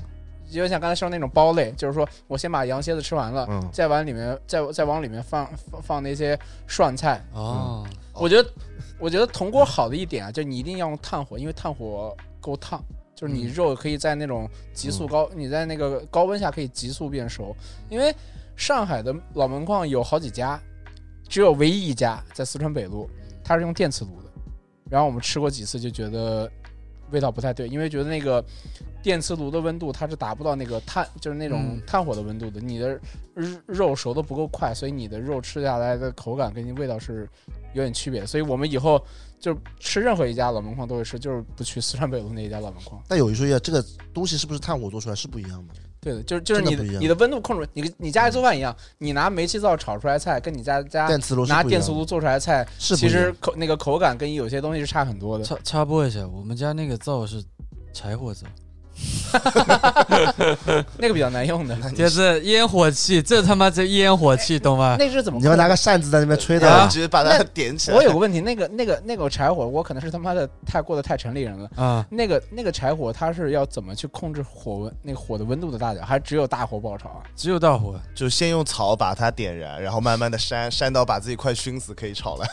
S2: 有点像刚才说的那种包类，就是说我先把羊蝎子吃完了，
S1: 嗯，
S2: 再往里面再再往里面放放放那些涮菜。
S4: 哦，
S2: 我觉得我觉得铜锅好的一点啊，就你一定要用炭火，因为炭火够烫。就是你肉可以在那种急速高，你在那个高温下可以急速变熟，因为上海的老门框有好几家，只有唯一一家在四川北路，它是用电磁炉的。然后我们吃过几次就觉得味道不太对，因为觉得那个电磁炉的温度它是达不到那个炭，就是那种
S4: 嗯
S2: 炭火的温度的。你的肉肉熟的不够快，所以你的肉吃下来的口感跟你味道是有点区别。所以我们以后就吃任何一家老门框都会吃，就是不去四川北路那一家老门框。
S1: 但有一说一啊，这个东西是不是炭火做出来是不一样的？
S2: 对的，就是就是
S1: 真的
S2: 你
S1: 不一样
S2: 你的温度控制，你你家里做饭一样，你拿煤气灶炒出来菜，跟你家家
S1: 电磁炉是
S2: 啊拿
S1: 不一
S2: 电
S1: 样
S2: 磁
S1: 的
S2: 炉做出来的菜，
S1: 是不
S2: 其
S1: 一样
S2: 实口那个口感跟有些东西是差很多的。
S4: 插插播一下，我们家那个灶是柴火灶，
S2: 那个比较难用的。
S4: 就是烟火气，这他妈这烟火气，懂吗？
S2: 那是怎么？
S1: 你要拿个扇子在那边吹
S3: 然后
S1: 的
S4: 啊，
S3: 哎直接把它点起来。
S2: 我有个问题，那个那个那个柴火，我可能是他妈的太过得太城里人了。
S4: 啊，
S2: 那个那个柴火，它是要怎么去控制火温？那个火的温度的大小，还只有大火爆炒啊？
S4: 只有大火，
S3: 就先用草把它点燃，然后慢慢的扇，扇到把自己快熏死可以炒了。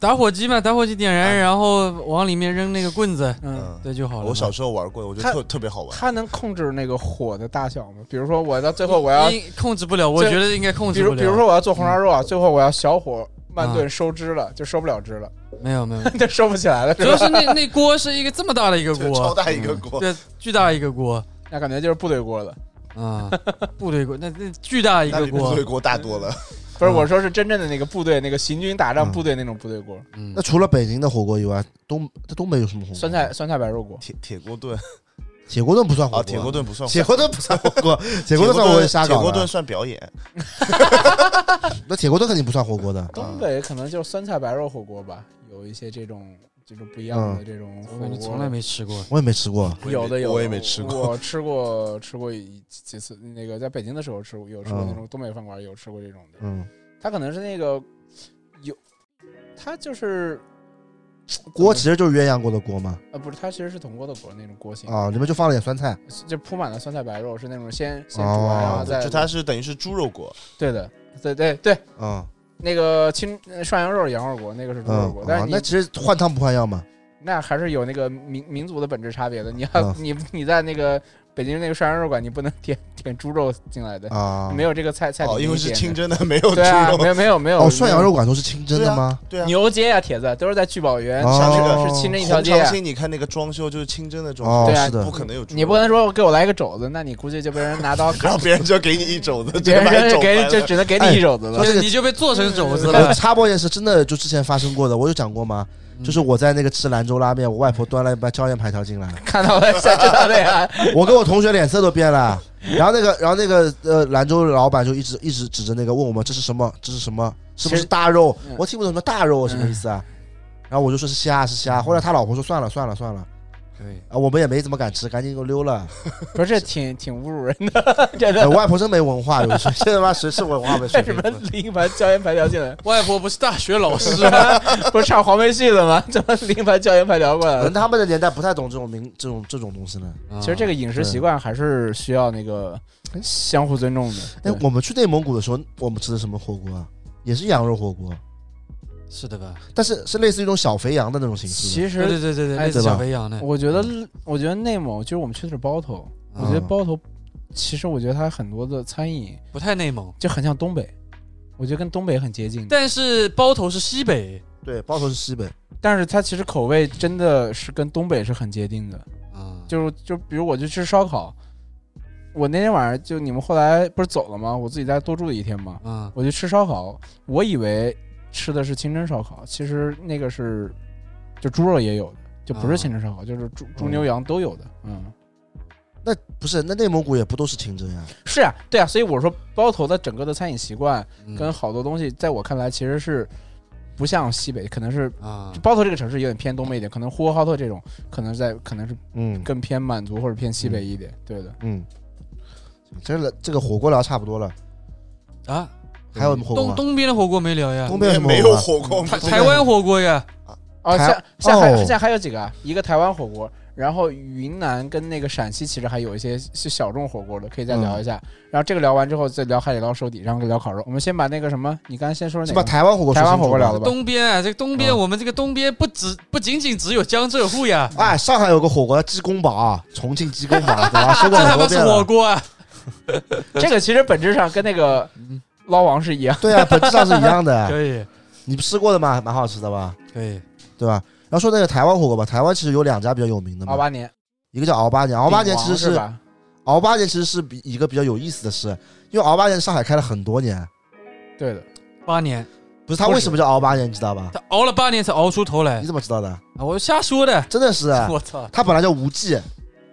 S4: 打火机嘛，打火机点燃，然后往里面扔那个棍子，
S2: 嗯，
S3: 嗯，
S4: 对就好了嘛。
S3: 我小时候玩过，我觉得
S2: 它
S3: 特特别好玩。
S2: 它能控制那个火的大小吗？比如说我到最后我要，
S4: 因控制不了，我
S2: 这
S4: 觉得应该控
S2: 比
S4: 制不
S2: 如
S4: 了。
S2: 比如说我要做红烧肉啊，最后我要小火慢炖
S4: 啊
S2: 收汁了，就收不了汁了，
S4: 没有没 有，
S2: 就收不起来了，
S4: 主
S2: 是
S4: 要
S2: 吧？
S4: 是那那锅是一个这么大的一个
S3: 就超
S4: 锅，
S3: 大一个锅，
S4: 对，巨大一个锅
S2: 那感觉就是部队锅了。
S4: 啊，部队锅，那那巨大一
S3: 那
S4: 个
S3: 比部
S4: 锅
S3: 队，锅大多了。
S2: 不是，
S4: 嗯
S2: 我说是真正的那个部队，那个行军打仗
S1: 嗯
S2: 部队那种部队锅，
S4: 嗯
S1: 那，除了北京的火锅以外，东在东北有什么火锅？
S2: 酸菜酸菜白肉锅。
S3: 铁铁锅炖
S1: 铁锅炖不算火
S3: 啊，
S1: 锅，
S3: 铁锅炖不算。
S1: 铁锅炖不算火锅，铁
S3: 铁
S1: 锅
S3: 锅
S1: 炖算火锅是瞎
S3: 铁
S1: 搞
S3: 锅炖
S1: 的。
S3: 算表演，
S1: 那铁锅炖肯定不算火锅的。
S3: 啊
S2: 东北可能就是酸菜白肉火锅吧，有一些这种这种不一样的这种
S4: 我
S2: 火
S4: 感觉
S2: 锅，
S4: 从来没吃过。
S1: 我也没吃过，
S3: 嗯我也没
S2: 有的有的
S3: 我也没吃过
S2: 我吃过吃过一几次，那个在北京的时候吃过，有吃过
S3: 嗯
S2: 那种东北饭馆有吃过这种的，
S1: 嗯，
S2: 它可能是那个有，它就是
S1: 锅其实就是鸳鸯锅的锅嘛，
S2: 呃不是，它其实是铜锅的锅那种锅型，
S1: 啊，里面就放了点酸菜，
S2: 就铺满了酸菜白肉，是那种先先煮
S1: 哦
S2: 完然后
S3: 啊就
S2: 再
S3: 就它是等于是猪肉锅，
S2: 对的对对对。
S1: 嗯，
S2: 那个清呃涮羊肉是羊肉锅，那个是猪肉
S1: 嗯
S2: 锅，，但是
S1: 啊
S2: 你
S1: 那其实换汤不换药嘛，
S2: 那还是有那个民民族的本质差别的。你要、
S1: 嗯
S2: 你你在那个北京那个涮羊肉馆，你不能点点猪肉进来的，
S1: 啊，
S2: 没有这个菜菜品
S3: 哦，
S2: 你
S3: 因为
S2: 点
S3: 是
S2: 的
S3: 清真的，没有猪
S2: 对啊，
S3: 肉。
S2: 没有没有没有
S1: 哦，涮羊肉馆都是清真的吗？
S3: 对啊，
S2: 牛街啊，铁子都是在聚宝园，
S1: 哦
S2: 像这个是清真一条
S3: 红
S2: 街
S3: 长
S2: 啊。
S3: 兴，你看那个装修就是清真的装
S1: 哦
S2: 对，啊
S1: 是
S3: 修，
S1: 的
S3: 不，可能有猪肉。
S2: 你不能说给我来一个肘子，那你估计就被人拿刀
S3: 然
S2: 砍
S3: 后，别人就给你一肘子，
S2: 别
S3: 直接把你
S2: 人
S3: 肘
S2: 给
S3: 掰
S2: 就
S3: 了
S2: 只能给
S1: 哎
S2: 你一肘子了
S1: 说。这个
S4: 你就被做成肘子了
S2: 哎
S1: 我。哎插播一件事，真的就之前发生过的，我有讲过吗？
S4: 嗯
S1: 就是我在那个吃兰州拉面，我外婆端了一盘椒盐排条进来，
S2: 看到了，想知道的呀。
S1: 我跟我同学脸色都变了。然后那个，然后那个呃，兰州老板就一直一直指着那个问我们这是什么，这是什么，是不
S2: 其
S1: 是
S2: 实
S1: 大肉
S2: 嗯？
S1: 我听不懂什么大肉什么意思啊。然后我就说是虾是虾，后来他老婆说算了算了算了，
S4: 对，
S1: 啊，我们也没怎么敢吃，赶紧给我溜了。
S2: 不是挺挺侮辱人的， 真
S1: 哎
S2: 的。
S1: 外婆真没文化，有时候 现在他妈谁是文化没水
S2: 为
S1: 平
S2: 什么？拎一盘椒盐排条进来？
S4: 外婆不是大学老师吗？
S2: 不是唱黄梅戏的吗？怎么拎一盘椒盐排条过来
S1: 可
S2: 了
S1: 能？他们的年代不太懂这种名这种这种东西呢。
S2: 其实这
S4: 啊
S2: 个饮食习惯还是需要那个相互尊重的。
S1: 哎
S2: 对，
S1: 我们去内蒙古的时候，我们吃的什么火锅啊？也是羊肉火锅，
S4: 是的吧？
S1: 但是是类似于一种小肥羊的那种形式的。
S2: 其
S4: 对对
S2: 实
S4: 对对对，
S2: 哎
S4: 类似
S1: 对吧
S4: 小肥羊的。
S2: 我觉得，我觉得内蒙就是我们去的是包头，我
S1: 啊嗯
S2: 觉得包头其实我觉得它很多的餐饮
S4: 不太内蒙，
S2: 就很像东北，我觉得跟东北很接近。
S4: 嗯但是包头是西北
S1: 对，包头是西北，
S2: 但是它其实口味真的是跟东北是很接近的。
S4: 啊，
S2: 就就比如我去吃烧烤，我那天晚上就你们后来不是走了吗？我自己在多住了一天嘛，
S4: 啊
S2: 我去吃烧烤，我以为吃的是清真烧烤，其实那个是就猪肉也有的，就不是
S4: 啊
S2: 清真烧烤，就是
S4: 嗯
S2: 猪猪牛羊都有的。嗯，
S1: 那不是那内蒙古也不都是清真呀、
S2: 是啊，对啊，所以我说包头的整个的餐饮习惯
S4: 嗯
S2: 跟好多东西，在我看来其实是不像西北，可能是。
S4: 啊
S2: 就包头这个城市有点偏东北一点，可能呼和浩特这种，可能是在可能是
S1: 嗯
S2: 更偏满族或者偏西北一点，对的。
S1: 嗯，这个这个火锅聊差不多了，
S4: 啊，
S1: 还有什么火锅
S4: 东
S1: 啊？
S4: 东边的火锅没聊呀，
S1: 东边有什么
S3: 没
S1: 火
S3: 有
S1: 锅啊？
S3: 火锅，
S4: 台台湾火锅呀，
S2: 哦，
S1: 台
S2: 现现在还
S1: 哦
S2: 现在还有几个啊，一个台湾火锅，然后云南跟那个陕西其实还有一些是小众火锅的，可以再
S1: 嗯
S2: 聊一下。然后这个聊完之后再聊海底捞手底，然后聊烤肉。我们先把那个什么，你刚才先说
S1: 是
S2: 哪
S1: 把
S2: 个？
S1: 台湾火锅说
S2: 台湾
S1: 清楚
S2: 火锅
S1: 吧
S2: 聊了吧？
S4: 东边啊，这个东边
S1: 嗯
S4: 我们这个东边不只不仅仅只有江浙沪呀，
S1: 哎，上海有个火锅叫鸡公堡啊，重庆鸡 公堡，对吧？说
S4: 这
S1: 过
S4: 他
S1: 很多
S4: 妈是
S1: 遍
S4: 火
S1: 了。
S4: 锅啊，
S2: 这个其实本质上跟那个
S1: 嗯
S2: 捞王是一样。
S1: 对啊，本质上是一样 的。
S4: 可以
S1: 你吃过的吗？蛮好吃的吧，
S4: 可以，
S1: 对吧？然后说那个台湾火锅吧，台湾其实有两家比较有名的
S2: 二
S1: 嘛，
S2: 八年，
S1: 一个叫敖八年，敖八年
S2: 鼎
S1: 其
S2: 王
S1: 实
S2: 是
S1: 是
S2: 吧？
S1: 敖八年其实是比一个比较有意思的事，因为敖八年上海开了很多年，
S2: 对的，
S4: 八年，
S1: 不是他
S2: 不是
S1: 为什么叫敖八年，你知道吧？
S4: 他熬了八年才熬出头来
S1: 你，怎么知道的？
S4: 啊我瞎说的，
S1: 真的是，
S4: 我操
S1: 他本来叫无忌，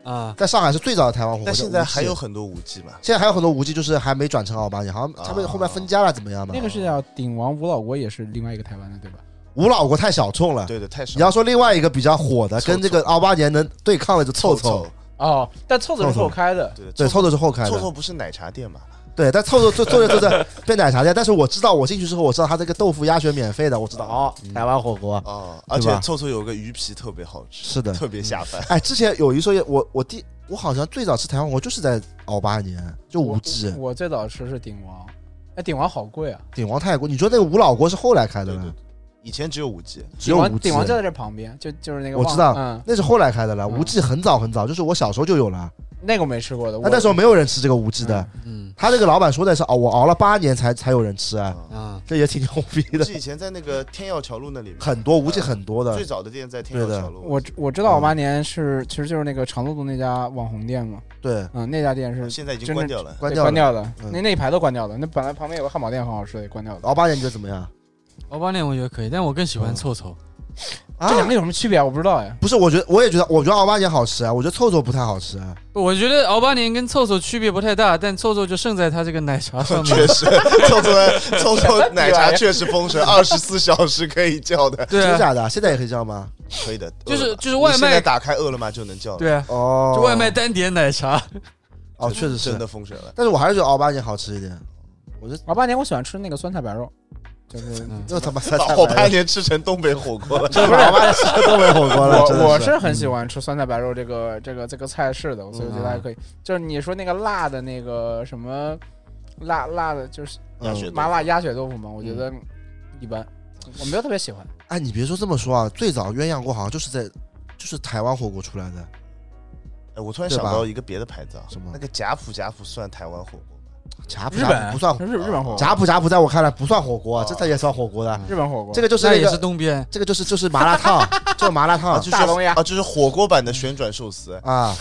S4: 啊，
S1: 在上海是最早的台湾火锅，
S3: 但
S1: 叫
S3: 现在
S1: 无忌
S3: 还有很多啊五 G 嘛，
S1: 现在还有很多无忌，就是还没转成敖八年，好像他们后面分家了，怎么样嘛
S2: 那？个是叫鼎王吴老国，也是另外一个台湾的，对吧？
S1: 吴老国太小众了，
S3: 对对，太少。
S1: 你要说另外一个比较火的，
S3: 凑凑
S1: 跟这个敖八年能对抗的就
S3: 凑
S1: 凑凑，，
S2: 哦，但凑子
S1: 凑
S2: 是
S1: 凑
S2: 后开的，
S3: 对
S1: 对，凑
S3: 凑
S1: 凑是后开
S3: 凑
S1: 的，
S3: 凑不是奶茶店嘛？
S1: 对，但凑凑凑凑着凑着变奶茶店，但是我知道我进去之后，我知道他这个豆腐鸭血免费的，我知道哦，台湾火锅
S3: 哦，而
S1: 对
S3: 且
S1: 吧
S3: 凑凑有个鱼皮特别好吃，
S1: 是的，
S3: 特别下饭。
S1: 哎，之前有一说一，我我第我好像最早吃台湾火锅就是在敖八年，就
S2: 我
S1: 无忌
S2: 我最早吃是鼎王，哎，鼎王好贵啊！
S1: 鼎王泰国，你说那个吴老国是后来开的
S3: 对对
S1: 了，，
S3: 以前只有五 G，
S1: 只
S2: 鼎
S1: 有
S2: 王
S1: 无忌
S2: 鼎，王就在这旁边，就就是那个
S1: 我
S2: 望
S1: 知道
S2: 嗯，
S1: 那是后来开的了，
S2: 嗯
S1: 无忌很早很早，就是我小时候就有了，
S2: 那个我没吃过的。
S1: 但那时候没有人吃这个无忌的，
S4: 嗯
S1: 他这个老板说的是哦，我熬了八年才才有人吃，
S4: 啊，
S1: 这也挺牛逼
S3: 五
S1: 的
S3: 嗯 G，以前在那个天耀桥路那里面，
S1: 很多无忌很多的
S3: 嗯最，早的店在天耀桥路。
S2: 我知我知道
S1: 嗯
S2: 我八年是其实就是那个长乐路那家网红店嘛，
S1: 对，
S2: 嗯，那家店是
S3: 现在已经
S2: 真
S3: 关
S2: 的
S3: 掉了，
S1: 哦关
S2: 被
S1: 掉
S2: 关
S1: 了。
S2: 掉的，
S1: 嗯
S2: 那那一排都关掉了。那本来旁边有个汉堡店很好吃的，也关掉了。
S1: 熬八年你觉得怎么样？
S4: 熬八年我觉得可以，但我更喜欢凑凑，
S1: 啊
S2: 这两个有什么区别啊？我不知道呀。
S1: 不是，我觉得我也觉得，我觉得熬八年好吃啊，我觉得凑凑不太好吃啊。
S4: 我觉得熬八年跟凑凑区别不太大，但凑凑就胜在它这个奶茶上面，
S3: 确实， 凑凑凑凑奶茶确实丰神，二十四小时可以叫的，
S4: 对
S1: 真的
S4: 啊，
S1: 假的？现在也可以这样吗？
S3: 可以的。
S4: 就是
S3: 饿了吧
S4: 就是外卖
S3: 你现在打开饿了么就能叫，，
S4: 对啊，
S1: 哦，
S4: 就外卖单点奶茶，
S1: 哦，确实是
S3: 真的，丰神 了。
S1: 但是我还是觉得熬八年好吃一点。我觉得
S2: 老啊八年我喜欢吃那个酸菜白肉，就是
S4: 嗯
S1: 这他妈才
S3: 把我八年吃成东北火锅了，
S1: 这老八年吃东北 火锅了，真
S2: 我我
S1: 的是
S2: 是很喜欢吃酸菜白肉这个这个这个菜式的，所以我觉
S1: 嗯
S2: 得还可以。就是你说那个辣的那个什么辣辣的，就是
S3: 鸭血
S1: 嗯
S2: 麻辣鸭血豆腐嘛，我觉得一般，我没有特别喜欢。
S1: 哎，你别说这么说啊，最早鸳鸯锅好像就是在就是台湾火锅出来的，
S3: 哎，我突然
S1: 对
S3: 想
S1: 吧
S3: 到一个别的牌子啊，
S1: 什么
S3: 那个贾浦贾浦算台湾火锅吗？
S1: 呷哺
S2: 日
S1: 呷哺
S2: 本
S1: 不算，
S2: 日日本火嗯锅，
S1: 呷哺呷哺在我看来不算火锅，啊
S3: 哦
S1: 这才也算火锅的。
S2: 日本火锅，
S1: 这个就是
S4: 那
S1: 那
S4: 也是
S1: 个，
S4: 东边，
S1: 这个就是就是麻辣烫，就是麻辣烫
S3: 就是
S2: 大龙鸭
S3: 啊，就是火锅版的旋转寿司，
S1: 啊。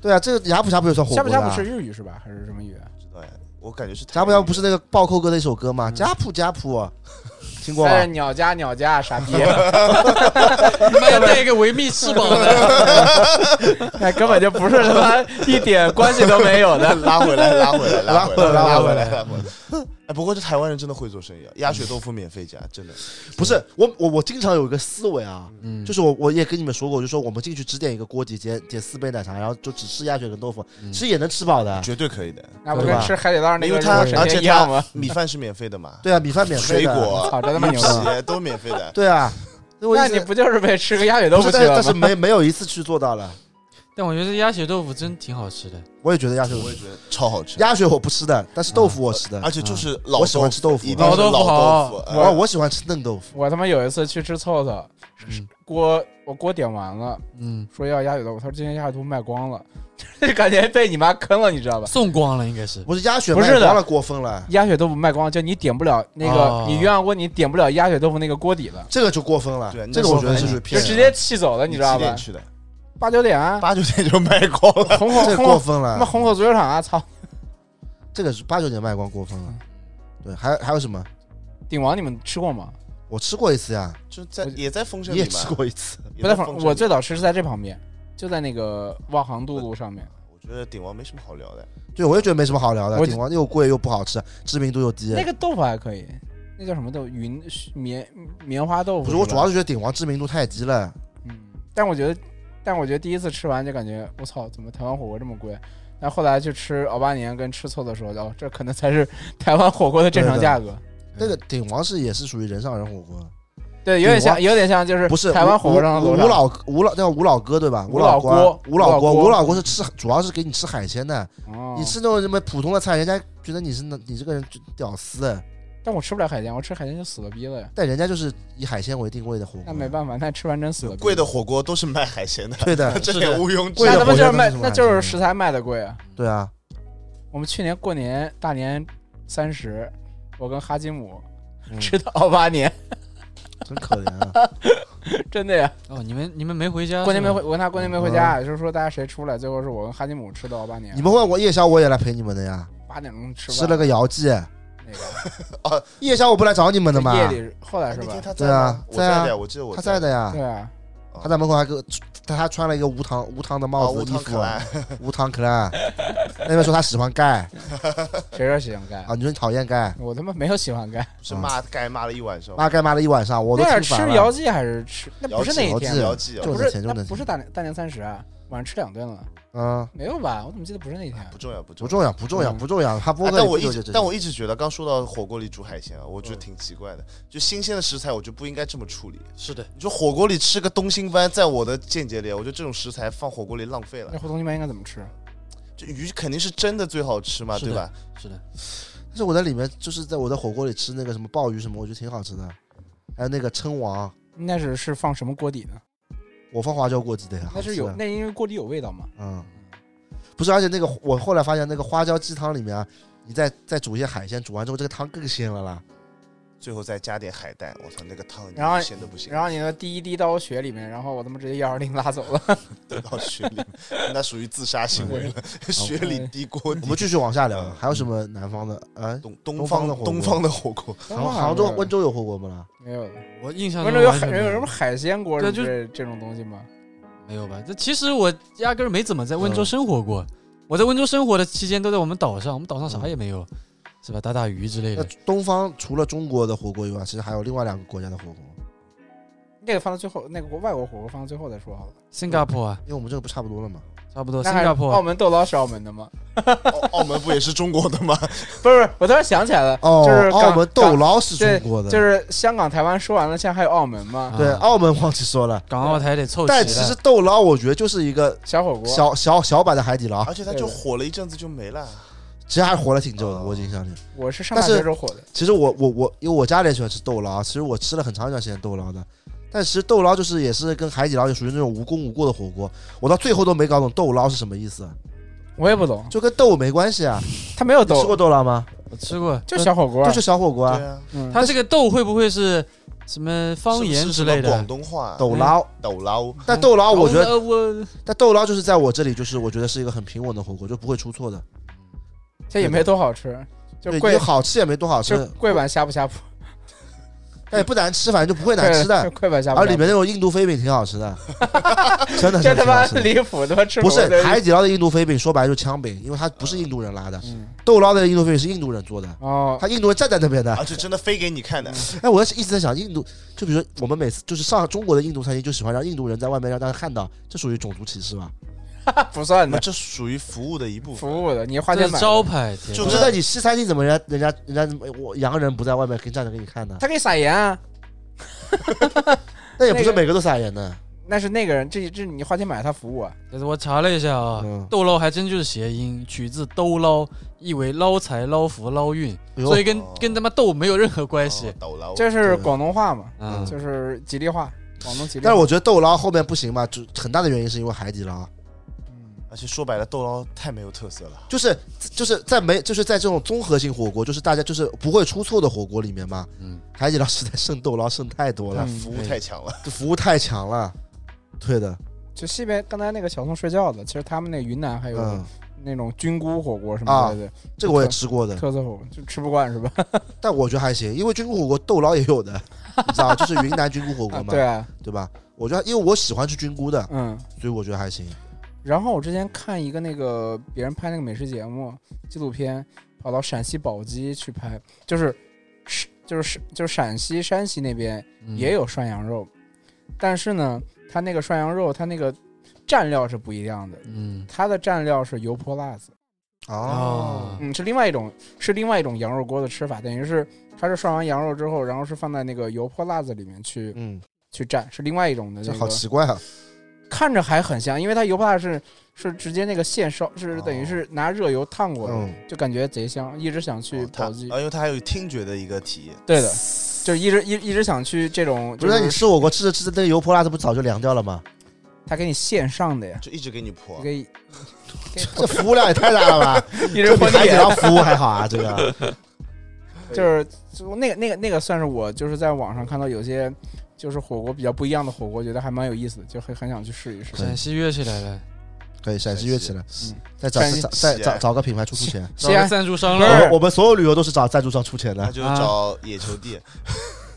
S1: 对啊，这个呷哺呷哺也算火
S2: 呷
S1: 锅
S2: 哺
S1: 的
S2: 呷哺
S1: 啊。
S2: 是日语是吧？还是什么语啊？
S3: 知道呀？我感觉是
S1: 呷哺呷哺不是那个暴扣哥的一首歌吗？呷哺呷哺，啊听过
S2: 但是
S1: 吗？
S2: 鸟家鸟家傻逼，
S4: 你妈要带一个维密吃饱的，
S2: 那根本就不是他妈一点关系都没有的。
S3: 拉回来，拉回来，拉回来，
S1: 拉
S3: 拉
S1: 回来
S3: 回来，拉回来。哎，不过这台湾人真的会做生意啊，鸭血豆腐免费加，真的。
S1: 不是，我我我经常有一个思维啊，
S4: 嗯
S1: 就是我我也跟你们说过，就说我们进去只点一个锅底，点点四杯奶茶，然后就只吃鸭血跟豆腐，
S2: 嗯
S1: 其实也能吃饱的。
S3: 绝对可以的，
S2: 那不跟吃海底捞那
S3: 因
S2: 个
S3: 为
S2: 日
S3: 它
S2: 国神
S3: 而且
S2: 仙一
S3: 它
S2: 样吗？
S3: 米饭是免费的嘛，
S1: 对啊，米饭免费
S3: 水
S1: 的。
S3: 果、
S2: 操真他妈
S3: 鱼
S2: 牛逼
S3: 皮都免费的。
S1: 对 啊，我
S2: 那
S1: 一
S2: 你
S1: 直
S2: 不就是为吃个鸭血豆
S1: 不
S2: 腐
S1: 是，
S2: 去
S1: 但是
S2: 了
S1: 但
S2: 吗？
S1: 是没没有一次去做到了。
S4: 但我觉得鸭血豆腐真挺好吃的，
S1: 我也觉得鸭血，
S3: 我也觉得超好吃，
S1: 鸭血我不吃的，但是豆腐我吃的。
S2: 啊
S3: 而且就是
S1: 嗯
S3: 老
S1: 我喜欢吃豆腐
S3: 一
S2: 哦
S3: 定是
S4: 老豆
S3: 老
S4: 腐好
S3: 豆腐。
S1: 我
S3: 呃
S1: 我喜欢吃嫩豆腐，
S2: 我他妈有一次去吃凑凑，
S4: 嗯
S2: 锅我锅点完了，
S4: 嗯，
S2: 说要鸭血豆腐，他说今天鸭血豆腐卖光了， 就感觉被你妈坑了，你知道吧？
S4: 送光了应该是，
S1: 不是鸭血
S2: 不是
S1: 卖
S2: 的
S1: 光了锅分了，
S2: 鸭血豆腐卖光了，就你点不了那个，
S4: 哦
S2: 你鸳鸯锅你点不了鸭血豆腐那个锅底了，
S1: 这个就过分了
S3: 对，，
S1: 这个我觉得是
S3: 是
S2: 就
S3: 骗人的，
S2: 直接气走了，你知道
S3: 几
S2: 吧
S3: 点？去的？
S2: 八九点啊，
S3: 八九点就卖光了。
S2: 虹口
S1: 这个
S2: 虹
S1: 过
S2: 口
S1: 分
S2: 他妈
S1: 了，
S2: 虹口足球场啊，操！
S1: 这个是八九年卖光过分了。
S2: 嗯
S1: 对，还还有什么？
S2: 鼎王你们吃过吗？
S1: 我吃过一次呀，
S3: 就在
S2: 我
S3: 也在丰盛
S1: 你
S3: 里
S1: 也
S3: 嘛，
S1: 吃过一次，
S3: 也
S2: 不
S3: 在
S2: 在ฝั่
S3: 丰，盛里
S2: 我最早吃是在这旁边，就在那个望航渡路上面。
S3: 我觉得鼎王没什么好聊的，
S1: 对我也觉得没什么好聊的，
S2: 我
S1: 鼎王又贵又不好吃，知名度又低。
S2: 那个豆腐还可以，那叫什么豆？云棉棉花豆腐。
S1: 不是，我主要
S2: 是吧
S1: 是觉得鼎王知名度太低了。
S2: 嗯，但我觉得，但我觉得第一次吃完就感觉我操，怎么台湾火锅这么贵？但后来去吃奥巴年跟吃错的时候，哦，这可能才是 台湾火锅的正常价格。
S1: 那个鼎王是也是属于人上人火锅，
S2: 对，有点
S1: 鼎
S2: 像，
S1: 王
S2: 有点像就是
S1: 不是
S2: 台湾
S1: 吴
S2: 火锅上的
S1: 吴
S2: 楼
S1: 吴
S2: 上
S1: 老吴老叫吴老哥对吧？
S2: 吴
S1: 老
S2: 老
S1: 锅
S2: 锅，
S1: 吴老
S2: 吴老
S1: 吴
S2: 锅
S1: 老锅是吃，主要是给你吃海鲜的。
S2: 哦
S1: 你吃那种什么普通的菜，人家觉得你是那你这个人就屌丝，
S2: 但我吃不了海鲜，我吃海鲜就死了逼了呀。
S1: 但人家就是以海鲜为定位的火锅。
S2: 那没办法，那吃完真死了逼。
S3: 贵的火锅都是卖海鲜 的，
S1: 对的，
S3: 这点毋庸置
S1: 贵
S3: 疑
S2: 那
S1: 的。火
S2: 他妈
S1: 锅
S2: 就是
S1: 都
S2: 卖
S1: 是，
S2: 那
S1: 卖
S2: 就是
S1: 的
S2: 食材卖的贵啊。
S1: 对啊，
S2: 我们去年过年大年三十，我跟哈基姆
S1: 嗯
S2: 吃的奥巴年，
S1: 真可怜啊！
S2: 真的
S1: 嗯
S2: 呀！
S4: 哦，你们你们没回家，
S2: 过年没
S4: 是吧
S2: 回，，我跟他过年没回家，就是说大家谁出来，最后是我跟哈基姆吃的奥巴年
S1: 你，们问我夜宵，我也来陪你们的呀，
S2: 八点钟吃
S1: 吃
S2: 饭
S1: 了个姚记。
S2: 那个
S1: 夜宵我不来找你们的嘛，
S2: 夜里后来
S3: 哎
S2: 是
S3: 那
S2: 吧
S3: 天？他在
S1: 对啊
S3: 吗我
S1: 在啊
S3: 的呀，我记得我
S1: 他在的呀
S2: 对，啊，
S1: 他在门口还给我他他穿了一个无糖无糖的
S3: 啊，
S1: 帽
S3: 无
S1: 子衣
S3: 糖
S1: 服
S3: 可，爱，
S1: 无糖 clan，那边说他喜欢盖
S2: 谁说喜欢干
S1: 啊，？你说你讨厌盖，
S2: 我他妈没有喜欢干。
S3: 是骂该骂了一晚上。
S1: 嗯骂盖骂了一晚上，我都
S2: 那点
S1: 听
S2: 吃
S1: 烦
S2: 姚
S1: 了。
S2: 记还是吃？那不是那一天
S1: 姚
S2: 啊，
S3: 姚记啊
S1: 就
S2: 不
S1: 是
S2: 是
S1: 钱
S2: 那
S1: 就能
S2: 不是大年大年三十啊，晚上吃两顿了，
S1: 嗯，
S2: 没有吧？我怎么记得不是那一天啊
S3: 不？重要，不重
S1: 不
S3: 要。
S1: 重要，不重要，不重要。他播
S3: 哎
S1: 客
S3: 但我
S1: 里
S3: 一
S1: 就
S3: 直，
S1: 这
S3: 但
S1: 些，
S3: 我一直觉得，刚说到火锅里煮海鲜啊，我觉得挺奇怪的。就新鲜的食材，我就不应该这么处理。
S4: 是的，
S3: 你说火锅里吃个东星斑，在我的见解里，我觉得这种食材放火锅里浪费了
S2: 那。胡同鸡班应该怎么吃？
S3: 这鱼肯定是真的最好吃嘛，
S4: 是的
S3: 对吧？
S4: 是的，
S1: 但是我在里面就是在我的火锅里吃那个什么鲍鱼什么，我觉得挺好吃的，还有那个称王，
S2: 那是是放什么锅底呢？
S1: 我放花椒过激的呀，
S2: 那是有
S1: 好吃的
S2: 那因为锅底有味道嘛。
S1: 嗯，不是，而且那个我后来发现那个花椒鸡汤里面啊，你再再煮一些海鲜，煮完之后这个汤更鲜了啦。
S3: 最后再加点海带，我操，那个汤
S2: 然后
S3: 咸的不行，
S2: 然后你说第一滴到我血里面，然后我他妈直接幺二零拉走 了。
S3: 掉到雪里，那属于自杀行为 了。雪里滴锅底
S1: 我们继续往下聊，
S3: 嗯
S1: 还有什么南方
S2: 嗯
S1: 的？呃，
S3: 东
S1: 东
S3: 东
S1: 方
S3: 方
S1: 的火锅
S3: 东方的火锅，
S1: 杭杭州、温
S2: 州
S1: 州有火锅吗？啦？
S2: 没有，
S4: 我印象
S2: 温
S4: 中
S2: 州有
S4: 完
S2: 海
S4: 全没
S2: 有什么海鲜锅
S4: 对
S2: 什么这这种东西吗？
S4: 没有吧？这其实我压根儿没怎么在温州生活过，我在温州生活的期间都在我们岛上，我们岛上啥也没有，是吧？打打鱼之类
S1: 那
S4: 的，
S1: 东方除了中国的火锅以外，其实还有另外两个国家的火锅，
S2: 那个放到最后，那个外国火锅放到最后再说好了。
S4: 新加坡啊，
S1: 因为我们这个不差不多了嘛。
S4: 差不多，
S2: 那
S4: 新
S2: 还哦
S4: 加坡
S2: 澳门豆捞是澳门的吗？
S3: 澳澳门不也是中国的吗？
S2: 不是不是，我突然想起来了，
S1: 哦，
S2: 就是港
S1: 澳门豆捞是中国的，
S2: 港就是香港、台湾说完了，现在还有澳门吗？
S1: 对
S4: 啊
S1: 澳门忘记说了。
S4: 港澳台得凑齐
S1: 但其实
S4: 了。
S1: 豆捞，我觉得就是一个
S2: 小火锅，
S1: 啊
S2: 啊
S1: 小小小版的海底捞，
S3: 而且它就火了一阵子就没了。
S1: 其实还活得挺久的，
S3: 哦
S1: 我已经相信。
S2: 我是上大
S1: 但是
S2: 学时候火的，
S1: 其实我我我，因为我家里也喜欢吃豆捞，其实我吃了很长一段时间豆捞的。但其实豆捞就是也是跟海底捞就属于那种无功无过的火锅，我到最后都没搞懂豆捞是什么意思，啊
S2: 我也不懂，
S1: 就跟豆没关系啊。
S2: 他没有
S1: 你吃过
S2: 抖，
S1: 豆捞吗？
S4: 我吃过，
S2: 就小火锅
S1: 就，是小火锅啊，
S3: 啊，
S2: 嗯
S4: 它这个豆会不会是什么方
S3: 是
S4: 言
S3: 不是
S4: 之类
S3: 什么广
S4: 的？
S3: 东话
S1: 豆捞。
S3: 抖捞，
S1: 但豆捞啊我觉得，
S4: 呃我
S1: 但豆捞就是在我这里就是我觉得是一个很平稳的火锅，就不会出错的。
S2: 这也没多好吃，就
S1: 对，
S2: 贵
S1: 就，好吃也没多好吃
S2: 就，贵版呷哺呷哺，
S1: 但也不难吃，反正就不会难吃的
S2: 对。 贵版呷哺
S1: 而
S2: 呷哺，
S1: 里面那种印度飞饼挺好吃的，真的
S2: 这
S1: 真的
S2: 他
S1: 挺
S2: 妈
S1: 好吃的。
S2: 离谱，他妈吃
S1: 不是
S2: 火锅的
S1: 海底捞的印度飞饼，说白了就是枪饼，因为它不是印度人拉的。
S2: 嗯
S1: 豆捞的印度飞饼是印度人做的，
S2: 哦，
S1: 他印度人站在那边 的。
S3: 而且啊真的飞给你看的，
S1: 哎，我是一直在想，印度就比如说我们每次就是上中国的印度餐厅，就喜欢让印度人在外面让大家看到，这属于种族歧视吧？
S2: 不算
S3: 那
S2: 的，
S3: 这属于服务的一部分。
S2: 服务的，你花
S4: 这
S2: 钱
S4: 是
S2: 买的，
S4: 招牌，天
S3: 就
S1: 不
S4: 哪
S1: 是
S3: 是
S1: 那你西餐厅怎么人家人家人家我洋人不在外面跟站着给你看呢？
S2: 他可以撒盐啊，
S1: 那也不是
S2: 那个
S1: 每个哎都撒盐的。
S2: 那是那个人，这这你花钱买他服务啊，
S4: 就是我查了一下啊
S1: 嗯，
S4: 豆捞还真就是谐音，取自兜捞，意为捞财、捞福、捞运，
S1: 哎呦
S4: 所以跟
S3: 哦
S4: 跟他妈豆没有任何关系
S3: 哦。抖捞，
S2: 这是
S1: 对
S2: 广东话
S1: 哦
S2: 嘛，
S4: 嗯，
S2: 就是吉利话，广东吉利话。
S1: 但是我觉得豆捞后面不行嘛，就很大的原因是因为海底捞，
S2: 嗯
S3: 而且说白了，豆捞太没有特色了。
S1: 就是就是在没就是在这种综合性火锅，就是大家就是不会出错的火锅里面嘛，
S4: 嗯，
S1: 海底捞实在胜豆捞胜太多了，
S2: 嗯
S3: 服务太强了，
S1: 服务太强了。对的，
S2: 就西边刚才那个小宋睡觉的，其实他们那云南还有
S1: 嗯，啊
S2: 那种菌菇火锅什么之类的，
S1: 这个我也吃过的，
S2: 特色火锅就吃不惯是吧？
S1: 但我觉得还行，因为菌菇火锅豆捞也有 的，你知道，就是云南菌菇火锅
S2: 啊，
S1: 嘛，
S2: 对啊，
S1: 对吧？我觉得因为我喜欢吃菌菇的，
S2: 嗯。
S1: 所以我觉得还行。
S2: 然后我之前看一个那个别人拍那个美食节目纪录片，跑到陕西宝鸡去拍，就是是就是就是陕西山西那边
S4: 嗯
S2: 也有涮羊肉，但是呢，它那个涮羊肉它那个蘸料是不一样的，
S4: 嗯
S2: 它的蘸料是油泼辣子，
S4: 啊
S1: 哦，
S2: 嗯，是另外一种是另外一种羊肉锅的吃法，等于是它是涮完羊肉之后，然后是放在那个油泼辣子里面去
S1: 嗯，
S2: 去蘸，是另外一种的、
S1: 这
S2: 这个
S1: 好奇怪啊！
S2: 看着还很像，因为它油泼辣是是直接那个现烧，是等于是拿热油烫过的，
S1: 嗯，
S2: 就感觉贼香，一直想去
S3: 哦它
S2: 宝鸡。
S3: 啊因为它还有听觉的一个体验。
S2: 对的，就一直一一直想去这种，
S1: 不
S2: 就是
S1: 那你
S2: 是
S1: 吃火锅吃着吃着，那个油泼辣子不早就凉掉了吗？
S2: 他给你线上的呀，
S3: 就一直给你泼
S2: 可，以
S1: 这服务量也太大了吧！
S2: 一
S1: 这
S2: 直
S1: 比
S2: 泼
S1: 海
S2: 你
S1: 底
S2: 脸，
S1: 捞服务还好啊，这 个。
S2: 就是就那个那个那个算是我就是在网上看到有些就是火锅比较不一样的火锅，觉得还蛮有意思的，就很很想去试一试。
S4: 陕西约起来了，
S1: 可以，陕西
S3: 陕
S1: 乐
S3: 西
S1: 器了
S2: 嗯，
S1: 再找
S2: 陕西
S1: 再再
S3: 西
S1: 找
S3: 安
S1: 找个品牌出出 钱。
S4: 找个
S2: 西安
S4: 赞助商
S2: 不
S1: 我
S2: 是
S4: 了
S1: 们。我们所有旅游都是找赞助商出钱
S3: 他
S1: 的，
S3: 就找野球地，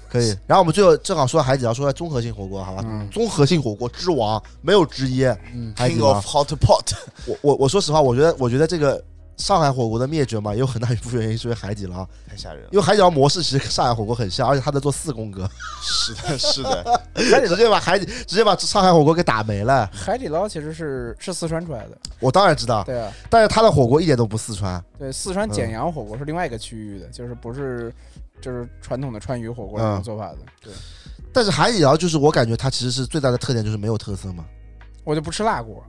S1: 可以。然后我们最后正好说到海底捞，说到综合性火锅，好吧？
S2: 嗯，
S1: 综合性火锅之王没有之一，
S4: 嗯
S1: 海底
S3: King
S1: 捞
S3: of。Hot Pot，
S1: 我我我说实话，我觉得我觉得这个上海火锅的灭绝嘛，也有很大一部分原因是因为海底捞，
S3: 太吓人了。
S1: 因为海底捞模式其实跟上海火锅很像，而且它在做四宫格，
S3: 是的，是的，
S1: 直接把海底直接把上海火锅给打没了。
S2: 海底捞其实是是四川出来的，
S1: 我当然知道，
S2: 对啊，
S1: 但是它的火锅一点都不四川，
S2: 对，四
S1: 嗯
S2: 川简阳火锅是另外一个区域的，就是不是就是传统的川渝
S1: 嗯
S2: 火锅这种做法的。对，
S1: 但是海底捞就是我感觉它其实是最大的特点就是没有特色嘛。
S2: 我就不吃辣锅，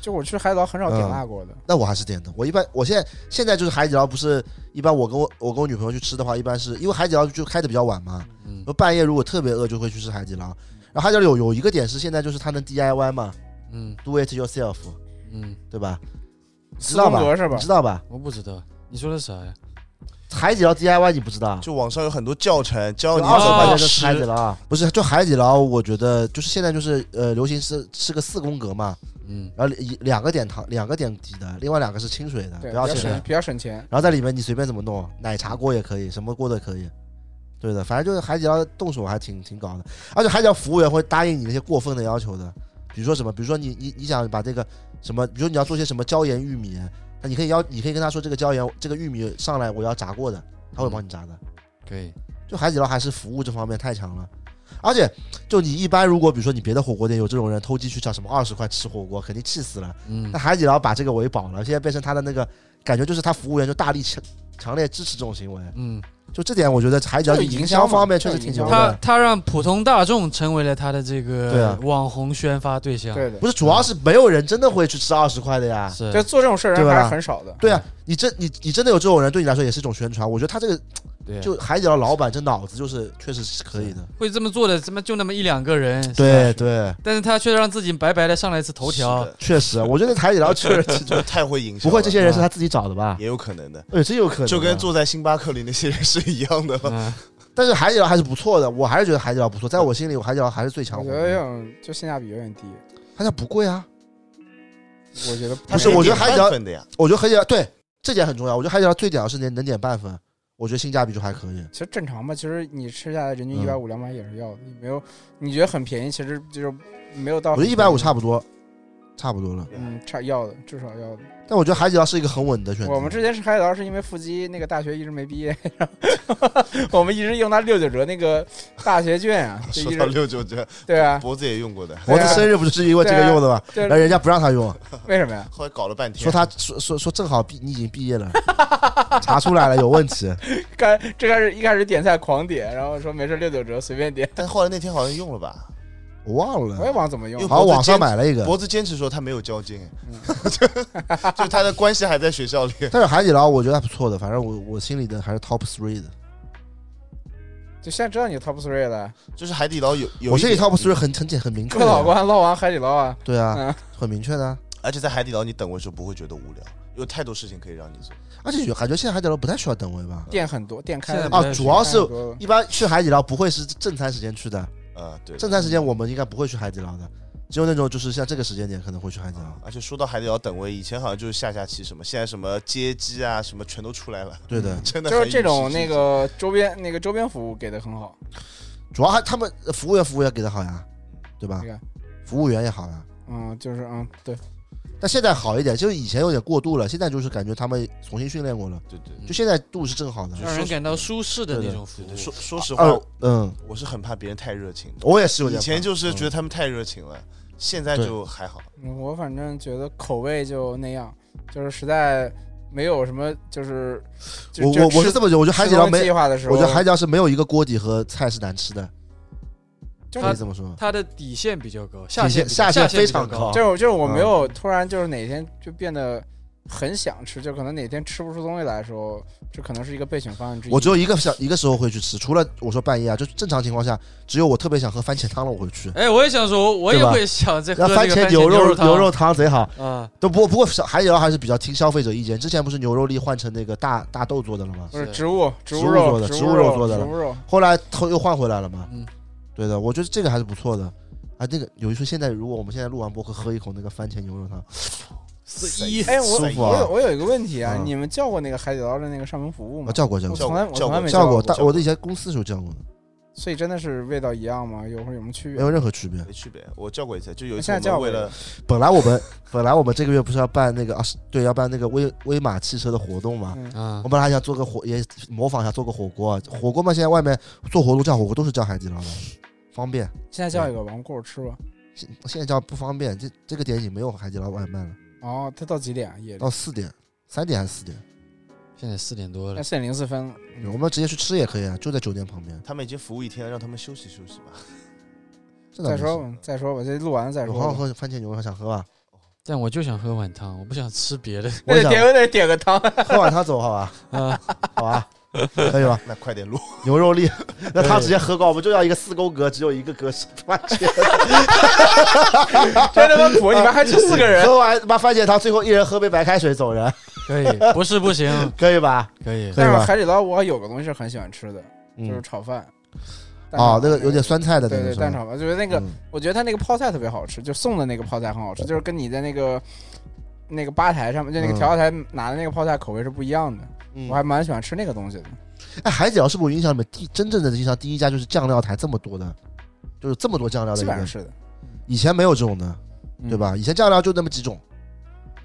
S2: 就我去海底捞很少
S1: 嗯
S2: 点辣锅的。
S1: 那我还是点的。我一般我现在现在就是海底捞，不是一般我跟我我跟我女朋友去吃的话，一般是因为海底捞就开的比较晚嘛，
S4: 嗯
S1: 我半夜如果特别饿就会去吃海底捞。然后海底捞有有一个点是现在就是它能 DIY 嘛
S4: 嗯
S1: ，do it yourself，
S4: 嗯，
S1: 对吧？你知
S2: 四
S1: 道
S2: 宫
S1: 吧？
S2: 格是吧
S1: 你知？道吧？
S4: 我不知道你说的啥呀？
S1: 海底捞 DIY 你不知道？
S3: 就网上有很多教程教
S1: 就
S3: 你
S1: 哦二手
S4: 八
S1: 饭店
S3: 怎么
S1: 就是海底
S3: 吃，
S1: 捞啊，不是就海底捞？我觉得就是现在就是呃，流行是吃个四宫格嘛，
S4: 嗯，
S1: 然后一两个点汤，两个点底的，另外两个是清水的，
S2: 对，
S1: 不
S2: 比
S1: 要
S2: 较
S1: 钱的
S2: 省，。比较省钱。
S1: 然后在里面你随便怎么弄，奶茶锅也可以，什么锅都可以。对的，反正就是海底捞动手还挺挺搞的，而且海底捞服务员会答应你那些过分的要求的，比如说什么，比如说你你你想把这个什么，比如说你要做些什么椒盐玉米，那你可以要你可以跟他说这个椒盐这个玉米上来我要炸过的，他会帮你炸的。
S4: 可以。
S1: 就海底捞还是服务这方面太强了，而且就你一般如果比如说你别的火锅店有这种人偷鸡去抢什么二十块吃火锅，肯定气死了。
S4: 嗯
S1: 那，海底捞把这个为保了，现在变成他的那个感觉，就是他服务员就大力强强烈支持这种行为，
S4: 嗯，
S1: 就这点，我觉得海底捞
S2: 就
S1: 营
S2: 营销嘛
S1: 方面确实
S2: 就
S1: 挺
S2: 营
S1: 牛
S2: 销
S4: 他
S1: 的。
S4: 他让普通大众成为了他的
S1: 对
S4: 这个
S1: 啊
S4: 网红宣发对象，
S2: 对的，
S1: 不是，主要是没有人真的会去吃二十块的呀。
S4: 是
S2: 就做这种事儿人
S1: 对吧
S2: 还是很少的。
S1: 对啊，你真你你真的有这种人，对你来说也是一种宣传。我觉得他这个
S4: 对啊
S1: 就海底捞老板这脑子就是确实是可以的。
S4: 会这么做的，怎么就那么一两个人？是吧啊
S1: 对，对，
S4: 但是他却让自己白白的上来一次头条
S3: 是，的
S1: 确实，啊我觉得海底捞确实
S3: 这太会营销
S1: 不会，
S3: 了，
S1: 这些人是他自己找的吧？
S3: 也有可能的，
S1: 哎，真有可能啊。
S3: 就跟坐在星巴克里那些人是一样的。
S4: 嗯，
S1: 但是海底捞还是不错的，我还是觉得海底捞不错，
S2: 啊
S1: 在我心里，我海底捞还是最强
S2: 我
S1: 的。
S2: 觉得这种就性价比有点低，
S1: 它那不贵啊，
S2: 我觉得
S1: 不是我觉得还
S3: 还
S1: 比较
S3: 分的呀，
S1: 我觉得海底捞对这点很重要。我觉得海底捞最屌的是能能点半分，我觉得性价比就还可以。
S2: 其实正常吧，其实你吃下来人均
S1: 嗯
S2: 一百五两百也是要的，你没有你觉得很便宜，其实就是没有到
S1: 我觉
S2: 很
S1: 得一百五
S2: 便宜
S1: 差不多，差不多了。
S2: 嗯差要的至少要的。
S1: 但我觉得海底捞是一个很稳的选择。
S2: 我们之前吃海底捞是因为腹肌那个大学一直没毕业，然后 我们一直用它六九折那个大学券啊，就
S3: 说
S2: 一
S3: 到
S2: 直
S3: 六九折，
S2: 对啊，
S3: 脖子也用过的，
S1: 我的生日不就是因为这个用的吗？
S2: 对啊
S1: 然后人家不哎让他用，
S2: 为什么呀？
S3: 后来搞了半天，
S1: 说他说说说正好毕你已经毕业了， 查出来了有问题。
S2: 开这开始一开始点菜狂点，然后说没事六九折随便点，
S3: 但后来那天好像用了吧，
S1: 我忘
S2: 哎我也
S1: 了，
S2: 忘了怎么用
S3: 又
S2: 了。
S1: 好像网上买了一个。
S3: 脖子坚持说他没有交接，
S2: 嗯
S3: 就他的关系还在学校里。
S1: 但是海底捞我觉得还不错的，反正我我心里的还是 top three 的。
S2: 就现在知道你 top three 了，
S3: 就是海底捞有有
S1: 我
S3: 一
S1: 心里
S3: 点
S1: top three 很很简很明确
S2: 哥老
S1: 的，
S2: 关捞完海底捞啊，
S1: 对啊
S2: 嗯，
S1: 很明确的啊。
S3: 而且在海底捞你等位的时候不会觉得无聊，有太多事情可以让你做。
S1: 而且感觉现在海底捞不太需要等位吧？
S2: 店很多，店开
S4: 现在
S2: 的
S4: 不
S1: 啊
S4: 太，需
S1: 主
S4: 要
S1: 要是
S2: 太多了
S1: 一般去海底捞不会是正餐时间去的，
S3: 呃，对。
S1: 正餐时间我们应该不会去海底捞的，只有那种就是像这个时间点可能会去海底捞。
S3: 而且说到海底捞等位，以前好像就是下下棋什么，现在什么街机啊什么全都出来了，
S1: 对的，
S3: 真的
S2: 就
S3: 很
S2: 是这
S3: 与
S2: 种
S3: 时
S2: 那
S3: 俱进
S2: 个周边那个周边服务给的很好，
S1: 主要还他们呃服务员服务员给的好呀，对吧
S2: 对呀？
S1: 服务员也好呀，
S2: 嗯，就是嗯对，
S1: 但现在好一点，就是以前有点过度了，现在就是感觉他们重新训练过了，
S3: 对对
S2: 嗯
S1: 就现在度是正好的。
S4: 让人感到舒适的
S1: 对
S4: 那
S1: 的
S4: 种服务
S3: 对，。说说实话，
S1: 啊二嗯，
S3: 我是很怕别人太热情的。
S1: 我也是有
S3: 以
S1: 点怕。
S3: 前就是觉得
S1: 得
S3: 他们太热情了，现在
S1: 对
S3: 就还好。
S2: 嗯我反正觉得口味就那样，就是实在没有什么就是，
S1: 嗯
S2: 就
S1: 我
S2: 就
S1: 我我是
S2: 吃
S1: 这么觉得，我觉得海底捞
S2: 吃东西
S1: 没
S2: 计，划的时候，
S1: 我觉得海底捞是没有一个锅底和菜是难吃的，
S2: 就
S1: 可以
S2: 是
S1: 这么说。
S4: 他的底线比较高，
S1: 底线
S4: 比较
S1: 下限
S4: 下比
S1: 非
S4: 较
S1: 常
S4: 高
S1: 高。
S2: 就是就是我
S1: 嗯
S2: 没有突然就是哪天就变得很想吃，就可能哪天吃不出东西来的时候，这可能是一个备选方案之一。
S1: 我只有一个想一个时候会去吃，除了我说半夜啊，就是正常情况下，只有我特别想喝番茄汤了我会去。
S4: 哎，我也想说，我也
S1: 对吧
S4: 会想这喝
S1: 那
S4: 这个
S1: 番
S4: 茄
S1: 牛
S4: 肉
S1: 牛肉汤贼好，
S4: 啊，
S1: 都不不过海底捞还是比较听消费者意见。之前不是牛肉粒换成那个大大豆做的了吗？
S2: 不是
S4: 是
S2: 植物植
S1: 植物
S2: 肉
S1: 做的
S2: 植
S1: 植物肉做的
S2: 植物肉，
S1: 后来头又换回来了嘛。
S4: 嗯，
S1: 对的，我觉得这个还是不错的。啊，那个有一说，现在如果我们现在录完播客喝一口那个番茄牛肉汤，
S4: 四一
S2: 哎，我
S1: 舒服
S2: 我
S1: 啊
S2: 有我有一个问题啊，
S1: 嗯
S2: 你们叫过那个海底捞的那个上门服务
S1: 我
S2: 吗？
S1: 叫过叫
S2: 我
S1: 过
S2: 从来我
S3: 叫
S2: 从来
S3: 过
S2: 没
S1: 叫
S2: 过
S1: 过，，但
S3: 叫过
S1: 我的以前公司是有叫过的，
S2: 所以真的是味道一样吗？有会有什么区
S1: 没
S2: 别？
S1: 有任何区别。
S3: 没区别，我叫过一次，就有一次
S2: 现在
S3: 我
S2: 叫
S3: 们为
S2: 过
S3: 了
S1: 本来我们本来我们这个月不是要办那个啊，是对，要办那个威威马汽车的活动嘛。
S2: 嗯，
S4: 啊
S1: 我，本来还想做个火，也模仿一下做个火锅。啊火锅嘛，现在外面做活动叫火锅都是叫海底捞的，方便。
S2: 现在叫一个吧，我们过会儿吃吧。
S1: 现现在叫不方便，这这个点已经没有海底捞外卖了，
S2: 哦，它到几点啊？夜里
S1: 到四点、三点还是四点，
S4: 现在四点多了
S2: 那，四点零四分了。
S1: 我们直接去吃也可以啊，就在酒店旁边。
S3: 他们已经服务一天了，让他们休息休息吧。
S1: 这倒
S2: 再
S1: 没事
S2: 说吧，再说吧，这录完了再
S1: 我
S2: 说
S1: 好想
S2: 吧。
S1: 喝番茄牛肉，想喝吧？
S4: 但我就想喝碗汤，我不想吃别的
S1: 我想
S2: 得点个汤，
S1: 喝碗汤走，好吧？
S4: 啊。
S1: 好吧，可以吧？
S3: 那快点录，
S1: 牛肉粒，那他直接喝光，我们就要一个四宫格，只有一个格是番茄。
S2: 真他妈苦！你们还吃四 个人，
S1: 喝完妈番茄汤，最后一人喝杯白开水走人，
S4: 可以，不是不行，
S1: 可以吧？
S4: 可 以。
S1: 可以
S2: 但是
S1: 吧？
S2: 海底捞我有个东西是很喜欢吃的，就是
S1: 嗯，
S2: 炒饭。蛋炒
S1: 哦
S2: 饭，
S1: 那个有点。酸菜的
S2: 对
S1: 那个
S2: 对，
S1: 是
S2: 蛋
S1: 吧？
S2: 炒饭就是那个，
S1: 嗯
S2: 我觉得他那个泡菜特别好吃，就送的那个泡菜很好吃，就是跟你在那个那个吧台上面，就那个
S1: 嗯
S2: 调料台拿的那个泡菜口味是不一样的。我还
S1: 嗯，
S2: 蛮喜欢吃那个东西的。
S1: 哎，海底捞是不是影响你们第真正的影响第一家就是酱料台这么多的，就是这么多酱料的
S2: 基
S1: 一
S2: 本上
S1: 个，
S2: 是的，
S1: 以前没有这种的，
S2: 嗯
S1: 对？吧？以前酱料就那么几种，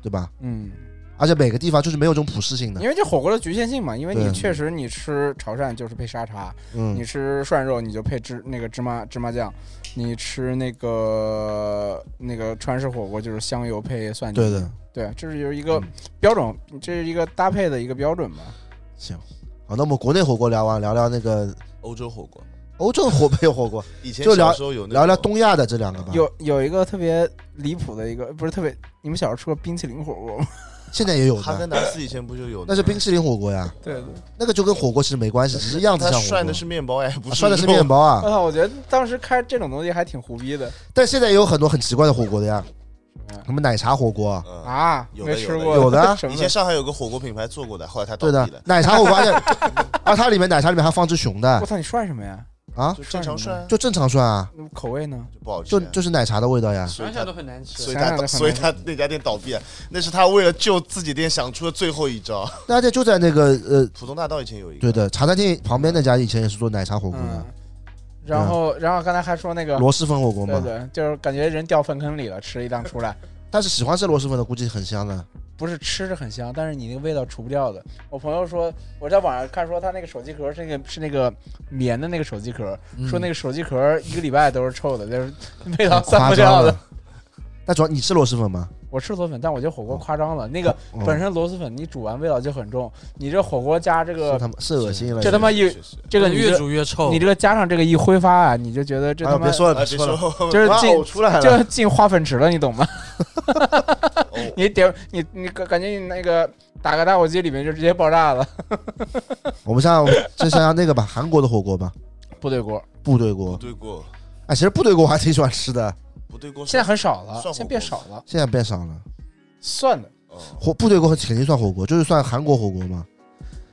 S1: 对吧？
S2: 嗯，
S1: 而且每个地方就是没有这种普适性的
S2: 因，为这火锅的局限性嘛，因为
S1: 嗯
S2: 你
S1: 对
S2: 确实你吃潮汕就是配沙茶，
S1: 嗯
S2: 你，吃涮肉你就配芝那个芝麻芝麻酱，你吃那个那个川式火锅就是香油配蒜泥。
S1: 对的。
S2: 对，这是有一个
S1: 嗯
S2: 标准，这是一个搭配的一个标准吧。
S1: 行，好，那我们国内火锅聊完，聊聊那个
S3: 欧洲火锅，
S1: 欧洲火 没有火锅，
S3: 以前
S1: 就聊
S3: 小时候有那
S1: 聊聊
S3: 种
S1: 东亚的这两个吧。
S2: 有有一个特别离谱的一个，不是特别，你们小时候吃过冰淇淋火锅吗？
S1: 现在也有
S3: 哈
S1: 的，
S3: 根达斯以前不就有？
S1: 那是冰淇淋火锅呀，
S2: 对对。
S1: 那个就跟火锅其实没关系，只是样子
S3: 他
S1: 像火锅。
S3: 涮的是面包哎，不
S1: 啊
S3: 是
S1: 涮的是
S3: 肉
S1: 面。包啊
S2: 我，操，我觉得当时开这种东西还挺胡逼的
S1: 但现在也有很多很奇怪的火锅的呀
S2: 么呀，
S1: 什么奶茶火锅，
S3: 嗯，
S2: 啊，
S3: 有的
S2: 没
S3: 有
S2: 吃
S3: 的
S2: 过
S1: 有的啊
S2: 什么
S3: 以前上海有个火锅品牌做过的，后来他倒
S1: 对的
S3: 闭了，。
S1: 奶茶火锅， 而且而啊它里面奶茶里面还放只熊
S2: 我
S1: 的
S2: 操，你涮什么呀？
S1: 啊，
S3: 就正常涮啊
S1: 就正常涮啊，
S2: 那口味呢？
S3: 就不好吃
S1: 就
S3: 啊，
S1: 就是奶茶的味道呀。
S3: 所以
S4: 想
S3: 他
S4: 想都很难吃
S3: 所以
S2: 想
S3: 他
S2: 想都很
S3: 所以
S2: 难
S3: 他那家店倒闭了，那是他为了救自己店想出的最后一招。
S1: 那家就在那个呃，
S3: 浦东大道以前有一个，
S1: 对的，茶餐厅旁边那家以前也是做奶茶火锅
S2: 嗯
S1: 的，，
S2: 然后然后刚才还说那个，
S1: 螺蛳粉火嗯锅
S2: 嗯对
S1: 嘛。
S2: 对，就是感觉人掉粪坑里了，吃一档出来，
S1: 但是喜欢吃螺蛳粉的估计很香 的。
S2: 不是吃着很香，但是你那个味道除不掉的。我朋友说，我在网上看说他那个手机壳是那个是那个棉的那个手机壳，
S1: 嗯
S2: 说那
S4: 个
S2: 个手机壳一个礼拜都是臭的，就是味道散
S1: 夸
S2: 不
S1: 张啊
S2: 掉
S1: 了
S2: 的。
S1: 那主要你吃螺蛳粉吗？
S2: 我吃螺蛳粉，但我觉得火锅夸张了。那个
S1: 嗯
S2: 本身螺蛳粉你煮完味道就很重，你这火锅加这
S1: 是
S2: 个
S1: 他妈是恶心了。
S2: 这他妈
S3: 是
S2: 一
S3: 是是
S2: 这个你
S4: 越
S2: 这
S4: 煮越臭。
S2: 你这个加上这个一挥发啊，你就觉得这
S1: 哎
S2: 他
S1: 呦
S2: 妈
S1: 别说了，别
S3: 啊，这
S1: 说了，
S3: 说
S2: 就是
S1: 哇
S2: 进
S1: 呕出来了。
S2: 就进化粪池了，你懂吗？
S3: 哦
S2: 你点你你感觉你那个打个打火机里面就直接爆炸了，
S1: 我们像就想想那个吧，韩国的火锅吧，
S2: 部队锅
S1: 部队
S3: 不
S1: 锅。
S3: 对锅，
S1: 哎，其实部队锅我还挺喜欢吃的，
S3: 不对锅是。
S2: 现在很少了，
S3: 涮火
S2: 现
S3: 锅
S2: 在变少了，
S1: 现在变少了。
S2: 算的。
S3: 哦
S1: 火部队锅肯定算火锅，就是算韩国火锅嘛。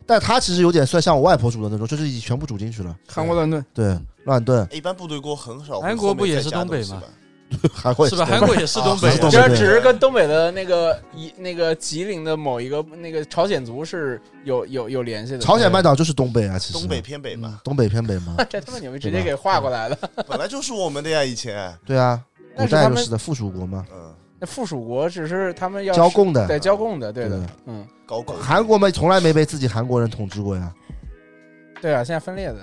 S1: 但它其实有点算像我外婆煮的那种，就是已经全部煮进去了，
S2: 韩国乱炖，
S1: 对，乱 炖。
S3: 一般部队锅很少会后面再加东
S4: 韩国不也
S3: 西吧。
S4: 是东北吗
S1: 韩国也
S4: 是吧？
S1: 这样
S4: 韩国也是东北
S1: 啊是东
S4: 的，
S1: 北
S2: 这
S1: 对
S2: 只是跟东北的那个一那个吉林的某一个那个朝鲜族是有有有联系的。
S1: 朝鲜半岛就是东北啊，其实
S3: 东北偏北嘛，
S1: 东北偏北嘛，
S2: 这他妈你们直接给划过来了，
S3: 本来就是我们的呀，以前。
S1: 对啊，
S2: 但
S1: 古
S2: 是他
S1: 代
S2: 们
S1: 就是的附属国嘛，
S3: 嗯，
S2: 那附属国只是他们要
S1: 交贡的。
S2: 对交贡的，对
S1: 对
S2: 的
S1: 的，
S2: 嗯，
S3: 搞搞
S1: 韩国嘛，从来没被自己韩国人统治过呀，
S2: 对啊，现在分裂的，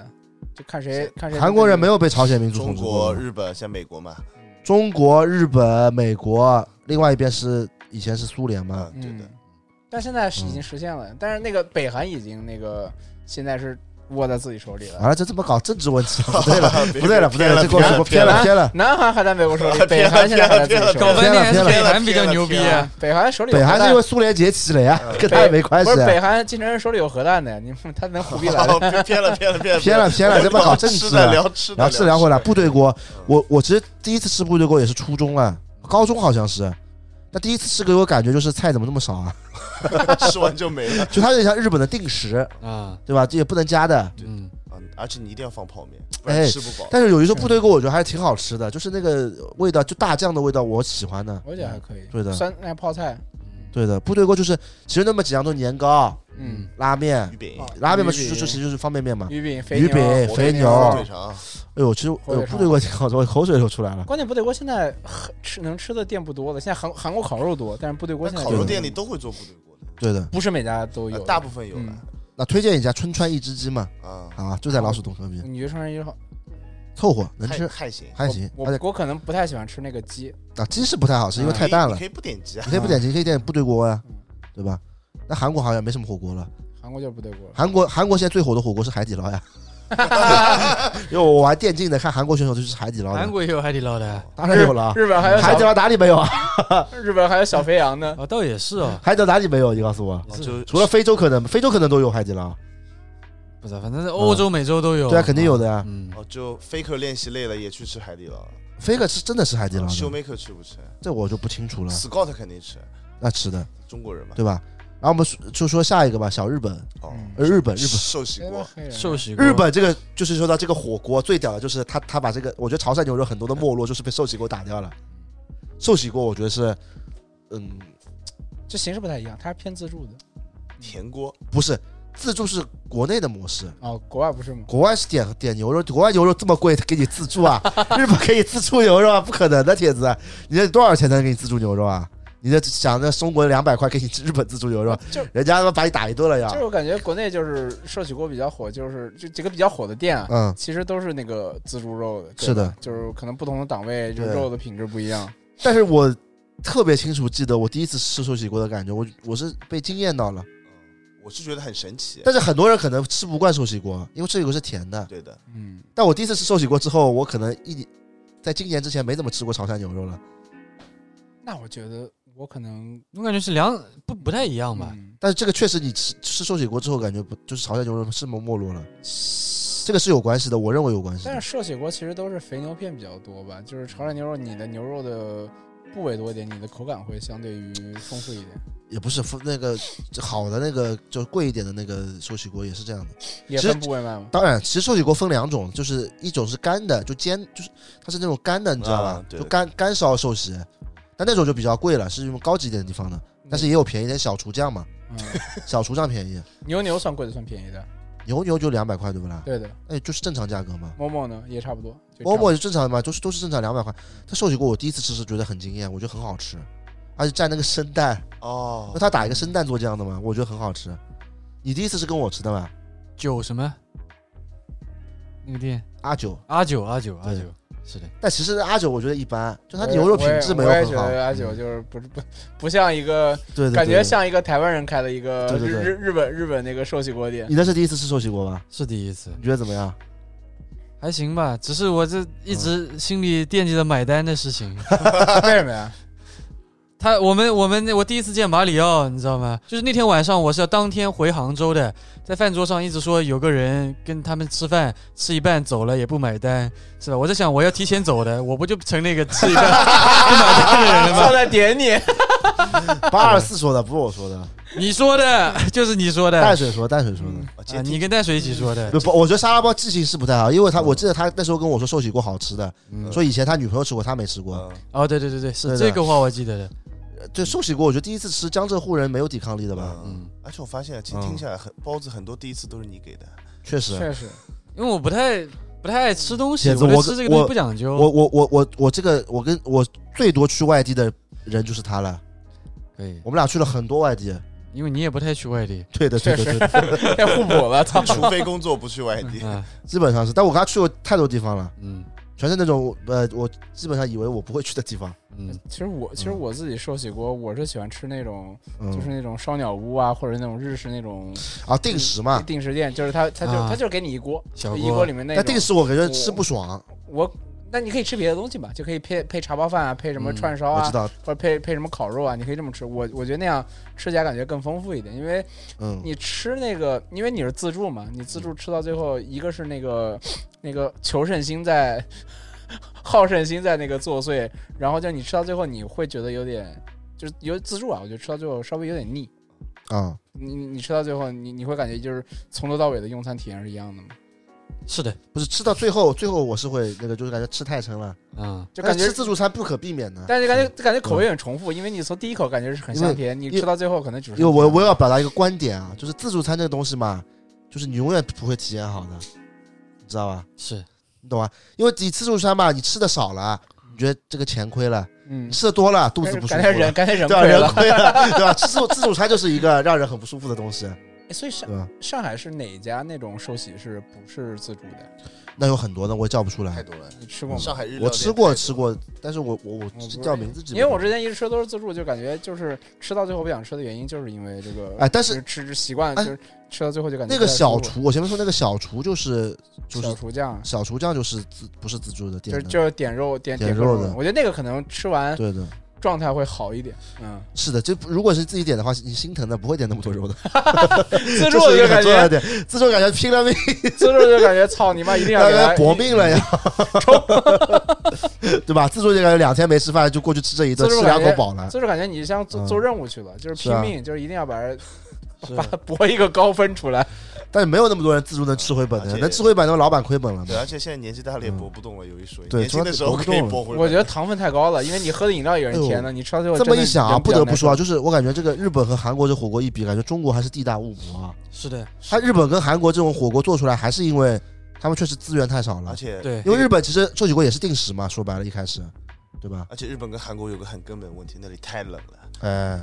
S2: 就看谁看谁。
S1: 韩国人没有被朝鲜民族
S3: 中
S1: 统治过
S3: 国、
S1: 嘛。
S3: 日本、像美国嘛，
S1: 中国、日本、美国，另外一边是以前是苏联嘛，
S3: 嗯，对
S2: 嗯
S3: 的，，
S2: 但现在是已经实现
S1: 嗯
S2: 了，但是那个北韩已经那个现在是握在自己手里了。
S1: 完了这怎么搞政治问题？不对 了，不对了，不对
S3: 偏
S1: 了，
S3: 了
S1: 这给我
S3: 偏了
S1: 说偏了偏了。
S2: 南韩还在美 国手里，北
S1: 啊
S3: 偏了
S2: 韩现在还在自己手里。
S4: 搞半天还是
S1: 偏了
S4: 北韩比较牛逼
S2: 对
S4: 啊
S2: 啊！北韩手里有
S1: 啊北韩
S2: 核
S1: 是
S2: 弹
S1: 因为苏联解体了呀，跟他
S2: 呃北
S1: 也没关系
S2: 不是
S1: 啊。
S2: 北韩金正恩手里有核弹的，你们他能胡逼 来的？
S3: 偏偏了偏了偏了
S1: 偏了偏了，这不搞政
S3: 吃
S1: 治
S3: 的
S1: 了。
S3: 聊吃的
S1: 然后治疗回来，部队锅
S3: 嗯，
S1: 我我其实第一次吃部队锅也是初中了，高中好像是。那第一次吃给我感觉就是菜怎么那么少啊？
S3: 吃完就没 了。
S1: 就它有点像日本的定时，
S4: 啊，
S1: 对吧？嗯这也不能加的。
S4: 嗯，
S3: 嗯而且你一定要放泡面，不
S1: 哎
S3: 然吃不饱。
S1: 但是有一说部队锅，我觉得还是挺好吃的，就是那个味道，就大酱的味道，我喜欢的。
S2: 我觉得还可以。
S1: 对的
S2: 酸那泡菜，
S1: 对的，部队锅就是其实那么几样，都是年糕、
S2: 嗯，
S1: 拉面
S3: 鱼，饼
S2: 啊、
S1: 拉面嘛，
S2: 鱼
S1: 就
S2: 饼
S1: 就就其实就是方便面嘛。
S2: 鱼饼、肥
S1: 鱼
S2: 牛
S1: 饼
S3: 火
S1: 肥
S3: 腿
S1: 牛
S3: 火腿肠，
S1: 哎呦，其实哎呦部队锅挺好吃，我口水流出来了。
S2: 关键部队锅现在很吃能吃的店不多了，现在韩韩国烤肉多，但是部队锅现在
S3: 烤
S2: 就
S3: 肉店里都会做部队锅的
S1: 对的，
S2: 不是每家都有
S3: 呃，
S2: 的。
S3: 大部分有
S2: 嗯
S3: 了
S1: 那推荐一家春川一只鸡嘛，
S3: 啊，
S1: 啊，就在老鼠洞隔壁，
S2: 你觉得川一好
S1: 凑合能
S3: 还
S1: 吃，
S3: 还行，
S1: 还行。而且
S2: 我我可能不太喜欢吃那个鸡，
S1: 啊，鸡是不太好吃，因为
S2: 嗯
S1: 太淡了
S3: 你可。以不点鸡啊，
S1: 你可以不点鸡，可以点部队锅呀、
S2: 嗯
S1: 对吧？那韩国好像没什么火锅了。
S2: 韩国就是部队锅。
S1: 韩国韩国现在最火的火锅是海底捞 呀，因为我玩电竞的，看韩国选手就是海底捞
S4: 韩
S1: 的，
S4: 国也有海底捞的啊，
S1: 当然有了啊。
S2: 日本还有
S1: 海底
S2: 小
S1: 捞哪里没有啊？
S2: 日本还有小肥羊 呢，
S4: 哦，倒也是哦，
S1: 海底捞哪里没有？你告诉我，
S3: 哦就
S1: 除了非洲可能，非洲可能都有海底捞，
S4: 不知道，反正在欧洲、美洲都有。
S1: 对啊，肯定有的呀。
S4: 嗯，
S3: 哦，就 faker 练习累了也去吃海底捞，
S1: 飞哥是真的是海底捞
S3: 秀
S1: 的，
S3: maker 吃不吃
S1: 这我就不清楚了。
S3: ？Scott 肯定吃，
S1: 那吃的，
S3: 中国人嘛，
S1: 对吧？然后我们说就说下一个吧，小日本，
S3: 哦，
S2: 嗯
S1: 呃，日本，日本。
S3: 寿喜锅，
S2: 黑人啊
S4: 寿喜锅
S1: 日本这个就是说到这个火锅最屌的就是他他把这个，我觉得潮汕牛肉很多的没落就是被寿喜锅打掉了。寿喜锅我觉得是，嗯，
S2: 这形式不太一样，它是偏自助的。
S3: 甜锅，
S1: 不是自助是国内的模式，
S2: 哦，国外不是吗？
S1: 国外是点点牛肉，国外牛肉这么贵，他给你自助啊？日本给你自助牛肉啊？不可能的，铁子，你这多少钱才能给你自助牛肉啊？你这想着中国两百块给你日本自助牛肉，
S2: 就
S1: 人家他妈把你打一顿了
S2: 就是
S1: 呀？
S2: 我感觉国内就是寿喜锅比较火，就是这几个比较火的店啊，
S1: 嗯，
S2: 其实都是那个自助肉的。对
S1: 是
S2: 吧
S1: 的，
S2: 就是可能不同的档位，就
S1: 对
S2: 肉的品质不一样。
S1: 但是我特别清楚记得我第一次吃寿喜锅的感觉，我我是被惊艳到了。
S3: 嗯我我是觉得很神奇。
S1: 但是很多人可能吃不惯寿喜锅，因为寿喜锅是甜的。
S3: 对的，
S2: 嗯，
S1: 但我第一次吃寿喜锅之后，我可能一在今年之前没怎么吃过潮汕牛肉了。
S2: 那我觉得我可能
S4: 我感觉是两不不太一样吧。
S2: 嗯
S1: 但是这个确实，你吃吃寿喜锅之后，感觉不就是潮汕牛肉是没没落了，这个是有关系的，我认为有关系的。
S2: 但是寿喜锅其实都是肥牛片比较多吧，就是潮汕牛肉，你的牛肉的部位多一点，你的口感会相对于丰富一点。
S1: 也不是那个好的那个，就贵一点的那个寿喜锅也是这样的。
S2: 也
S1: 其实
S2: 分部位卖吗？
S1: 当然，其实寿喜锅分两种，就是一种是干的，就煎，就是它是那种干的，你知道吧？
S3: 啊对
S1: 就干干烧寿喜，但那种就比较贵了，是用高级一点的地方的，
S3: 嗯
S1: 但是也有便宜点，小厨酱嘛，
S2: 嗯，
S1: 小厨酱便宜，
S2: 牛牛算贵的，算便宜的。
S1: 牛牛就两百块，对不啦？
S2: 对的，
S1: 哎，就是正常价格嘛。
S2: 某某呢也差不多。
S1: 馍
S2: 就差不多
S1: 馍就正常的嘛，都是都是正常两百块。它寿喜锅我第一次吃是觉得很惊艳，我觉得很好吃，而且蘸那个生蛋，
S3: 哦
S1: 那，他打一个生蛋做酱的嘛，我觉得很好吃。你第一次是跟我吃的吧？
S4: 九什么？那个店
S1: 阿九，
S4: 阿九阿九阿
S1: 对
S4: 九，是的，
S1: 但其实阿九我觉得一般，就它
S2: 我也
S1: 牛肉品质没有
S2: 我也
S1: 很
S2: 觉
S1: 好。嗯
S2: 得阿九就是不是不不像一个，
S1: 对对对，
S2: 感觉
S1: 对
S2: 像一个台湾人开的一个
S1: 对
S2: 日
S1: 对对
S2: 日日本日本那个寿喜锅店。
S1: 你那是第一次吃寿喜锅吧？
S4: 是第一次，
S1: 你觉得怎么 样？
S4: 还行吧。只是我这一直心里惦记着买单的事情。
S2: 啊为什么 呀？
S4: 他我们我们那我第一次见马里奥，你知道吗？就是那天晚上我是要当天回杭州的，在饭桌上一直说有个人跟他们吃饭，吃一半走了也不买单，是吧？我在想我要提前走的，我不就成那个吃一半不买单的人了
S2: 错
S4: 吗？
S2: 在点你。
S1: 八二四说的，不是我说的，
S4: 你说的 就是你说的，
S1: 淡
S4: 啊、
S1: 水说淡水说的。
S2: 嗯
S3: 啊今天
S4: 你跟淡水一起说的
S1: 不，，不我觉得沙拉包记性是不太好，因为
S2: 嗯
S1: 他我记得他那时候跟我说寿喜锅好吃的，
S4: 嗯，
S1: 说以前他女朋友吃过，他没吃过。
S3: 嗯
S4: 哦，对对对对，是
S1: 对的
S4: 这个话我记得的，
S1: 对寿喜锅，我觉得第一次吃江浙沪人没有抵抗力的吧？
S3: 嗯
S4: 嗯，
S3: 而且我发现今天听下来，很包子很多第一次都是你给的，
S1: 确实，
S2: 确实，
S4: 因为我不太不太爱吃东西，
S1: 铁子
S4: 对
S1: 我
S4: 吃这个东西
S1: 我
S4: 不讲究，
S1: 我我我我我这个我跟我最多去外地的人就是他了，
S4: 可以，
S1: 我们俩去了很多外地。
S4: 哎因为你也不太去外地
S1: 对的，对的，对的，
S2: 太互补了，操！
S3: 除非工作不去外地。
S4: 啊，
S1: 基本上是。但我跟他去过太多地方了，
S4: 嗯
S1: 全是那种呃，我基本上以为我不会去的地方。
S4: 嗯，
S2: 其实我其实我自己寿喜锅，我是喜欢吃那种
S1: 嗯，
S2: 就是那种烧鸟屋啊，或者那种日式那种
S1: 啊，定时嘛。
S2: 定时店，就是它它就
S4: 啊
S2: 它就是给你一锅，
S4: 小
S2: 一锅里面那
S1: 但
S2: 种啊
S1: 定时我感觉吃不爽，
S2: 我。那你可以吃别的东西嘛，就可以配配茶包饭啊，配什么
S4: 嗯
S2: 串烧
S1: 我
S2: 啊
S1: 知，道。
S2: 或者配配什么烤肉啊，你可以这么吃。我我觉得那样吃起来感觉更丰富一点，因为
S1: 嗯，
S2: 你吃那个，因为你是自助嘛，你自助吃到最后，一个是那个那个求胜心在， 好胜心在那个作祟，然后就你吃到最后，你会觉得有点，就是有自助啊，我觉得吃到最后稍微有点腻。
S1: 啊，
S2: 你你你吃到最后，你你会感觉就是从头到尾的用餐体验是一样的嘛，
S4: 是的，
S1: 不是吃到最后，最后我是会那个，就是感觉吃太撑了，
S4: 嗯。
S2: 就感
S1: 但
S2: 觉
S1: 是吃，自助餐不可避免的。
S2: 但是感觉感觉口味很重复，因为你从第一口感觉是很
S1: 因为
S2: 香甜，你
S1: 因为
S2: 吃到最后可能只是
S1: 因为我我要表达一个观点啊，就是自助餐这个东西嘛，就是你永远不会体验好的，你知道吧？
S4: 是，
S1: 你懂吧？因为你自助餐嘛，你吃的少了，你觉得这个钱亏了；
S2: 嗯
S1: 你，吃的多了，肚子不舒
S2: 感
S1: 服
S2: 觉人
S1: 了。
S2: 感觉人
S1: 对啊，
S2: 亏
S1: 人
S2: 了。
S1: 亏了，对吧？自助自助餐就是一个让人很不舒服的东西，
S2: 哎所以上
S1: 对吧？
S2: 上海是哪家那种寿喜是不是自助的？
S1: 那有很多的，我也叫不出来
S3: 太。多了。
S2: 你吃过吗？
S3: 上海日料
S1: 我
S3: 店
S1: 吃过
S3: 太多
S1: 吃过，但是我我我
S2: 不是
S1: 叫名字记不
S2: 因为我
S1: 得
S2: 之前一直吃都是自助，就感觉就是吃到最后不想吃的原因，就是因为这个
S1: 哎但是
S2: 就是吃吃习惯，
S1: 哎
S2: 就是吃到最后就感觉
S1: 那个
S2: 不太
S1: 小
S2: 舒服
S1: 厨，我前面说那个小厨就是就
S2: 小
S1: 是
S2: 厨匠，
S1: 小厨酱就是自不是自助的
S2: 就
S1: 店
S2: 是
S1: 的，
S2: 就是点肉点
S1: 点
S2: 各
S1: 肉
S2: 种
S1: 的
S2: 我觉得那个可能吃完
S1: 对的，
S2: 状态会好一点。 嗯，
S1: 是的。就如果是自己点的话，你心疼的，不会点那么多肉 的。
S2: 自助
S1: 这是一个
S2: 就
S1: 很
S2: 感
S1: 重要的
S2: 觉
S1: 点，自助感觉拼了命，
S2: 自助就感觉操你妈一定 要
S1: 感
S2: 给
S1: 觉
S2: 他
S1: 搏命了呀， 对吧？自助就感觉两天没吃饭就过去吃这一顿，
S2: 自助
S1: 吃
S2: 感
S1: 两
S2: 觉
S1: 口饱了。
S2: 自助感觉你像做
S1: 嗯
S2: 做任务去了，就是
S1: 是
S2: 拼
S1: 啊
S2: 命，就是一定要把人
S4: 是
S2: 把搏一个高分出来。
S1: 但是没有那么多人自助能吃回本
S3: 而
S1: 的，
S3: 且
S1: 能吃回本的老板亏本了
S3: 对，
S1: 嘛？
S2: 啊
S3: 而且现在年纪大了也搏不动了，有一说一。
S1: 嗯对
S3: 年轻的时候可以搏回来。
S2: 我觉得糖分太高了，因为你喝的饮料也是甜的，你吃到最后
S1: 哎这么
S2: 真的
S1: 一想啊，
S2: 人
S1: 不
S2: 想
S1: 得
S2: 那
S1: 不说啊，
S2: 个
S1: 就是我感觉这个日本和韩国这火锅一比，感觉中国还是地大物博啊。
S4: 是 的，
S1: 它日本跟韩国这种火锅做出来，还是因为他们确实资源太少了
S3: 而。且
S4: 对
S1: 嗯因为日本其实寿喜锅也是定时嘛，说白了，一开始，对吧？
S3: 而且日本跟韩国有个很根本的问题，那里太冷了，
S1: 哎，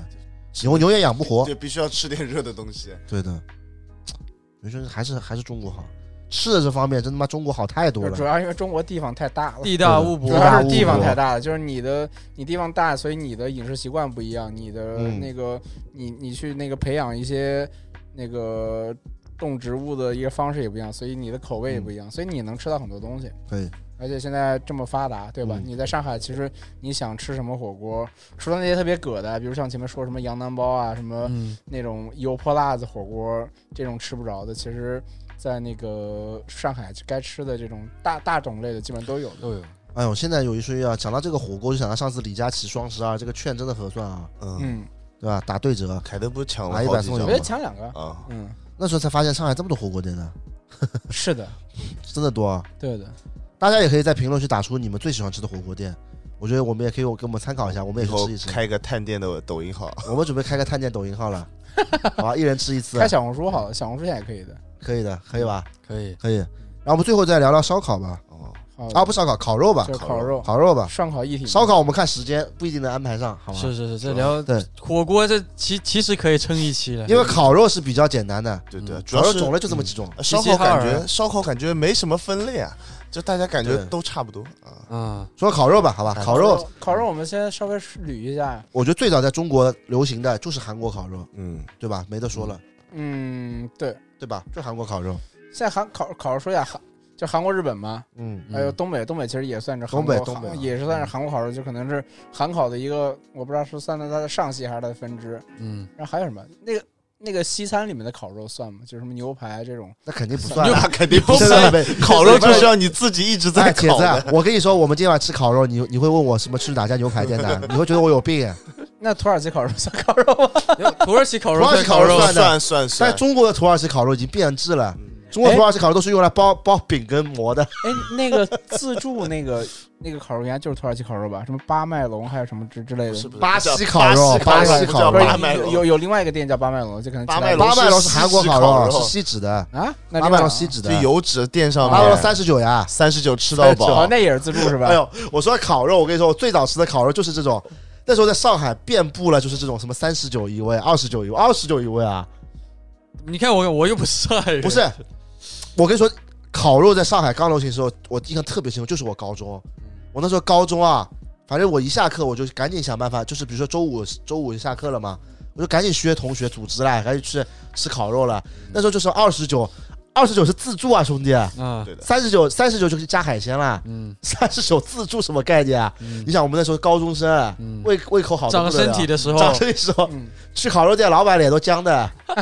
S1: 牛牛也养不活
S3: 对，，必须要吃点热的东西。
S1: 对的。我觉得还是还是中国好，吃的这方面真他妈中国好太多
S2: 就主
S1: 了。
S2: 要因为中国地方太大了。
S4: 地大物博
S2: 主
S1: 对的
S2: 要是
S1: 物
S2: 地方
S1: 博
S2: 太大了，就是你的你地方大，所以你的饮食习惯不一样，你的
S1: 嗯
S2: 那个、你你去那个培养一些那个种植物的一个方式也不一样，所以你的口味也不一样，所以你能吃到很多东西。
S1: 可以，
S2: 而且现在这么发达，对吧？
S1: 嗯
S2: 你在上海，其实你想吃什么火锅，除了那些特别葛的，比如像前面说什么羊腩包啊，什么
S4: 嗯，
S2: 那种油泼辣子火锅这种吃不着的，其实，在那个上海该吃的这种大大种类的，基本上都有的。
S4: 都有。
S1: 哎呦，现在有一说一啊，讲到这个火锅，就想到上次李佳琦双十二这个券真的合算啊，
S3: 嗯，
S2: 嗯，
S1: 对吧？打对折，
S3: 凯德不是抢了
S1: 拿一
S3: 好
S1: 百
S3: 几
S1: 送一
S2: 我
S1: 好
S2: 觉
S1: 吧
S2: 得
S3: 张
S2: 抢两个，
S3: 啊？
S2: 嗯，
S1: 那时候才发现上海这么多火锅店呢，
S2: 是的，
S1: 真的多啊！
S2: 对的，
S1: 大家也可以在评论区打出你们最喜欢吃的火锅店，我觉得我们也可以给我们参考一下，我们
S3: 以
S1: 也去
S3: 后
S1: 吃一吃。
S3: 开个探店的抖音号，
S1: 我们准备开个探店抖音号了，好吧，一人吃一次
S2: 开，小红书好了，小红书现在也可以的。
S1: 可以的，可以吧？
S4: 可以，
S1: 可以。然后我们最后再聊聊烧烤吧，
S3: 哦，
S2: 好
S1: 啊，不烧烤，烤肉吧
S2: 就，是
S3: 烤
S2: 烤肉、
S1: 烤肉吧。
S2: 烧烤
S3: 嗯
S2: 一体
S1: 啊烧烤我们看时间，不一定能安排上，好吧？
S4: 是是是，这聊
S1: 对，
S4: 火锅这其其实可以撑一期了，
S1: 因为烤肉是比嘛比较简单的，
S3: 对对，
S4: 嗯
S3: 主
S1: 烤
S3: 要
S1: 肉
S3: 是
S1: 种类就这么几种。
S3: 呃烧
S4: 齐齐
S3: 烤
S4: 哈尔
S3: 感觉烧烤感觉没什么分类啊，就大家感觉
S1: 对
S3: 都差不多啊。
S4: 啊，
S1: 说烤肉吧，好吧，
S3: 哎
S1: 烤肉，，
S2: 烤肉我们先稍微捋一下。
S1: 我觉得最早在中国流行的就是韩国烤肉，
S3: 嗯，
S1: 对吧？没得说了，
S2: 嗯，对，
S1: 对吧？就韩国烤肉，
S2: 现在韩烤烤肉说一下韩，就韩国、日本嘛，
S1: 嗯，
S4: 嗯
S2: 还有东北，东北其实也算是韩
S1: 东
S2: 国
S1: 北
S2: 烤，
S1: 东北啊
S2: 也是算是韩国烤肉，就可能是韩烤的一个，我不知道是算在它的上系还是它的分支。
S4: 嗯，
S2: 然后还有什么？那个那个西餐里面的烤肉算吗？就是什么牛排这种？
S1: 那肯定不算。啊
S3: 那 肯定不
S1: 现
S3: 是
S1: 在
S3: 烤肉，就是要你自己一直在
S1: 哎，铁
S3: 烤
S1: 子啊
S3: 的。，
S1: 我跟你说，我们今晚吃烤肉，你你会问我什么吃哪家牛排店的， 你会觉得我有病。啊
S2: 那土耳其烤肉算 烤肉吗？
S4: 土耳其烤肉
S1: 土耳
S4: 算
S1: 其烤
S4: 烤
S1: 肉
S4: 肉，
S1: 算的
S3: 算啊算
S1: 但
S3: 算，
S1: 中国的土耳其烤肉已经变质了
S3: 嗯，
S1: 中国土耳其烤肉都是用来包包饼跟馍的。
S2: 哎，那个自助那个那个烤肉应该就是土耳其烤肉吧？什么八麦龙还有什么之之类的？
S3: 是不是
S1: 巴
S3: 叫
S1: 西烤肉巴
S3: 巴
S1: 西
S3: 不
S1: 烤
S3: 叫
S1: 肉
S2: 不
S3: 八
S2: 是
S3: 麦
S2: 有
S3: 龙
S2: 有有另外一个店叫八麦龙，就可能
S3: 八
S2: 其他
S3: 麦
S2: 地
S3: 龙
S1: 八麦龙
S3: 是
S1: 是
S3: 哎西
S1: 韩国
S3: 式
S1: 烤
S3: 烤肉
S1: 肉，是锡纸的，
S2: 方啊？那
S1: 八麦
S2: 另外
S1: 龙
S2: 啊
S1: 锡纸的
S3: 就，油脂垫上
S1: 八麦龙
S3: 面，
S1: 三十九呀。
S3: 三十九吃到
S2: 哦
S3: 饱，。
S2: 那也是自助是吧？
S1: 哎呦，我说烤肉，我跟你说，我最早吃的烤肉就是这种。那时候在上海遍布了，就是这种什么三十九一位、二十九一位、二十九一位啊，
S4: 你看我我又不是上海人，
S1: 不是。我跟你说，烤肉在上海刚流行的时候，我印象特别深刻，就是我高中，我那时候高中啊，反正我一下课我就赶紧想办法，就是比如说周五周五下课了嘛，我就赶紧约同学组织啦，赶紧去吃烤肉了。那时候就是二十九，二十九是自助啊，兄弟，
S4: 啊，
S3: 对的，
S1: 三十九三十九就是加海鲜啦，
S4: 嗯
S1: 三十九自助什么概念啊？
S4: 嗯
S1: 你想我们那时候高中生，
S4: 嗯，
S1: 胃胃口好得
S4: 长
S1: 不得
S4: 身
S1: 了
S4: 体的时候，
S1: 长身体的时候，
S2: 嗯，
S1: 去烤肉店老板脸都僵的，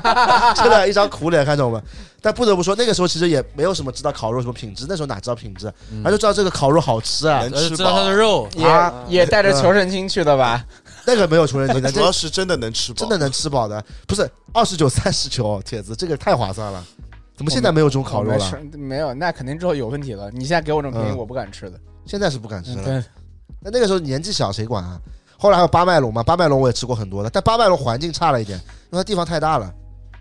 S1: 真的，一张苦脸看着我们。但不得不说，那个时候其实也没有什么知道烤肉什么品质，那时候哪知道品质，
S4: 嗯
S1: 他就知道这个烤肉好吃啊。
S3: 能
S4: 呃
S3: 吃
S4: 知道它的
S3: 饱，
S4: 肉，
S2: 也、
S1: 啊
S2: 也带着求神经去的吧？
S1: 那个没有穷 人节的，
S3: 主
S1: 这
S3: 要是真的能吃饱，
S1: 真的能吃饱的，不是二十九三十九，铁子这个太划算了。怎么现在没有这种烤肉
S2: 我没
S1: 了？
S2: 吃没有，那肯定之后有问题了。你现在给我这种便宜，
S1: 嗯
S2: 我不敢吃的。
S1: 现在是不敢吃了。
S2: 对，
S1: 那那个时候年纪小，谁管啊？后来还有八麦龙嘛，八麦龙我也吃过很多的，但八麦龙环境差了一点，因为它地方太大了，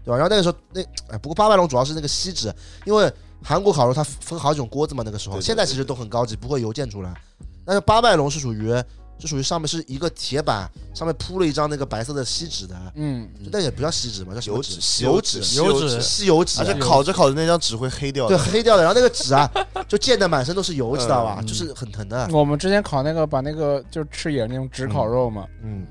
S1: 对吧？然后那个时候那哎，不过八麦龙主要是那个锡纸，因为韩国烤肉它分好几种锅子嘛，那个时候
S3: 对对
S1: 现在其实都很高级，不会邮件出来。但是八麦龙是属于是属于上面是一个铁板，上面铺了一张那个白色的锡纸的，
S2: 嗯，
S1: 就那也不叫锡纸嘛，叫什么
S3: 油
S1: 纸？
S3: 脂
S1: 油
S3: 脂
S1: 纸，
S4: 油
S3: 脂
S4: 脂
S1: 吸油纸
S3: 而，且烤着烤着那张纸会黑掉
S1: 对，
S3: 的。
S1: 黑掉的。然后那个纸啊，就溅得满身都是油，知道吧？
S4: 嗯
S1: 就是很疼的。
S2: 我们之前烤那个，把那个就是吃野那种纸烤肉嘛，
S1: 嗯，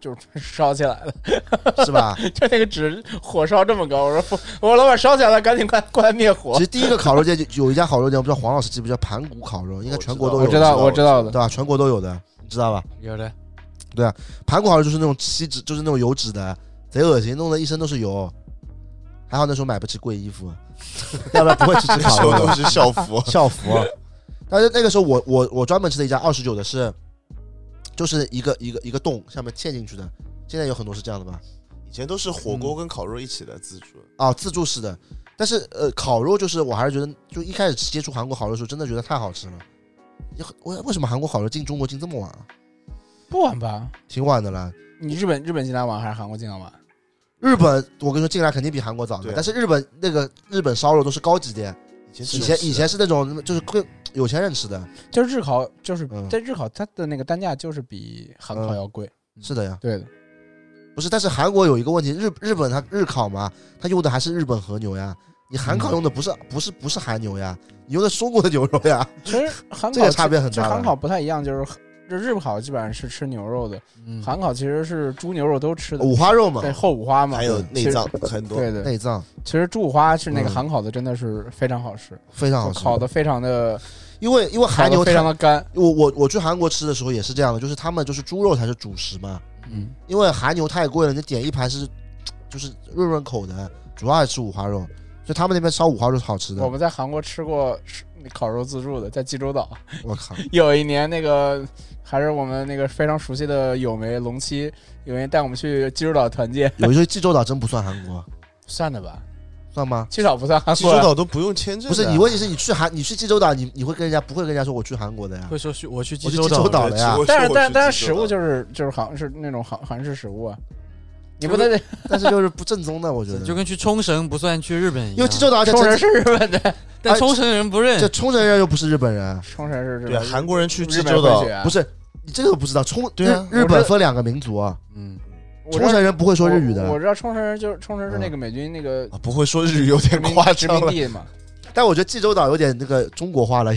S2: 就是 烧起来了，
S1: 是吧？
S2: 就那个纸火烧这么高，我说不我老板烧起来了，赶紧快过来灭火
S1: 其。实第一个烤肉店就有一家烤肉店，我不知道黄老师记不记得盘古烤肉，应该全国都有，
S2: 我知道，我
S3: 我
S2: 知
S3: 知
S2: 道
S3: 道
S1: 对
S2: 的。
S1: 吧？全国都有的，你知道吧？
S4: 有的，
S1: 盘古烤肉就是那种锡纸，就是那种油纸的，贼恶心，弄得一身都是油。还好那时候买不起贵衣服， 要不然不会去吃烤
S3: 手
S1: 肉
S3: 都
S1: 的，
S3: 是校服
S1: 校服。但是那个时候我我我专门吃的一家二十九的是，就是一个一个一个洞下面嵌进去的，现在有很多是这样的吧？
S3: 以前都是火
S1: 嗯
S3: 锅跟烤肉一起的自助。
S1: 啊，自助式的。但是呃，烤肉就是我还是觉得，就一开始接触韩国烤肉的时候，真的觉得太好吃了。也很为为什么韩国烤肉进中国进这么晚啊？
S2: 不晚吧？
S1: 挺晚的了。
S2: 你日本日本进来晚还是韩国进来晚？
S1: 日本，我跟你说，进来肯定比韩国早的
S3: 对，
S1: 但是日本那个日本烧肉都是高级店，
S3: 以
S1: 以
S3: 前
S1: 前以前是那种就是贵有钱人吃的，
S2: 就日烤，就是
S1: 嗯
S2: 在日烤，它的那个单价就是比韩烤要贵。
S1: 是的呀，
S2: 对的，
S1: 不是。但是韩国有一个问题，日日本它日烤嘛，它用的还是日本和牛呀，你韩烤用的不是不是不是韩牛呀，你用的是中国的牛肉呀，
S2: 其实韩烤
S1: 这个差别很
S2: 就
S1: 大
S2: 韩
S1: 了。
S2: 烤不太一样，就是日烤基本上是吃牛肉的，
S4: 嗯，
S2: 韩烤其实是猪牛肉都吃 的，
S1: 五花肉嘛
S2: 对，后五花嘛，
S3: 还有内脏很多，
S2: 对对，
S1: 内脏
S2: 其实猪五花是那个
S1: 嗯
S2: 韩烤的，真的是非常好吃，
S1: 非常好
S2: 就
S1: 吃，
S2: 烤的非常的
S1: 因为因为
S2: 烤
S1: 韩
S2: 的
S1: 牛
S2: 非常
S1: 它，
S2: 的干，
S1: 我我我去韩国吃的时候也是这样的，就是他们就是猪肉才是主食嘛，
S2: 嗯，
S1: 因为韩牛太贵了，你点一盘是就是润润口的，主要还是吃五花肉，所以他们那边烧五花肉是好吃的
S2: 我。们在韩国吃过吃烤肉自助的，在济州岛
S1: 我靠，
S2: 有一年，那个还是我们那个非常熟悉的友梅龙七，有人带我们去济州岛团建，
S1: 有一些济州岛真不算韩国，
S2: 算了吧，
S1: 算吗？
S2: 济州岛不算韩
S3: 济
S2: 国
S3: 州
S2: 啊，
S3: 岛都不用签证的，
S1: 不是，你问题是你去韩，你去济州岛，你你会跟人家不会跟人家说我去韩国的呀？
S4: 会说去我去济
S1: 我去
S4: 州
S1: 济州
S4: 岛
S1: 岛了呀
S3: 对
S2: 但是但但是
S3: 是
S2: 食物
S3: 是
S2: 就是就是韩是那种韩韩式食物啊，你不能
S1: 但是就是不正宗的，我觉得。
S4: 就跟去冲绳不算去日本一样，
S1: 因为济州岛这
S2: 冲绳
S1: 这
S2: 是日本的，
S4: 但
S1: 哎
S4: 冲绳人不认
S1: 这，冲绳人又不是日本人，
S2: 冲绳是日
S3: 对
S2: 本
S3: 韩国人去济
S2: 日本
S3: 州岛
S2: 混血啊
S1: 不是你这个不知道冲
S3: 对啊
S1: 日日
S2: 我
S1: 本
S2: 这
S1: 分两个民族啊，
S2: 嗯，我知
S1: 冲
S2: 道
S1: 绳人不会说日语
S2: 我我
S1: 的，嗯
S2: 知道冲绳人就是冲绳是那个美军那个
S3: 啊，不会说日语有
S2: 殖
S3: 点
S2: 民
S3: 夸
S2: 殖
S3: 张
S2: 民
S3: 了。
S2: 地嘛，
S1: 但我觉得济州岛有点那个中国 化了，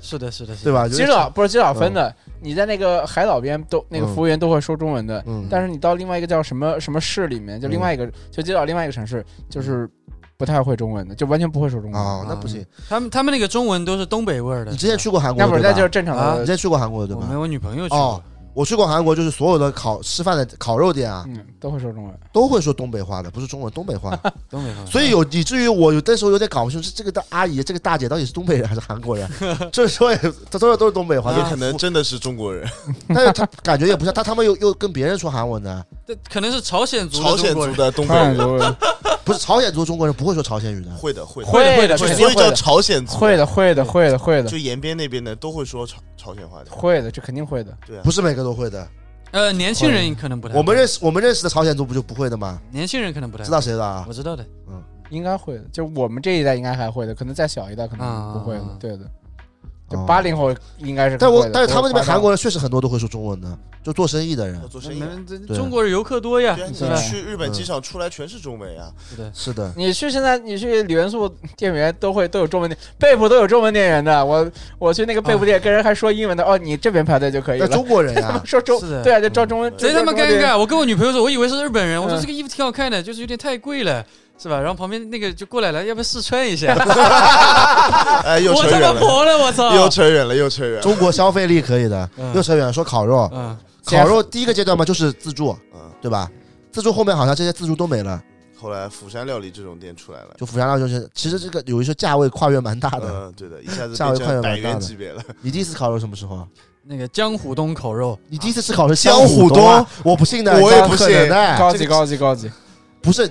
S4: 是的，是的，
S1: 嗯
S4: 是
S1: 对
S4: 的？
S1: 吧？就是
S2: 基岛不是基岛
S1: 嗯
S2: 分的，你在那个海岛边都那个服务员都会说中文的，
S1: 嗯，
S2: 但是你到另外一个叫什么什么市里面，就另外一个就基岛另外一个城市，就是不太会中文的，就完全不会说中文。
S1: 哦，那不行。
S4: 他们他们那个中文都啊是东北味儿的。
S1: 你之前去过韩国
S2: 要不
S1: 对
S2: 然那
S1: 吧？
S2: 就是正常
S4: 啊
S1: 你之
S2: 的，
S1: 前去过韩国的
S4: 我
S1: 对
S4: 们
S1: 吧？
S4: 我女朋友去
S1: 哦
S4: 过，
S1: 我去过韩国，就是所有的烤吃饭的烤肉店啊，
S2: 嗯，都会说 中文。
S1: 都会说东北话的，不是中文，东北 话。
S4: 东北话。
S1: 所以有以至于我有那时候有点搞不清楚，这个大阿姨、这个大姐到底是东北人还是韩国人？啊 就是说也，她说的都是东北话，
S3: 也
S1: 就
S3: 可能真的是中国人，
S1: 但是她感觉也不像，但他们又又跟别人说韩文啊 呢，
S4: 这可能是朝鲜族的
S3: 朝鲜
S4: 中国
S3: 族
S4: 人
S3: 的东北
S2: 看
S3: 人
S2: 中文
S1: 不是朝鲜族中国人不会说朝鲜语的，
S3: 会的会的，
S2: 会
S4: 会的
S2: 的，肯定
S3: 所以
S2: 会
S3: 叫嗯
S2: 的，
S3: 朝鲜族，
S2: 会的，会的，会的，会的，
S3: 就延边那边的都会说朝朝鲜话的，
S2: 会的，这肯定会的。
S3: 对啊，
S1: 不是每个都会的。
S4: 呃，年轻人可能不太。
S1: 我们认识我们认识的朝鲜族不就不会的吗？
S4: 年轻人可能不太
S1: 知道谁的啊
S4: 我？知道的。
S2: 应该会的，就我们这一代应该还会的，可能再小一代可能不会了。
S4: 啊啊啊
S2: 对的，就
S1: 哦
S2: 八零后应该是
S1: 但
S2: 不
S1: 我
S2: 会的
S1: 但是他们那边韩国
S2: 人
S1: 人确实很多都会说中文的，就做生意的人
S3: 哦。做生意啊。
S4: 嗯这
S1: 对
S4: 中国人游客多呀
S3: 对啊，，
S4: 是吧
S3: 你？去日本
S1: 嗯
S3: 机场出来全是中文啊，
S4: 是的，
S1: 是的，
S2: 你去现在你去李元素店员都会都有中文店，贝普都有中文店员的。我我去那个贝普店跟人还说英文的，哦，你这边排队就可以
S1: 那
S2: 了。
S1: 啊 中国人
S2: 他
S1: 呀
S2: 们，说中
S4: 是的
S2: 对啊，就照中文，
S3: 嗯
S2: 就
S4: 贼他妈
S2: 照中文
S4: 尴
S2: 店员。
S4: 尬！我跟我女朋友说，我以为是日本人，我说
S2: 嗯
S4: 这个衣服挺好看的，就是有点太贵了，是吧？然后旁边那个就过来了，要不要试穿 一下？
S2: 啊
S3: 哎，又
S4: 我
S3: 扯
S4: 他
S3: 远
S4: 妈
S3: 了，
S4: 婆了，我操！
S3: 又扯远了，又扯远了。
S1: 中国消费力可以的。
S4: 嗯
S1: 又扯远了，说烤肉，
S4: 嗯，
S1: 烤肉第一个阶段嘛就是自助，
S3: 嗯，
S1: 对吧？自助后面好像这些自助都没了。
S3: 后来釜山料理这种店出来了，
S1: 就釜山料就是，其实这个有一些价位跨越蛮大的。
S3: 嗯，对的，一下子
S1: 价位快
S3: 变成
S1: 有
S3: 百
S1: 蛮大的
S3: 元级别了。
S1: 你第一次烤肉什么时候啊？
S4: 那个江湖东烤肉，
S1: 你第一次吃烤肉是
S3: 江
S1: 湖
S3: 湖
S1: 东啊
S3: 东？
S1: 我不信的，
S3: 我也
S1: 江湖
S3: 不
S1: 可能
S3: 信
S1: 的，
S2: 高级高级高级，
S1: 不是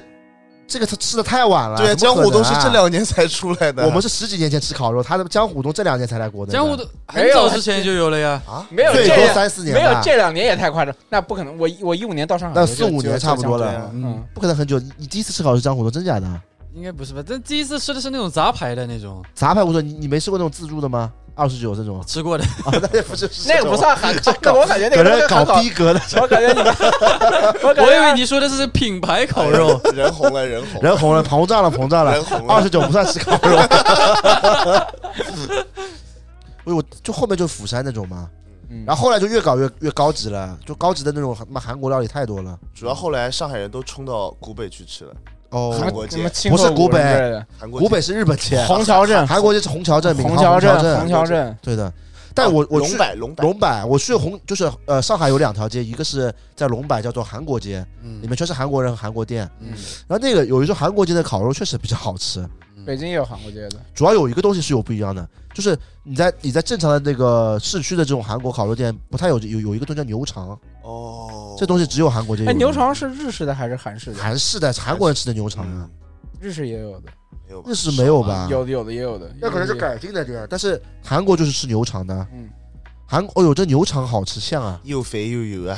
S1: 这个他吃的太晚了。
S3: 对啊，
S1: 怎么
S3: 江
S1: 可
S3: 湖
S1: 能
S3: 东
S1: 啊
S3: 是这。两年才出来的。
S1: 我们 是十几年前吃烤肉，他的江湖东这两年才来国内的。
S4: 江湖东
S2: 没
S4: 很
S2: 有
S4: 早之前就有了呀。
S3: 啊，
S2: 没有
S1: 最
S2: 这
S1: 多
S2: 样
S1: 三四年
S2: 没有
S1: 吧，
S2: 这两年也太夸张，那不可能。我我一五年到上海
S1: 那
S2: 的时候就，
S1: 四五年
S2: 就
S1: 差不多
S2: 就
S1: 了
S2: 这样嗯
S4: 嗯，
S1: 不可能很久。你你第一次吃烤肉是江湖东，真假的？
S4: 应该不是吧？但第一次吃的是那种杂牌的那种，
S1: 杂牌无所谓，你你没吃过那种自助的吗？二十九这种
S4: 吃 过的。
S1: 啊，那也不是
S2: 那个不，算 韩烤，那我感觉那
S1: 可
S2: 个
S1: 能
S2: 跟韩
S1: 搞
S2: 烤，
S1: 逼格的
S2: 我感觉 你们， 我感
S4: 我以
S2: 觉
S4: 为你说的是品牌烤肉，
S3: 人红了，人红了，
S1: 人 红了，膨胀了，膨胀了。
S3: 人红
S1: 二
S3: 了
S1: 十。九不算吃烤肉。 哎我我就后面就釜山那种嘛，
S2: 嗯
S1: 然后后来就越搞越越高级了，就高级的那种韩妈韩国料理太多了。
S3: 主要后来上海人都冲到古北去吃了，
S1: 哦
S3: 韩，
S4: 嗯
S3: 国
S2: 什
S3: 街
S2: 么清
S1: 不是
S2: 河
S1: 古
S2: 谷什么
S1: 北
S2: 之类的
S3: 韩国
S1: 湖北是日本街，
S2: 虹桥镇、
S1: 韩国街是虹桥镇，闵
S2: 虹
S1: 行
S2: 桥
S1: 虹
S2: 镇、
S1: 镇
S2: 虹，桥镇，
S1: 对的。但我我
S3: 哦龙
S1: 去
S3: 柏龙柏
S1: 龙柏，我去虹就是呃上海有两条街，一个是在龙柏叫做韩国街，里
S4: 嗯
S1: 面全是韩国人和韩国店。
S4: 嗯
S1: 然后那个有一说韩国街的烤肉确实比较好吃，
S2: 北京也有韩国街的，
S1: 主要有一个东西是有不一样的，就是你在你在正常的那个市区的这种韩国烤肉店不太有有有一个东西叫牛肠，
S3: 哦，
S1: 这东西只有韩国街有。
S2: 哎，牛肠是日式的还是韩式的？
S1: 嗯韩式的韩国人吃的牛肠啊
S3: 嗯，
S2: 日式也有的，
S3: 没有吧
S1: 日式没有吧？
S2: 有的有的也有的。
S1: 那可能是
S2: 有的也有的
S1: 改进的地儿，但是韩国就是吃牛肠的。
S2: 嗯，
S1: 韩，哦呦，这牛肠好吃，香啊，
S3: 又肥又油啊，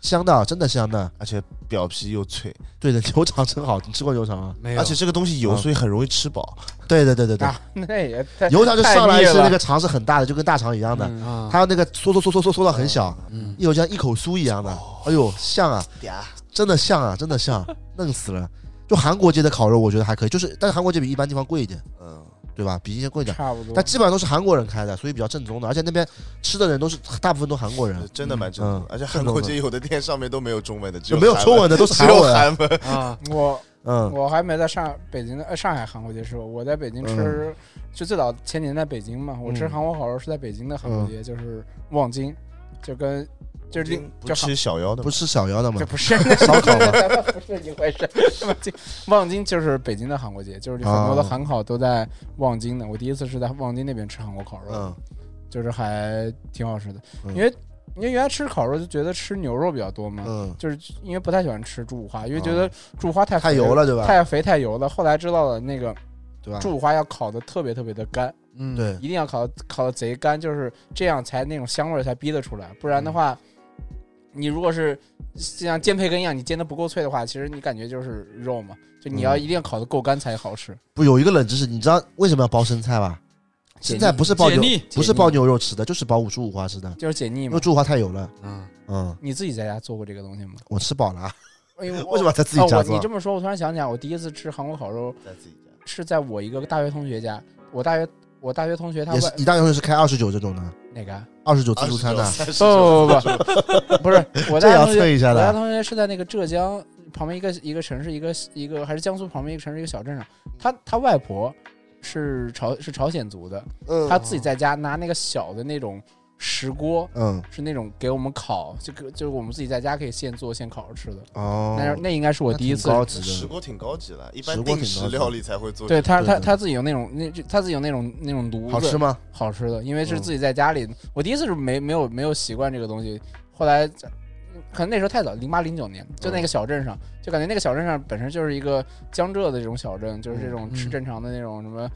S1: 香的，真的香的。
S3: 而且表皮又脆，
S1: 对的， 牛肠真好，你吃过牛肠啊？
S4: 没有，
S3: 而且这个东西油，
S1: 嗯
S3: 所以很容易吃饱。
S1: 对对对对对，
S2: 啊， 那也太
S1: 牛肠就上来
S2: 太腻
S1: 是
S2: 了
S1: 那个肠是很大的，就跟大肠一样的，
S2: 嗯
S4: 啊，
S1: 它那个缩缩缩缩缩缩到很小，
S4: 嗯，
S1: 一口像一口酥一样的。哎呦，像啊，
S3: 呀，
S1: 真的像啊，真的像，嫩死了。就韩国街的烤肉，我觉得还可以，就是但是韩国街比一般地方贵一点，
S3: 嗯，
S1: 对吧？比一些贵点儿，
S2: 差不多
S1: 但。基本上都是韩国人开的，所以比较正宗的。而且那边吃的人都是大部分都韩国人
S3: 是，真的蛮正
S1: 嗯
S3: 宗的，而且韩国
S1: 正宗
S3: 街有的店上面都没有中文 的，只
S1: 就没有
S3: 韩
S1: 中文的，都是
S3: 只
S1: 韩
S3: 有
S1: 国人。
S3: 韩文。
S4: 啊，
S2: 我
S1: 嗯
S2: 我还没在上北京的呃上海韩国街吃过，我在北京吃，就最早前几年在北京嘛，我吃
S1: 嗯
S2: 韩国烤肉是在北京的韩国街，就是望京，就跟就是另
S3: 不
S2: 就
S3: 吃小妖的吗，
S1: 不是小姚的吗
S2: 这？不是
S1: 烧烤吗？
S2: 咱们不是 一回事。望京，望京就是北京的韩国街，就是很多的
S1: 啊
S2: 韩烤都在望京的。我第一次是在望京那边吃韩国烤肉，
S1: 嗯，
S2: 就是还挺好吃的。
S1: 嗯
S2: 因为因为原来吃烤肉就觉得吃牛肉比较多嘛，
S1: 嗯，哦
S2: 就是因为不太喜欢吃猪五花，因为觉得猪五花太肥
S1: 太油，了对吧？
S2: 太肥太油了。后来知道了那个
S1: 对吧？
S2: 猪五花要烤的特别特别的干，
S4: 嗯，，
S1: 对，
S2: 一定要烤烤的贼干，就是这样才那种香味儿才逼得出来，不然
S1: 嗯
S2: 的话，你如果是像煎培根一样，你煎的不够脆的话，其实你感觉就是肉嘛，就你要
S1: 嗯
S2: 一定要烤的够干才好吃。
S1: 不有一个冷知识，你知道为什么要包生菜吧？
S2: 解
S1: 生菜
S2: 腻
S1: 不是包
S4: 解
S1: 牛
S4: 腻，
S1: 不是包牛肉吃的，就是包五猪五花吃的，
S2: 就是解腻
S1: 因
S2: 嘛
S1: 为。猪五花太油了。
S4: 嗯，
S1: 嗯，
S2: 你自己在家做过这个东西吗？
S1: 我吃饱了啊，
S2: 哎呦，
S1: 为什么在自己
S2: 哦
S1: 家
S2: 我
S1: 做
S2: 你？这么说，我突然想起来，我第一次吃韩国烤肉
S3: 在自己家。
S2: 是在我一个大学同学家，我大学我大学同学他
S1: 也
S2: 外
S1: 是你当时是开二十九这种的，
S2: 哪 个啊？
S1: 二十九自助餐的，
S3: 29
S2: 不不不 不，不是我
S1: 这
S2: 大
S1: 也
S2: 学
S1: 要
S2: 同学
S1: 测一下
S2: 我家
S1: 的。
S2: 同学是在那个浙江旁边一个一个城市，一个一个还是江苏旁边一个城市一个小镇上，他他外婆是朝是朝鲜族的，
S1: 嗯
S2: 他自己在家拿那个小的那种石锅，
S1: 嗯
S2: 是那种给我们烤，就给就是我们自己在家可以现做现烤着吃的。
S1: 哦，
S2: 那那应该是我
S1: 那
S2: 第一
S1: 挺
S2: 次，
S1: 高
S3: 石
S1: 级的，
S3: 锅挺高级的，一
S1: 石
S3: 般
S1: 锅挺高
S3: 定时
S1: 级
S3: 料理才会做。
S2: 对他他
S1: 对
S2: 他自己有那种那他自己有那种那种炉
S1: 好
S2: 子
S1: 吃，吗？
S2: 好吃的，因为是
S1: 嗯
S2: 自己在家里。我第一次是没没有没有习惯这个东西，后来可能那时候太早，零八零九年，就那
S1: 嗯
S2: 个小镇上，就感觉那个小镇上本身就是一个江浙的这种小镇，就是这种
S4: 嗯
S2: 吃正常的那种什么。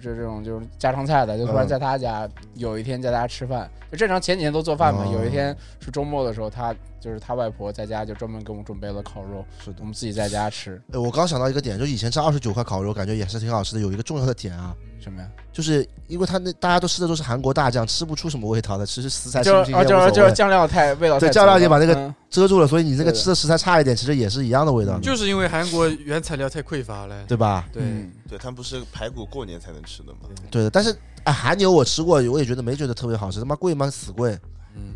S2: 就这种就是家常菜的，就突然
S1: 嗯
S2: 在他家、有一天在他家吃饭，就正常前几天都做饭嘛。
S1: 哦
S2: 有一天是周末的时候，他就是他外婆在家就专门给我们准备了烤肉，
S1: 是的
S2: 我。们自己在家吃。
S1: 哎，我刚想到一个点，就以前吃二十九块烤肉，感觉也是挺好吃的。有一个重要的点啊，
S2: 什么呀？
S1: 就是因为他那大家都吃的都是韩国大酱，吃不出什么味道的，其实食材新
S2: 就
S1: 不
S2: 是
S1: 新
S2: 啊，
S1: 鲜
S2: 就是
S1: 无
S2: 就
S1: 所
S2: 是
S1: 谓，
S2: 酱料太味道太
S1: 对
S2: 足
S1: 酱料
S2: 了
S1: 也把那个
S2: 嗯
S1: 遮住了，所以你这个
S2: 对的嗯
S1: 吃的食材差一点，其实也是一样的味道，
S4: 就是因为韩国原材料太匮乏了，
S1: 对吧？
S4: 对，
S2: 嗯
S3: 对，他们不是排骨过年才能吃的吗？
S1: 对的，但是哎，韩牛我吃过，我也觉得没觉得特别好吃，他妈贵吗？死贵，
S4: 嗯，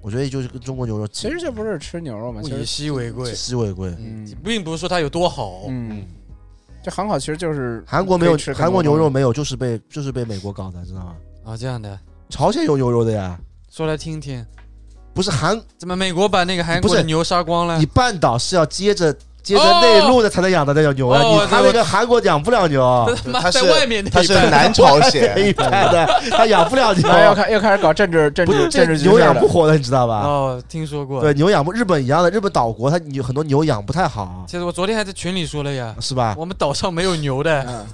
S1: 我觉得也就是跟中国牛肉
S2: 其实这不是吃牛肉嘛，
S4: 物
S2: 其
S4: 以
S2: 实
S4: 稀为贵，
S1: 稀为贵。
S2: 嗯
S4: 并不是说它有多好，
S2: 嗯，这韩烤其实就是
S1: 韩国没有
S2: 可以吃更多
S1: 韩国牛肉没有，就是被就是被美国搞的，知道吗？
S4: 啊，这样的，
S1: 朝鲜有牛肉的呀，
S4: 说来听听，
S1: 不是韩
S4: 怎么美国把那个韩
S1: 不
S4: 国
S1: 是
S4: 的牛杀光了
S2: 哎
S1: 你？半岛是要接着接着内陆的才能养的那种牛啊，
S4: 哦
S1: 你他那个韩国养不了牛，
S4: 他妈
S3: 它是
S4: 在外面那
S3: 它
S4: 一
S3: 是
S4: 半，
S3: 南朝
S1: 那
S3: 鲜，
S1: 一派的他养不 了牛，
S2: 然后哎又开又开始搞政治政
S1: 不
S2: 治
S1: 这
S2: 政治局
S1: 牛
S2: 势
S1: 养
S2: 了
S1: 不。活的，你知道吧？
S4: 哦，听说过。
S1: 对，牛养不日本一样的，日本岛国它有很多牛养不太好，
S4: 其实我昨天还在群里说了呀，
S1: 是吧？
S4: 我们岛上没有牛的，
S2: 嗯，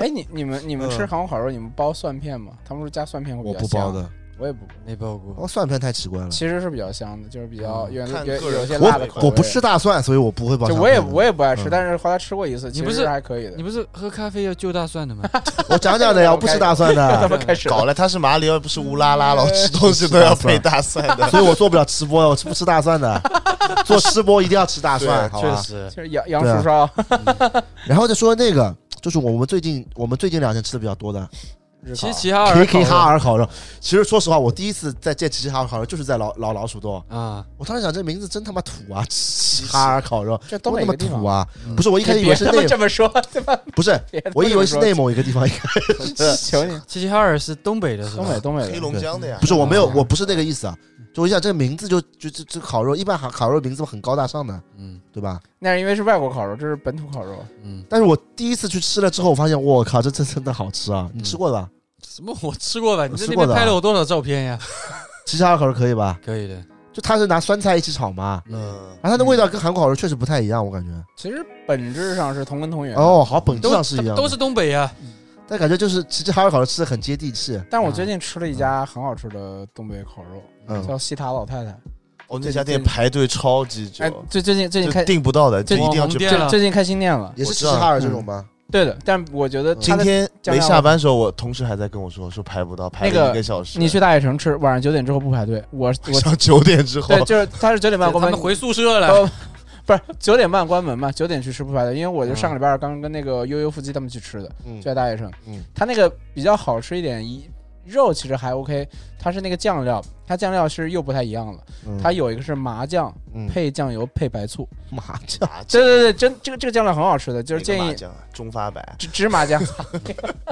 S2: 哎，你你们你们
S1: 嗯
S2: 吃韩国烤肉，你们包蒜片吗？他们说加蒜片会比
S1: 我
S2: 较
S1: 不包
S2: 香，
S1: 的，
S2: 我也不包，
S4: 没报过。
S1: 哦，蒜片太奇怪了。
S2: 其实是比较香的，就是比较
S4: 嗯
S2: 有
S3: 看
S2: 有
S3: 个
S2: 有
S3: 人
S2: 些
S3: 口
S2: 辣
S3: 味
S2: 的
S3: 吧
S2: 口味。
S1: 我不吃，大蒜，所以我不会包
S2: 就
S1: 香片的。
S2: 我也我也不爱吃，
S1: 嗯
S2: 但是后来吃过一次，其
S4: 你不
S2: 实
S4: 是
S2: 还可以的
S4: 你。不是喝咖啡要就大蒜的吗？
S1: 我讲讲的呀，我不吃大蒜
S2: 咱
S1: 的，
S2: 们开始
S3: 搞
S2: 了，
S3: 了他是马里奥，不是乌拉拉了，吃
S2: 嗯
S3: 东西都要配大蒜的。
S1: 所以我做不了吃播，我吃不吃大蒜的。做吃播一定要吃大蒜，好吧？
S4: 实，
S2: 就是羊羊
S1: 对啊
S2: 熟烧，
S1: 然后再说那个，就是我们最近我们最近两天吃的比较多的
S2: 日
S4: 齐
S2: 烤
S4: 齐哈尔
S1: K K 哈
S4: 尔
S1: 尔烤肉。其实说实话，我第一次在见齐齐哈尔烤肉，就是在老老老鼠洞。
S4: 啊，
S1: 我当时想，这名字真他妈土啊！齐齐哈尔烤肉
S2: 这东
S1: 多他
S2: 北一
S1: 妈
S2: 个地
S1: 土
S2: 方。
S1: 啊！
S4: 嗯
S1: 不是，我一开始以为
S2: 别
S1: 是
S2: 他妈
S1: 内
S2: 这 么说，对吧？
S1: 不是，
S2: 别他妈
S1: 我以为是
S2: 这么
S1: 内蒙一个地方，一个
S2: 说，求你，
S4: 齐齐哈尔是东北的是吧
S2: 东？北东北
S1: 啊
S3: 黑
S2: 人
S3: 龙江的呀
S1: 不，是，我没有，
S4: 啊
S1: 我不是那个意思啊。就我想，这个名字就就这这烤肉，一般烤烤肉名字很高大上的，
S4: 嗯
S1: 对吧？
S2: 那是因为是外国烤肉，这是本土烤肉。
S4: 嗯，
S1: 但是我第一次去吃了之后，我发现我靠，这这真的好吃啊！你吃过吧？
S4: 什么我吃过吧？你在
S1: 吃
S4: 那
S1: 过
S4: 边
S1: 的啊
S4: 拍了我多少照片呀？
S1: 齐齐哈尔烤肉可以吧？
S4: 可以的，
S1: 就它是拿酸菜一起炒嘛，
S4: 嗯，
S3: 嗯，
S1: 然后它的味道跟韩国烤肉确实不太一样，我感觉。
S2: 其实本质上是同根同源。
S1: 哦，好，本质
S4: 都
S1: 上是一样的
S4: 都是东北呀，
S1: 但感觉就是齐齐哈尔烤肉吃的很接地气。
S2: 但我最近吃了一家很好吃的东北烤肉，
S1: 啊嗯，
S2: 叫西塔老太太。
S3: 哦，那家店排队超级久
S2: 哎，，最最近最近
S3: 就
S2: 开
S3: 订不到的，就一定要
S4: 网红
S3: 去。
S4: 店了
S2: 最最近开新店了，
S1: 也嗯是齐齐哈尔这种吗？
S2: 对的。但我觉得
S3: 今
S2: 它的
S3: 天
S2: 酱
S3: 没
S2: 料
S3: 下班的时候，我同事还在跟我说，说排不到，排
S2: 那
S3: 了
S2: 个
S3: 一个小时。
S2: 你去大悦城吃，晚上九点之后不排队。我我
S3: 上九点之后
S2: 对，，就是他是九点半
S4: 他
S2: 关门
S4: 们，回宿舍了
S2: 哦。不是九点半关门嘛，九点去吃不排队，因为我就上个礼拜二刚跟那个悠悠夫妻他们去吃的，
S1: 嗯
S2: 就在大悦城，
S1: 嗯
S2: 它那个比较好吃一点，一肉其实还 OK，它是那个酱料，它酱料是又不太一样了，
S1: 嗯
S2: 它有一个是麻酱
S1: 嗯啊
S2: 配酱油配白醋，
S1: 麻将
S3: 麻
S2: 对对对，真这个这个酱料很好吃的，就是建
S3: 麻
S2: 议
S3: 将啊，中发白，
S2: 芝芝麻酱，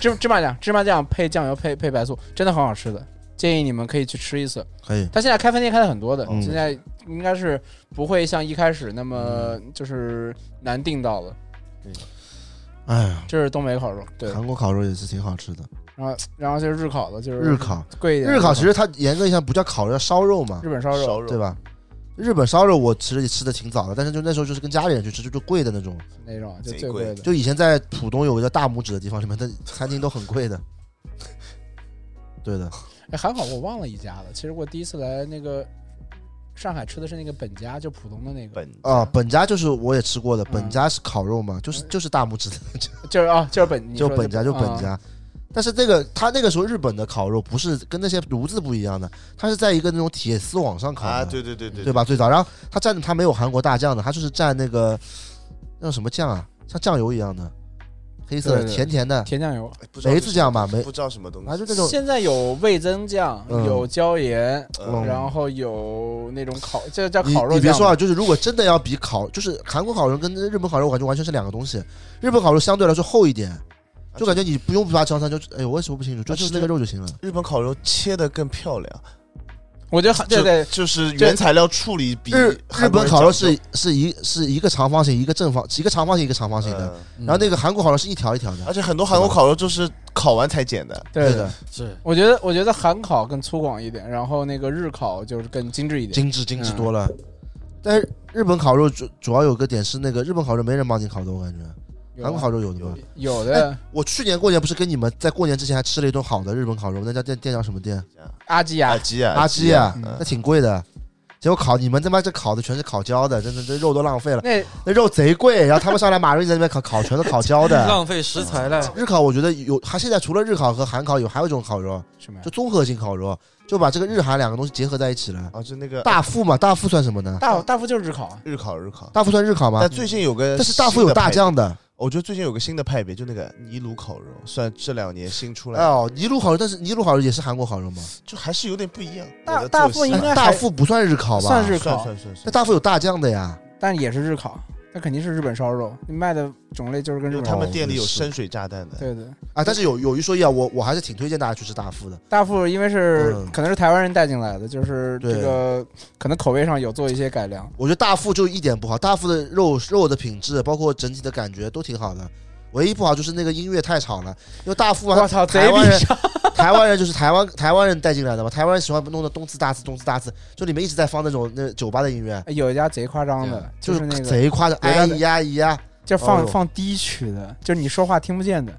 S2: 芝芝麻酱芝麻酱配酱油配配白醋，真的很好吃的，建议你们可以去吃一次。
S1: 可以，
S2: 他现在开分店开的很多的，
S1: 嗯
S2: 现在应该是不会像一开始那么
S1: 嗯
S2: 就是难订到了。
S1: 哎呀，
S2: 这是东北烤肉，对，
S1: 韩国烤肉也是挺好吃的，
S2: 然后然后就是日烤的，就是
S1: 日烤，
S2: 贵一点。
S1: 日烤其实它严格意义上不叫烤肉，叫烧肉嘛
S2: 日，本烧肉，
S3: 啊烧肉
S1: 对？吧？日本烧肉我其实也吃的挺早的，但是就那时候就是跟家里人去吃，就就贵的那种。
S2: 那种就
S3: 贼
S2: 最
S3: 贵
S2: 贵的。
S1: 就以前在浦东有个叫大拇指的地方，里面的餐厅都很贵 的。对的，
S2: 哎，韩烤我忘了一家了。其实我第一次来那个上海吃的是那个本家，就浦东的那个，
S3: 本
S1: 啊，本家就是我也吃过的，
S2: 嗯
S1: 本家是烤肉嘛，
S3: 嗯
S1: 就是就是大拇指的，
S2: 就是啊，就是本，你
S1: 就
S2: 说的
S1: 本家就本。
S2: 啊
S1: 家。
S3: 嗯
S1: 但是那个他那个时候日本的烤肉不是跟那些炉子不一样的，它是在一个那种铁丝网上烤的，
S3: 啊，对对对对
S1: 对？吧？最早，然后他蘸的他没有韩国大酱的，他就是蘸那个那种什么酱啊，像酱油一样的，黑色的
S2: 对对
S1: 甜甜的，
S2: 甜酱油，
S3: 哎不知道
S1: 梅
S3: 是
S1: 子酱吧，梅
S3: 不知道什么东
S1: 啊
S3: 西，
S1: 就那种
S2: 现在有味增酱，
S1: 嗯
S2: 有椒盐，
S1: 嗯
S2: 然后有那种烤，这叫
S1: 你
S2: 烤肉
S1: 你别
S2: 酱
S1: 说
S2: 吗
S1: 啊，就是如果真的要比烤，就是韩国烤肉跟日本烤肉，我感觉完全是两个东西。日本烤肉相对来说厚一点，就感觉你不用把尝尝就，哎呦，我也说不清楚，就
S3: 啊就
S1: 吃那个肉就行了。
S3: 日本烤肉切的更漂亮，
S2: 我觉得韩对
S3: 就
S2: 对，
S3: 就是原材料处理比
S1: 日日
S3: 韩国
S1: 本
S3: 人
S1: 烤肉
S3: 讲究
S1: 是是一是一个长方形，一个正方，一个长方形，一个长方形的。
S3: 嗯
S4: 嗯
S1: 然后那个韩国烤肉是一条一条
S3: 而
S1: 的，
S3: 且很多韩国烤肉就是烤完才剪的，
S2: 对
S1: 的，，
S4: 是
S2: 我觉得，我觉得韩烤更粗犷一点，然后那个日烤就是更精致一点。
S1: 精致精致
S2: 嗯
S1: 多了。但是日本烤肉主主要有个点是那个日本烤肉没人帮你烤的，我感觉
S2: 有啊
S1: 韩国烤肉有的哎吗？
S2: 有的
S1: 我去年过年不是跟你们在过年之前还吃了一顿好的日本烤肉，那家店店叫什么店？
S2: 阿基亚
S3: 阿，基啊，
S1: 阿基啊，
S3: 嗯
S1: 那挺贵的。结果烤你们他妈这烤的全是烤焦的，真的这肉都浪费了，
S2: 那
S1: 那肉贼贵。然后他们上来马上就在那边烤烤，全都烤焦的。
S4: 浪费食材了。
S1: 日烤我觉得有，它现在除了日烤和韩烤有还有一种烤肉，
S2: 什么呀
S1: 就？综合性烤肉，就把这个日韩两个东西结合在一起了。
S3: 啊，就那个
S1: 大富嘛，大富算什么呢？
S2: 大大福就是日烤啊，
S3: 日烤日烤。
S1: 大富算日烤吗
S3: 但？最近有个，
S1: 但是大富有大，酱的。
S3: 我觉得最近有个新的派别，就那个泥炉烤肉，算这两年新出来
S1: 哎
S3: 的，
S1: 呦，尼鲁烤肉，但是尼鲁烤肉也是韩国烤肉吗？
S3: 就还是有点不一样。
S2: 大
S3: 我的
S2: 大
S3: 作息
S2: 部应该还
S1: 大富不算日烤吧？
S2: 算日
S3: 算
S2: 烤，
S3: 算算
S1: 那
S3: 算，
S1: 大富有大酱的呀。
S2: 但也是日烤，那肯定是日本烧肉，你卖的种类就是跟
S3: 因
S2: 日
S3: 为
S2: 本
S3: 他
S2: 烧肉。
S3: 们店里有深水炸弹的，
S2: 对对，
S1: 啊，但是有有一说一啊，我我还是挺推荐大家去吃大富的。
S2: 大富因为是
S1: 嗯
S2: 可能是台湾人带进来的，就是
S1: 对
S2: 这个可能口味上有做一些改良。
S1: 我觉得大腹就一点不好，大腹的肉肉的品质，包括整体的感觉都挺好的。唯一不好就是那个音乐太吵了，因为大腹嘛，
S2: 我操，
S1: 台
S2: 贼
S1: 湾
S2: 逼
S1: 人
S2: 上，
S1: 台湾人就是台湾台湾人带进来的嘛，台湾人喜欢弄的东次大次东次大次，就里面一直在放那种那酒吧的音乐，
S2: 有一家贼夸张的，
S1: 就是
S2: 哎那个
S1: 贼夸张，
S2: 对
S1: 哎呀呀，
S2: 就
S1: 哦
S2: 放
S1: 呦
S2: 放低曲的，就是你说话听不见的，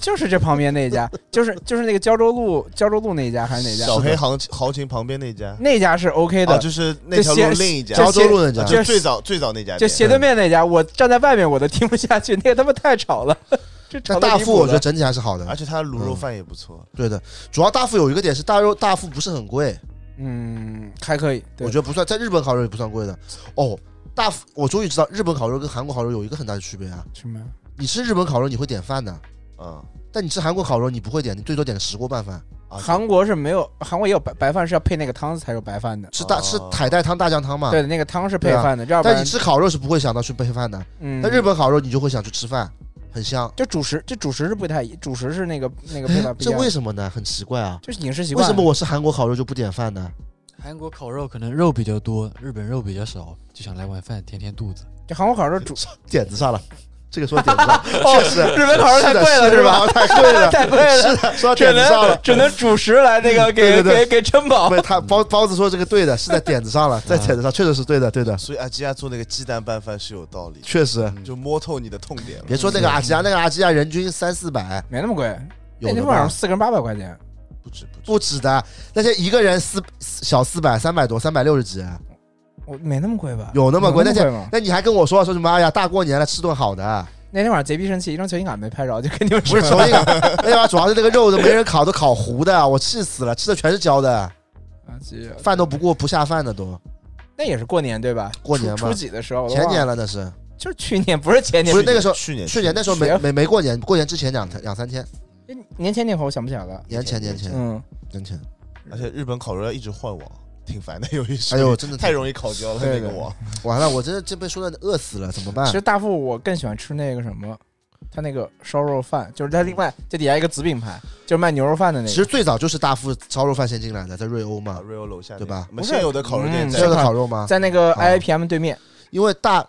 S2: 就是这旁边那家， 就是就是那个胶州路胶州路那家还是哪
S3: 小
S2: 家？
S3: 黑行豪情旁边那家，
S2: 那家是 OK
S1: 啊
S3: 哦，
S2: 的，
S3: 就是那条路另一家，
S1: 胶
S2: 这
S1: 州路那家
S3: 啊，
S2: 这
S3: 就最早最早那家
S2: 就
S3: 店，
S2: 斜对面那家，我站在外面我都听不下去，那个他妈太吵了， 这吵
S1: 但
S2: 得
S1: 大
S2: 离
S1: 腹
S2: 谱哎
S1: 我觉得
S2: 了
S1: 整体还是好的
S3: 而，且他卤
S1: 嗯
S3: 肉饭也不错，
S1: 对的。主要大腹有一个点是大肉大腹不是很贵，
S2: 嗯还可以，
S1: 我
S2: 对
S1: 觉得不算，在日本烤肉也不算贵的。哦，大腹我终于知道日本烤肉跟韩国烤肉有一个很大的区别啊，
S2: 什么
S1: 你吃日本烤肉你会点饭的。
S3: 嗯
S1: 但你吃韩国烤肉，你不会点，你最多点石锅拌饭，
S3: 啊，
S2: 韩国是没有韩国也有白白饭是要配那个汤才有白饭的，
S1: 吃大
S3: 哦
S1: 吃海带汤、大酱汤嘛。
S2: 对，那个汤是配
S1: 对啊
S2: 饭的，要不
S1: 但你
S2: 然
S1: 吃烤肉是不会想到去配饭的，
S2: 嗯
S1: 但日本烤肉你就会想去吃饭，很香。
S2: 就主食这主食是不太一，主食是那个那个配嗯饭不一
S1: 哎这
S2: 样
S1: 为，什么呢？很奇怪啊，
S2: 就是饮食习
S1: 为
S2: 惯
S1: 什么我吃韩国烤肉就不点饭呢？
S4: 韩国烤肉可能肉比较多，日本肉比较少，就想来碗饭填填肚子。
S2: 这韩国烤肉 主
S1: 点子上了，这个说点子上，
S2: 哦
S1: 确实，
S2: 日本烤肉太
S1: 是的
S2: 贵了
S1: 是
S2: 是
S1: 的
S2: 吧？
S1: 太贵了，
S2: 太贵了。
S1: 是的，说到点子上了。
S2: 只能主食来那个
S1: 对对对
S2: 给撑饱
S1: 不是他包包子说这个对的，是在点子上 了，在点子上确实是对的，对的，
S3: 所以阿基亚做那个鸡蛋拌饭是有道理的，
S1: 确实。
S3: 就摸透你的痛点了。
S1: 别说那个阿基亚，那个阿基亚人均三四百，
S2: 没那么贵，哎那
S1: 有
S2: 天
S1: 的
S2: 晚上
S1: 吧？
S2: 四个人八百块钱，
S3: 不止不止，
S1: 不止的，那些一个人四小四百、三百多、三百六十几，
S2: 嗯我没那么贵吧？
S1: 有那么贵
S2: 有那
S1: 那天
S2: 吗？
S1: 那你还跟我说说什么？哎呀，大过年了，吃顿好 的，
S2: 那天晚上贼逼生气，一张球星卡没拍着，就跟你们
S1: 不
S2: 说
S1: 是重庆 啊，那地方主要是那个肉都没人烤，都烤糊的，我气死了，吃的全是焦的，
S2: 啊，这
S1: 饭都不过不下饭的都。
S2: 那也是过年对吧？
S1: 过年
S2: 初
S1: 嘛
S2: 初几的时候，我都
S1: 前
S2: 忘
S1: 年
S2: 了，
S1: 了那是，
S2: 就是去年，不是前年，
S1: 不是那个时候
S3: 去年
S1: 去年那时候没
S2: 学
S1: 没没过年，过年之前两两三天，
S2: 哎年前年后，我想不起来了。
S1: 年前年前
S2: 嗯，
S1: 年前，
S3: 而且日本烤肉要一直换网，挺烦的。有一时
S1: 哎呦，真的
S3: 太容易烤焦了那
S2: 对
S3: 个
S2: 对
S3: 网，
S1: 完了，我真的这被说的饿死了，怎么办
S2: 其？实大富我更喜欢吃那个什么，他那个烧肉饭，就是他另外这底下一个子品牌，就是卖牛肉饭的那
S1: 其
S2: 个。
S1: 实最早嗯就是大富烧肉饭先进来的，在瑞欧嘛，
S3: 瑞欧楼下那
S1: 对吧
S3: 个我们
S2: 不是
S3: 现有的烤肉店
S2: 嗯
S1: 这
S3: 在
S1: 个烤肉吗？
S2: 在那个
S1: 啊
S2: IAPM 对面，
S1: 因为大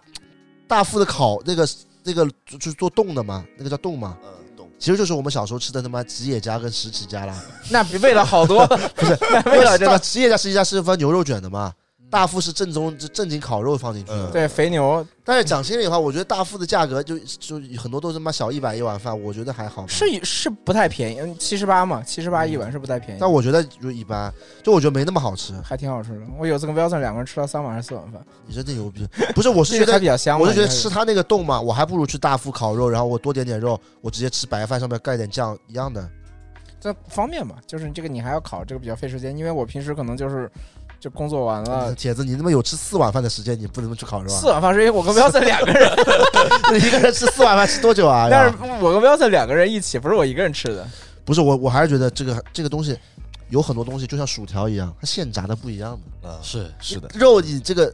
S1: 大富的烤那个那个就是做冻的嘛，那个叫冻嘛，
S3: 嗯懂。
S1: 其实就是我们小时候吃的他妈吉野家跟石岐家啦。
S2: 那比味道好 多， 不是味道真
S1: 大
S2: 的
S1: 吉野家、石岐家是分牛肉卷的嘛，大富是正宗正经烤肉放进去的。
S3: 嗯
S2: 对肥牛
S1: 但是讲心里话，我觉得大富的价格就就很多都是妈小一百一碗饭，我觉得还好吧。
S2: 是是不太便宜，嗯七十八嘛，七十八一碗是不太便宜，
S1: 嗯但我觉得就一般，就我觉得没那么好吃。
S2: 还挺好吃的。我有次跟 Wilson 两个人吃了三碗还是四碗饭，
S1: 你真的牛逼！不是，我是
S2: 这
S1: 觉
S2: 个还
S1: 得
S2: 比，较香嘛，
S1: 我是觉得
S2: 应该
S1: 吃他那个冻嘛，我还不如去大富烤肉，然后我多点点肉，我直接吃白饭，上面盖点酱一样的。
S2: 这方便嘛，就是这个你还要烤，这个比较费时间，因为我平时可能就是就工作完 了。
S1: 铁子，你他妈有吃四碗饭的时间，你不能去烤肉啊？
S2: 啊四碗饭是因为我跟 Wilson 两个人，
S1: 一个人吃四碗饭吃多久啊？
S2: 但是我跟 Wilson 两个人一起，不是我一个人吃的。
S1: 不是我，我还是觉得这个这个东西有很多东西，就像薯条一样，它现炸的不一样的。
S3: 嗯，
S4: 是
S3: 是的，
S1: 肉你这个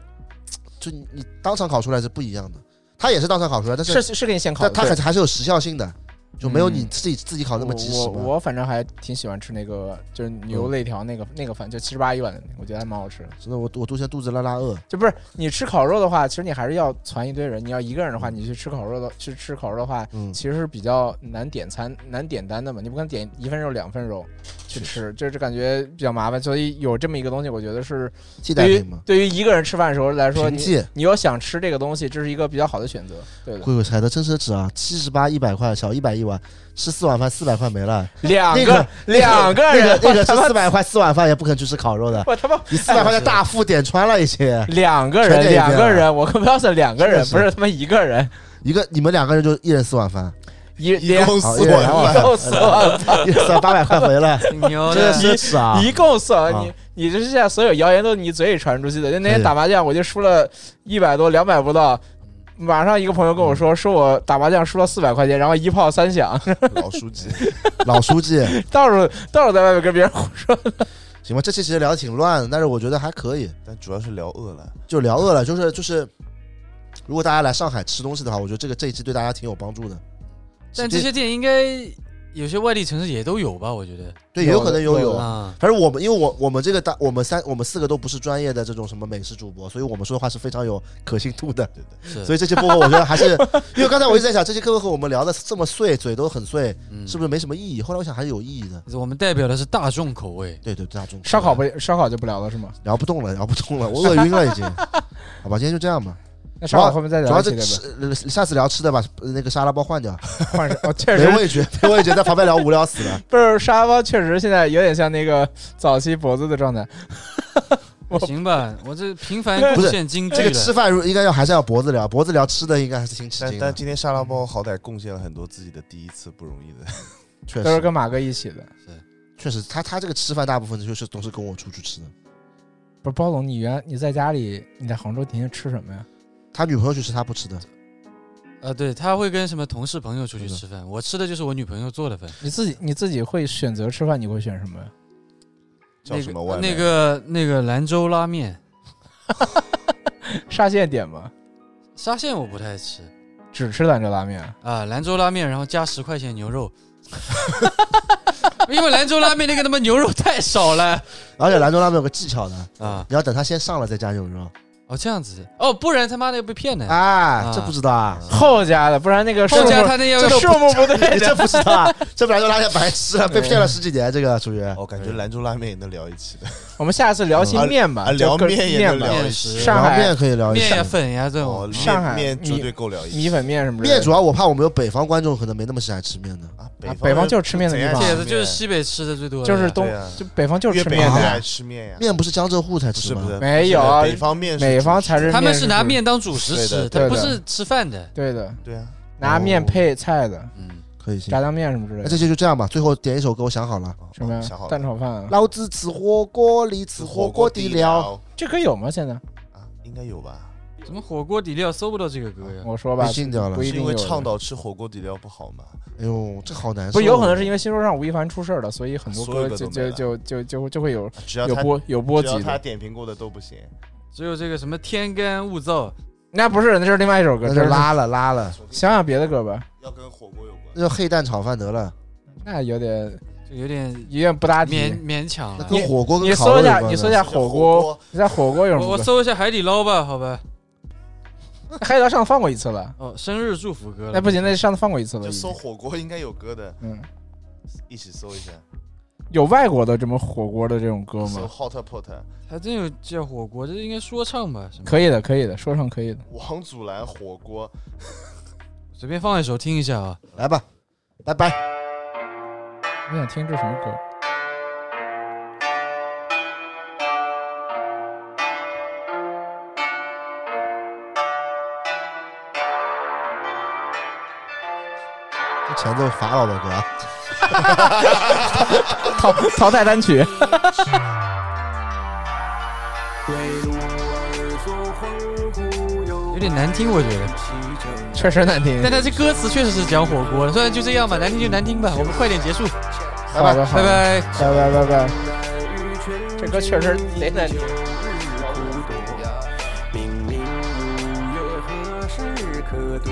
S1: 就你你当场烤出来是不一样的，它也是当场烤出来，但
S2: 是
S1: 是
S2: 是给你现烤的，
S1: 但它还
S2: 对
S1: 是还是有时效性的，就没有
S2: 嗯
S1: 你自己自己烤那么及时嗯
S2: 我
S1: 嘛。
S2: 我我反正还挺喜欢吃那个，就是牛肋条那个那个饭，就七十八一碗的那个，我觉得还蛮好吃的。
S1: 真的，我我都现在肚子拉拉饿。
S2: 就不是你吃烤肉的话，其实你还是要攒一堆人。你要一个人的话，你去吃烤肉的去吃烤肉的话，
S1: 嗯，
S2: 其实是比较难点餐、难点单的嘛，你不可能点一份肉、两份肉去吃，就是感觉比较麻烦。所以有这么一个东西，我觉得是
S1: 替代
S2: 对于
S1: 品嘛，
S2: 对于一个人吃饭的时候来说，
S1: 平
S2: 你
S1: 替。
S2: 你要想吃这个东西，这是一个比较好的选择。对的，
S1: 贵贵踩的真奢侈啊！七十八一百块，小一百一碗，吃四碗饭四百块没了。
S2: 两
S1: 那
S2: 个
S1: 个
S2: 两个人，
S1: 那 个
S2: 我
S1: 吃
S2: 他妈
S1: 四百块四碗饭也不肯去吃烤肉 的，
S2: 我他妈
S1: 你四百块钱大富点穿了已经。
S2: 两个
S1: 全
S2: 人
S1: 得一
S2: 两
S1: 遍
S2: 个
S1: 了
S2: 人，我跟 Wilson 两个人，
S1: 啊是
S2: 不是他妈一个人，
S1: 一个你们两个人就一人四碗饭，
S2: 一
S3: 一
S2: 两
S3: 共
S1: 好
S3: 四
S1: 一人两
S3: 碗
S1: 碗
S3: 饭，
S2: 够死了。
S1: 一人算八百块回来，
S4: 牛
S1: 真的
S4: 的，
S1: 奢侈啊！
S2: 一共四碗，
S1: 啊
S2: 你你这现在所有谣言都是你嘴里传出去的。就那天
S1: 对
S2: 打麻将，我就输了一百多、两百不到，马上一个朋友跟
S1: 嗯
S2: 我说，说我打麻将输了四百块钱，然后一炮三响，
S3: 老书记，
S1: 老书记，
S2: 到处到处在外面跟别人胡说。
S1: 行吧，这期其实聊的挺乱的，但是我觉得还可以，
S3: 但主要是聊饿了。
S1: 就聊饿了，就是就是，如果大家来上海吃东西的话，我觉得这个这一期对大家挺有帮助的。
S4: 但这些店应该有些外地城市也都有吧？我觉得
S1: 对，也有可能有有。
S4: 啊，
S1: 反正我们，因为我我们这个大，我们三我们四个都不是专业的这种什么美食主播，所以我们说的话是非常有可信度的。
S3: 对的，
S4: 是
S1: 所以这期播客，我觉得还 是，因为刚才我一直在想，这期客客和我们聊的这么碎，嘴都很碎，
S2: 嗯
S1: 是不是没什么意义？后来我想还是有意义的。
S4: 是？嗯我们代表的是大众口味，
S1: 对对，大众
S2: 烧烤不烧烤就不聊了是吗？
S1: 聊不动了，聊不动了， 我饿晕了已经。好吧，今天就这样 吧。
S2: 那烧烤后面再
S1: 主
S2: 聊
S1: 要
S2: 一期
S1: 这
S2: 对吧？
S1: 吃，呃下次聊吃的吧，呃那个沙拉包 换掉，
S2: 换上哦，确
S1: 没
S2: 实
S1: 味觉，没味觉，在旁边聊无聊死 了。
S2: 不是沙包，确实现在有点像那个早期脖子的状态。我
S4: 行吧？我这频繁
S1: 哦不
S4: 出
S1: 是
S4: 现京剧
S1: 这个
S4: 了
S1: 吃饭如应该要还是要脖子聊，脖子聊吃的应该还是挺起
S3: 但
S1: 劲的
S3: 但，今天沙拉包好歹贡献了很多自己的第一次，不容易的。
S1: 确
S2: 都是
S1: 实
S2: 跟马哥一起的。
S1: 确实，他他这个吃饭大部分就是都是跟我出去吃的，
S2: 不是包总，你原你在家里你在杭州天天吃什么呀？
S1: 他女朋友去吃他不吃的，
S4: 啊，对他会跟什么同事朋友出去
S1: 是的
S4: 吃饭，我吃的就是我女朋友做的饭。
S2: 你自己你自己会选择吃饭，你会选什么呀？
S3: 叫什么外卖
S4: 那个那个兰州拉面，
S2: 沙县点吗？
S4: 沙县我不太吃
S2: 只吃兰州拉面啊？
S3: 嗯
S4: 啊，兰州拉面，然后加十块钱牛肉， 因为兰州拉面那个他妈牛肉太少了
S1: 而且兰州拉面有个技巧的，
S4: 啊！
S1: 你要等他先上了再加牛肉，
S4: 哦，这样子哦，不然他妈的要被骗的。
S1: 啊，这不知道啊，
S2: 后加的，不然那个数
S4: 后加
S2: 目
S4: 他那要
S2: 这个数目不对
S1: 你这
S2: 的。
S1: 不知道 啊，这不兰州拉面白吃了，被骗了十几年，这个属于
S3: 哦，感觉兰州拉面也能聊一期的，
S2: 我们下次聊新面吧
S3: 啊，，聊
S2: 就各
S3: 面也
S2: 面
S3: 能
S2: 吧，
S3: 聊一
S4: 面
S3: 期。
S4: 食
S2: 上
S1: 然后
S2: 海
S1: 面可以聊一
S4: 面
S1: 下
S4: 呀。粉呀这
S3: 哦
S4: 种，，
S2: 上
S3: 面
S2: 海
S3: 面绝
S2: 米
S3: 对够聊一期。
S2: 米粉面什么之类
S1: 面
S2: 的。
S1: 主要我怕我们有北方观众可能没那么喜欢吃面的，
S3: 啊，
S2: 啊
S3: 北
S2: 北
S3: 方
S2: 方就是吃面的地方
S3: 怎
S4: 铁
S3: 样
S4: 子
S3: 吃
S4: 就是
S3: 面
S4: 西北吃的最多的呀，
S2: 就是东
S3: 对啊
S2: 就北方就是
S3: 越
S2: 吃
S3: 北
S2: 面
S3: 越
S2: 的，
S3: 爱吃面呀。
S1: 啊面不是江浙沪才
S3: 不
S1: 吃
S3: 是
S1: 吗？
S3: 不是，
S2: 没
S3: 不是
S2: 有啊
S3: 北方面
S2: 北方才
S3: 是
S2: 是
S4: 他们
S2: 是
S4: 是拿面当主食
S3: 对的
S4: 吃，
S3: 对
S4: 他
S2: 的
S4: 不是吃饭的。
S2: 对的，
S3: 主。对啊，
S2: 拿面配菜的，
S4: 嗯，
S1: 可以行
S2: 炸。酱面什么之类
S1: 那
S2: 的
S1: 这。期就这样吧，最后点一首歌，我想好了，
S3: 哦
S2: 什么呀
S3: 想好？了
S2: 蛋炒饭啊？
S1: 老子吃火锅里吃火锅底料。，
S2: 这歌有吗？现在
S3: 啊应该有吧？
S4: 怎么火锅底料搜不到这个歌呀？
S2: 我说吧
S1: 被，禁掉了
S2: 不。一
S3: 是
S2: 定
S3: 因为
S2: 有人
S3: 倡导吃火锅底料不好嘛？啊
S1: 哎呦，这好难受。
S2: 不有可能是因为新说唱吴亦凡出事儿了，所以很多
S3: 所有
S2: 歌
S3: 歌
S2: 就
S3: 都没
S2: 就
S3: 了
S2: 就就就就会有
S3: 只要
S2: 有
S3: 他
S2: 波有波
S3: 只要
S2: 及
S3: 他
S2: 的。
S3: 点评过的都不行。
S4: 只有这个什么天干物燥，
S2: 那不是，那是另外一首歌，
S1: 那
S2: 这
S1: 就是拉了拉了，
S3: 啊
S2: 想想别的歌吧，
S3: 要跟火锅有关。
S1: 那就黑蛋炒饭得
S2: 啊
S1: 了。
S2: 那有点
S4: 就有点
S2: 有点不搭
S4: 勉
S2: 题。
S4: 勉强
S1: 那
S4: 了。
S1: 跟火锅
S2: 你
S1: 跟烤肉
S2: 搜
S1: 有
S2: 一下，
S1: 关的
S2: 你搜一下火锅，，你在火锅有什
S4: 我
S2: 么
S4: 我
S2: 歌？
S4: 搜一下海底捞吧，好吧。
S2: 海底捞上次放过一次了，
S4: 哦，生日祝福歌了。
S2: 那哎不行，那上次放过一次了
S3: 就
S2: 已经。
S3: 搜火锅应该有歌的，
S2: 嗯，
S3: 一起搜一下。
S2: 有外国的这么火锅的这种歌
S3: 搜
S2: 吗？
S3: hot pot，
S4: 还真有叫火锅，这应该说唱吧？什么？
S2: 可以的，可以的，说唱可以的。
S3: 王祖蓝火锅，
S4: 随便放一首听一下啊。
S1: 来吧，拜拜。
S2: 我想听这什么歌？
S1: 这前奏法老的歌啊，
S2: 淘淘汰单曲。
S4: 有点难听，我觉得。
S2: 确实难听。
S4: 但它这歌词确实是讲火锅的，虽然就这样吧，难听就难听吧。我们快点结束，
S2: 好的，好
S4: 拜
S2: 的，
S4: 拜。
S2: 拜拜拜拜。这歌确实贼难听。
S6: 明明五月何时可度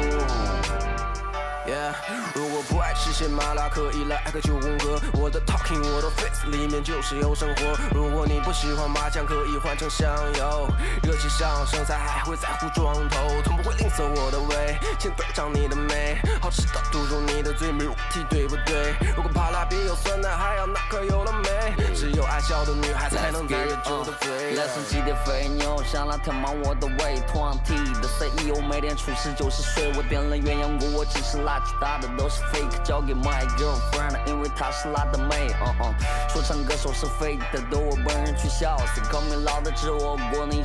S6: ？Yeah，如果不爱吃些麻辣，可以来爱个九宫格。我的 talking，我的 face 里面就是有生活。如果你不喜欢麻将，可以换成香油。热气上升，才还会在乎装头，从不会吝啬我的胃，先端上你的美，好吃的堵住你的嘴，没肉体对不对？如果帕拉比有酸奶，还要那可有了没？只有爱笑的女孩才能带着酒的嘴。
S7: 来送几点肥牛，香辣填满我的胃。同样 T 的 CEO 每天处事九十岁，我点了鸳鸯锅，我只是垃圾，打的都是 fake。交给 my girlfriend，因为她是辣的妹。嗯嗯，说唱歌手是 fake 的，都我本人取笑。谁 call me 老的吃火锅，你。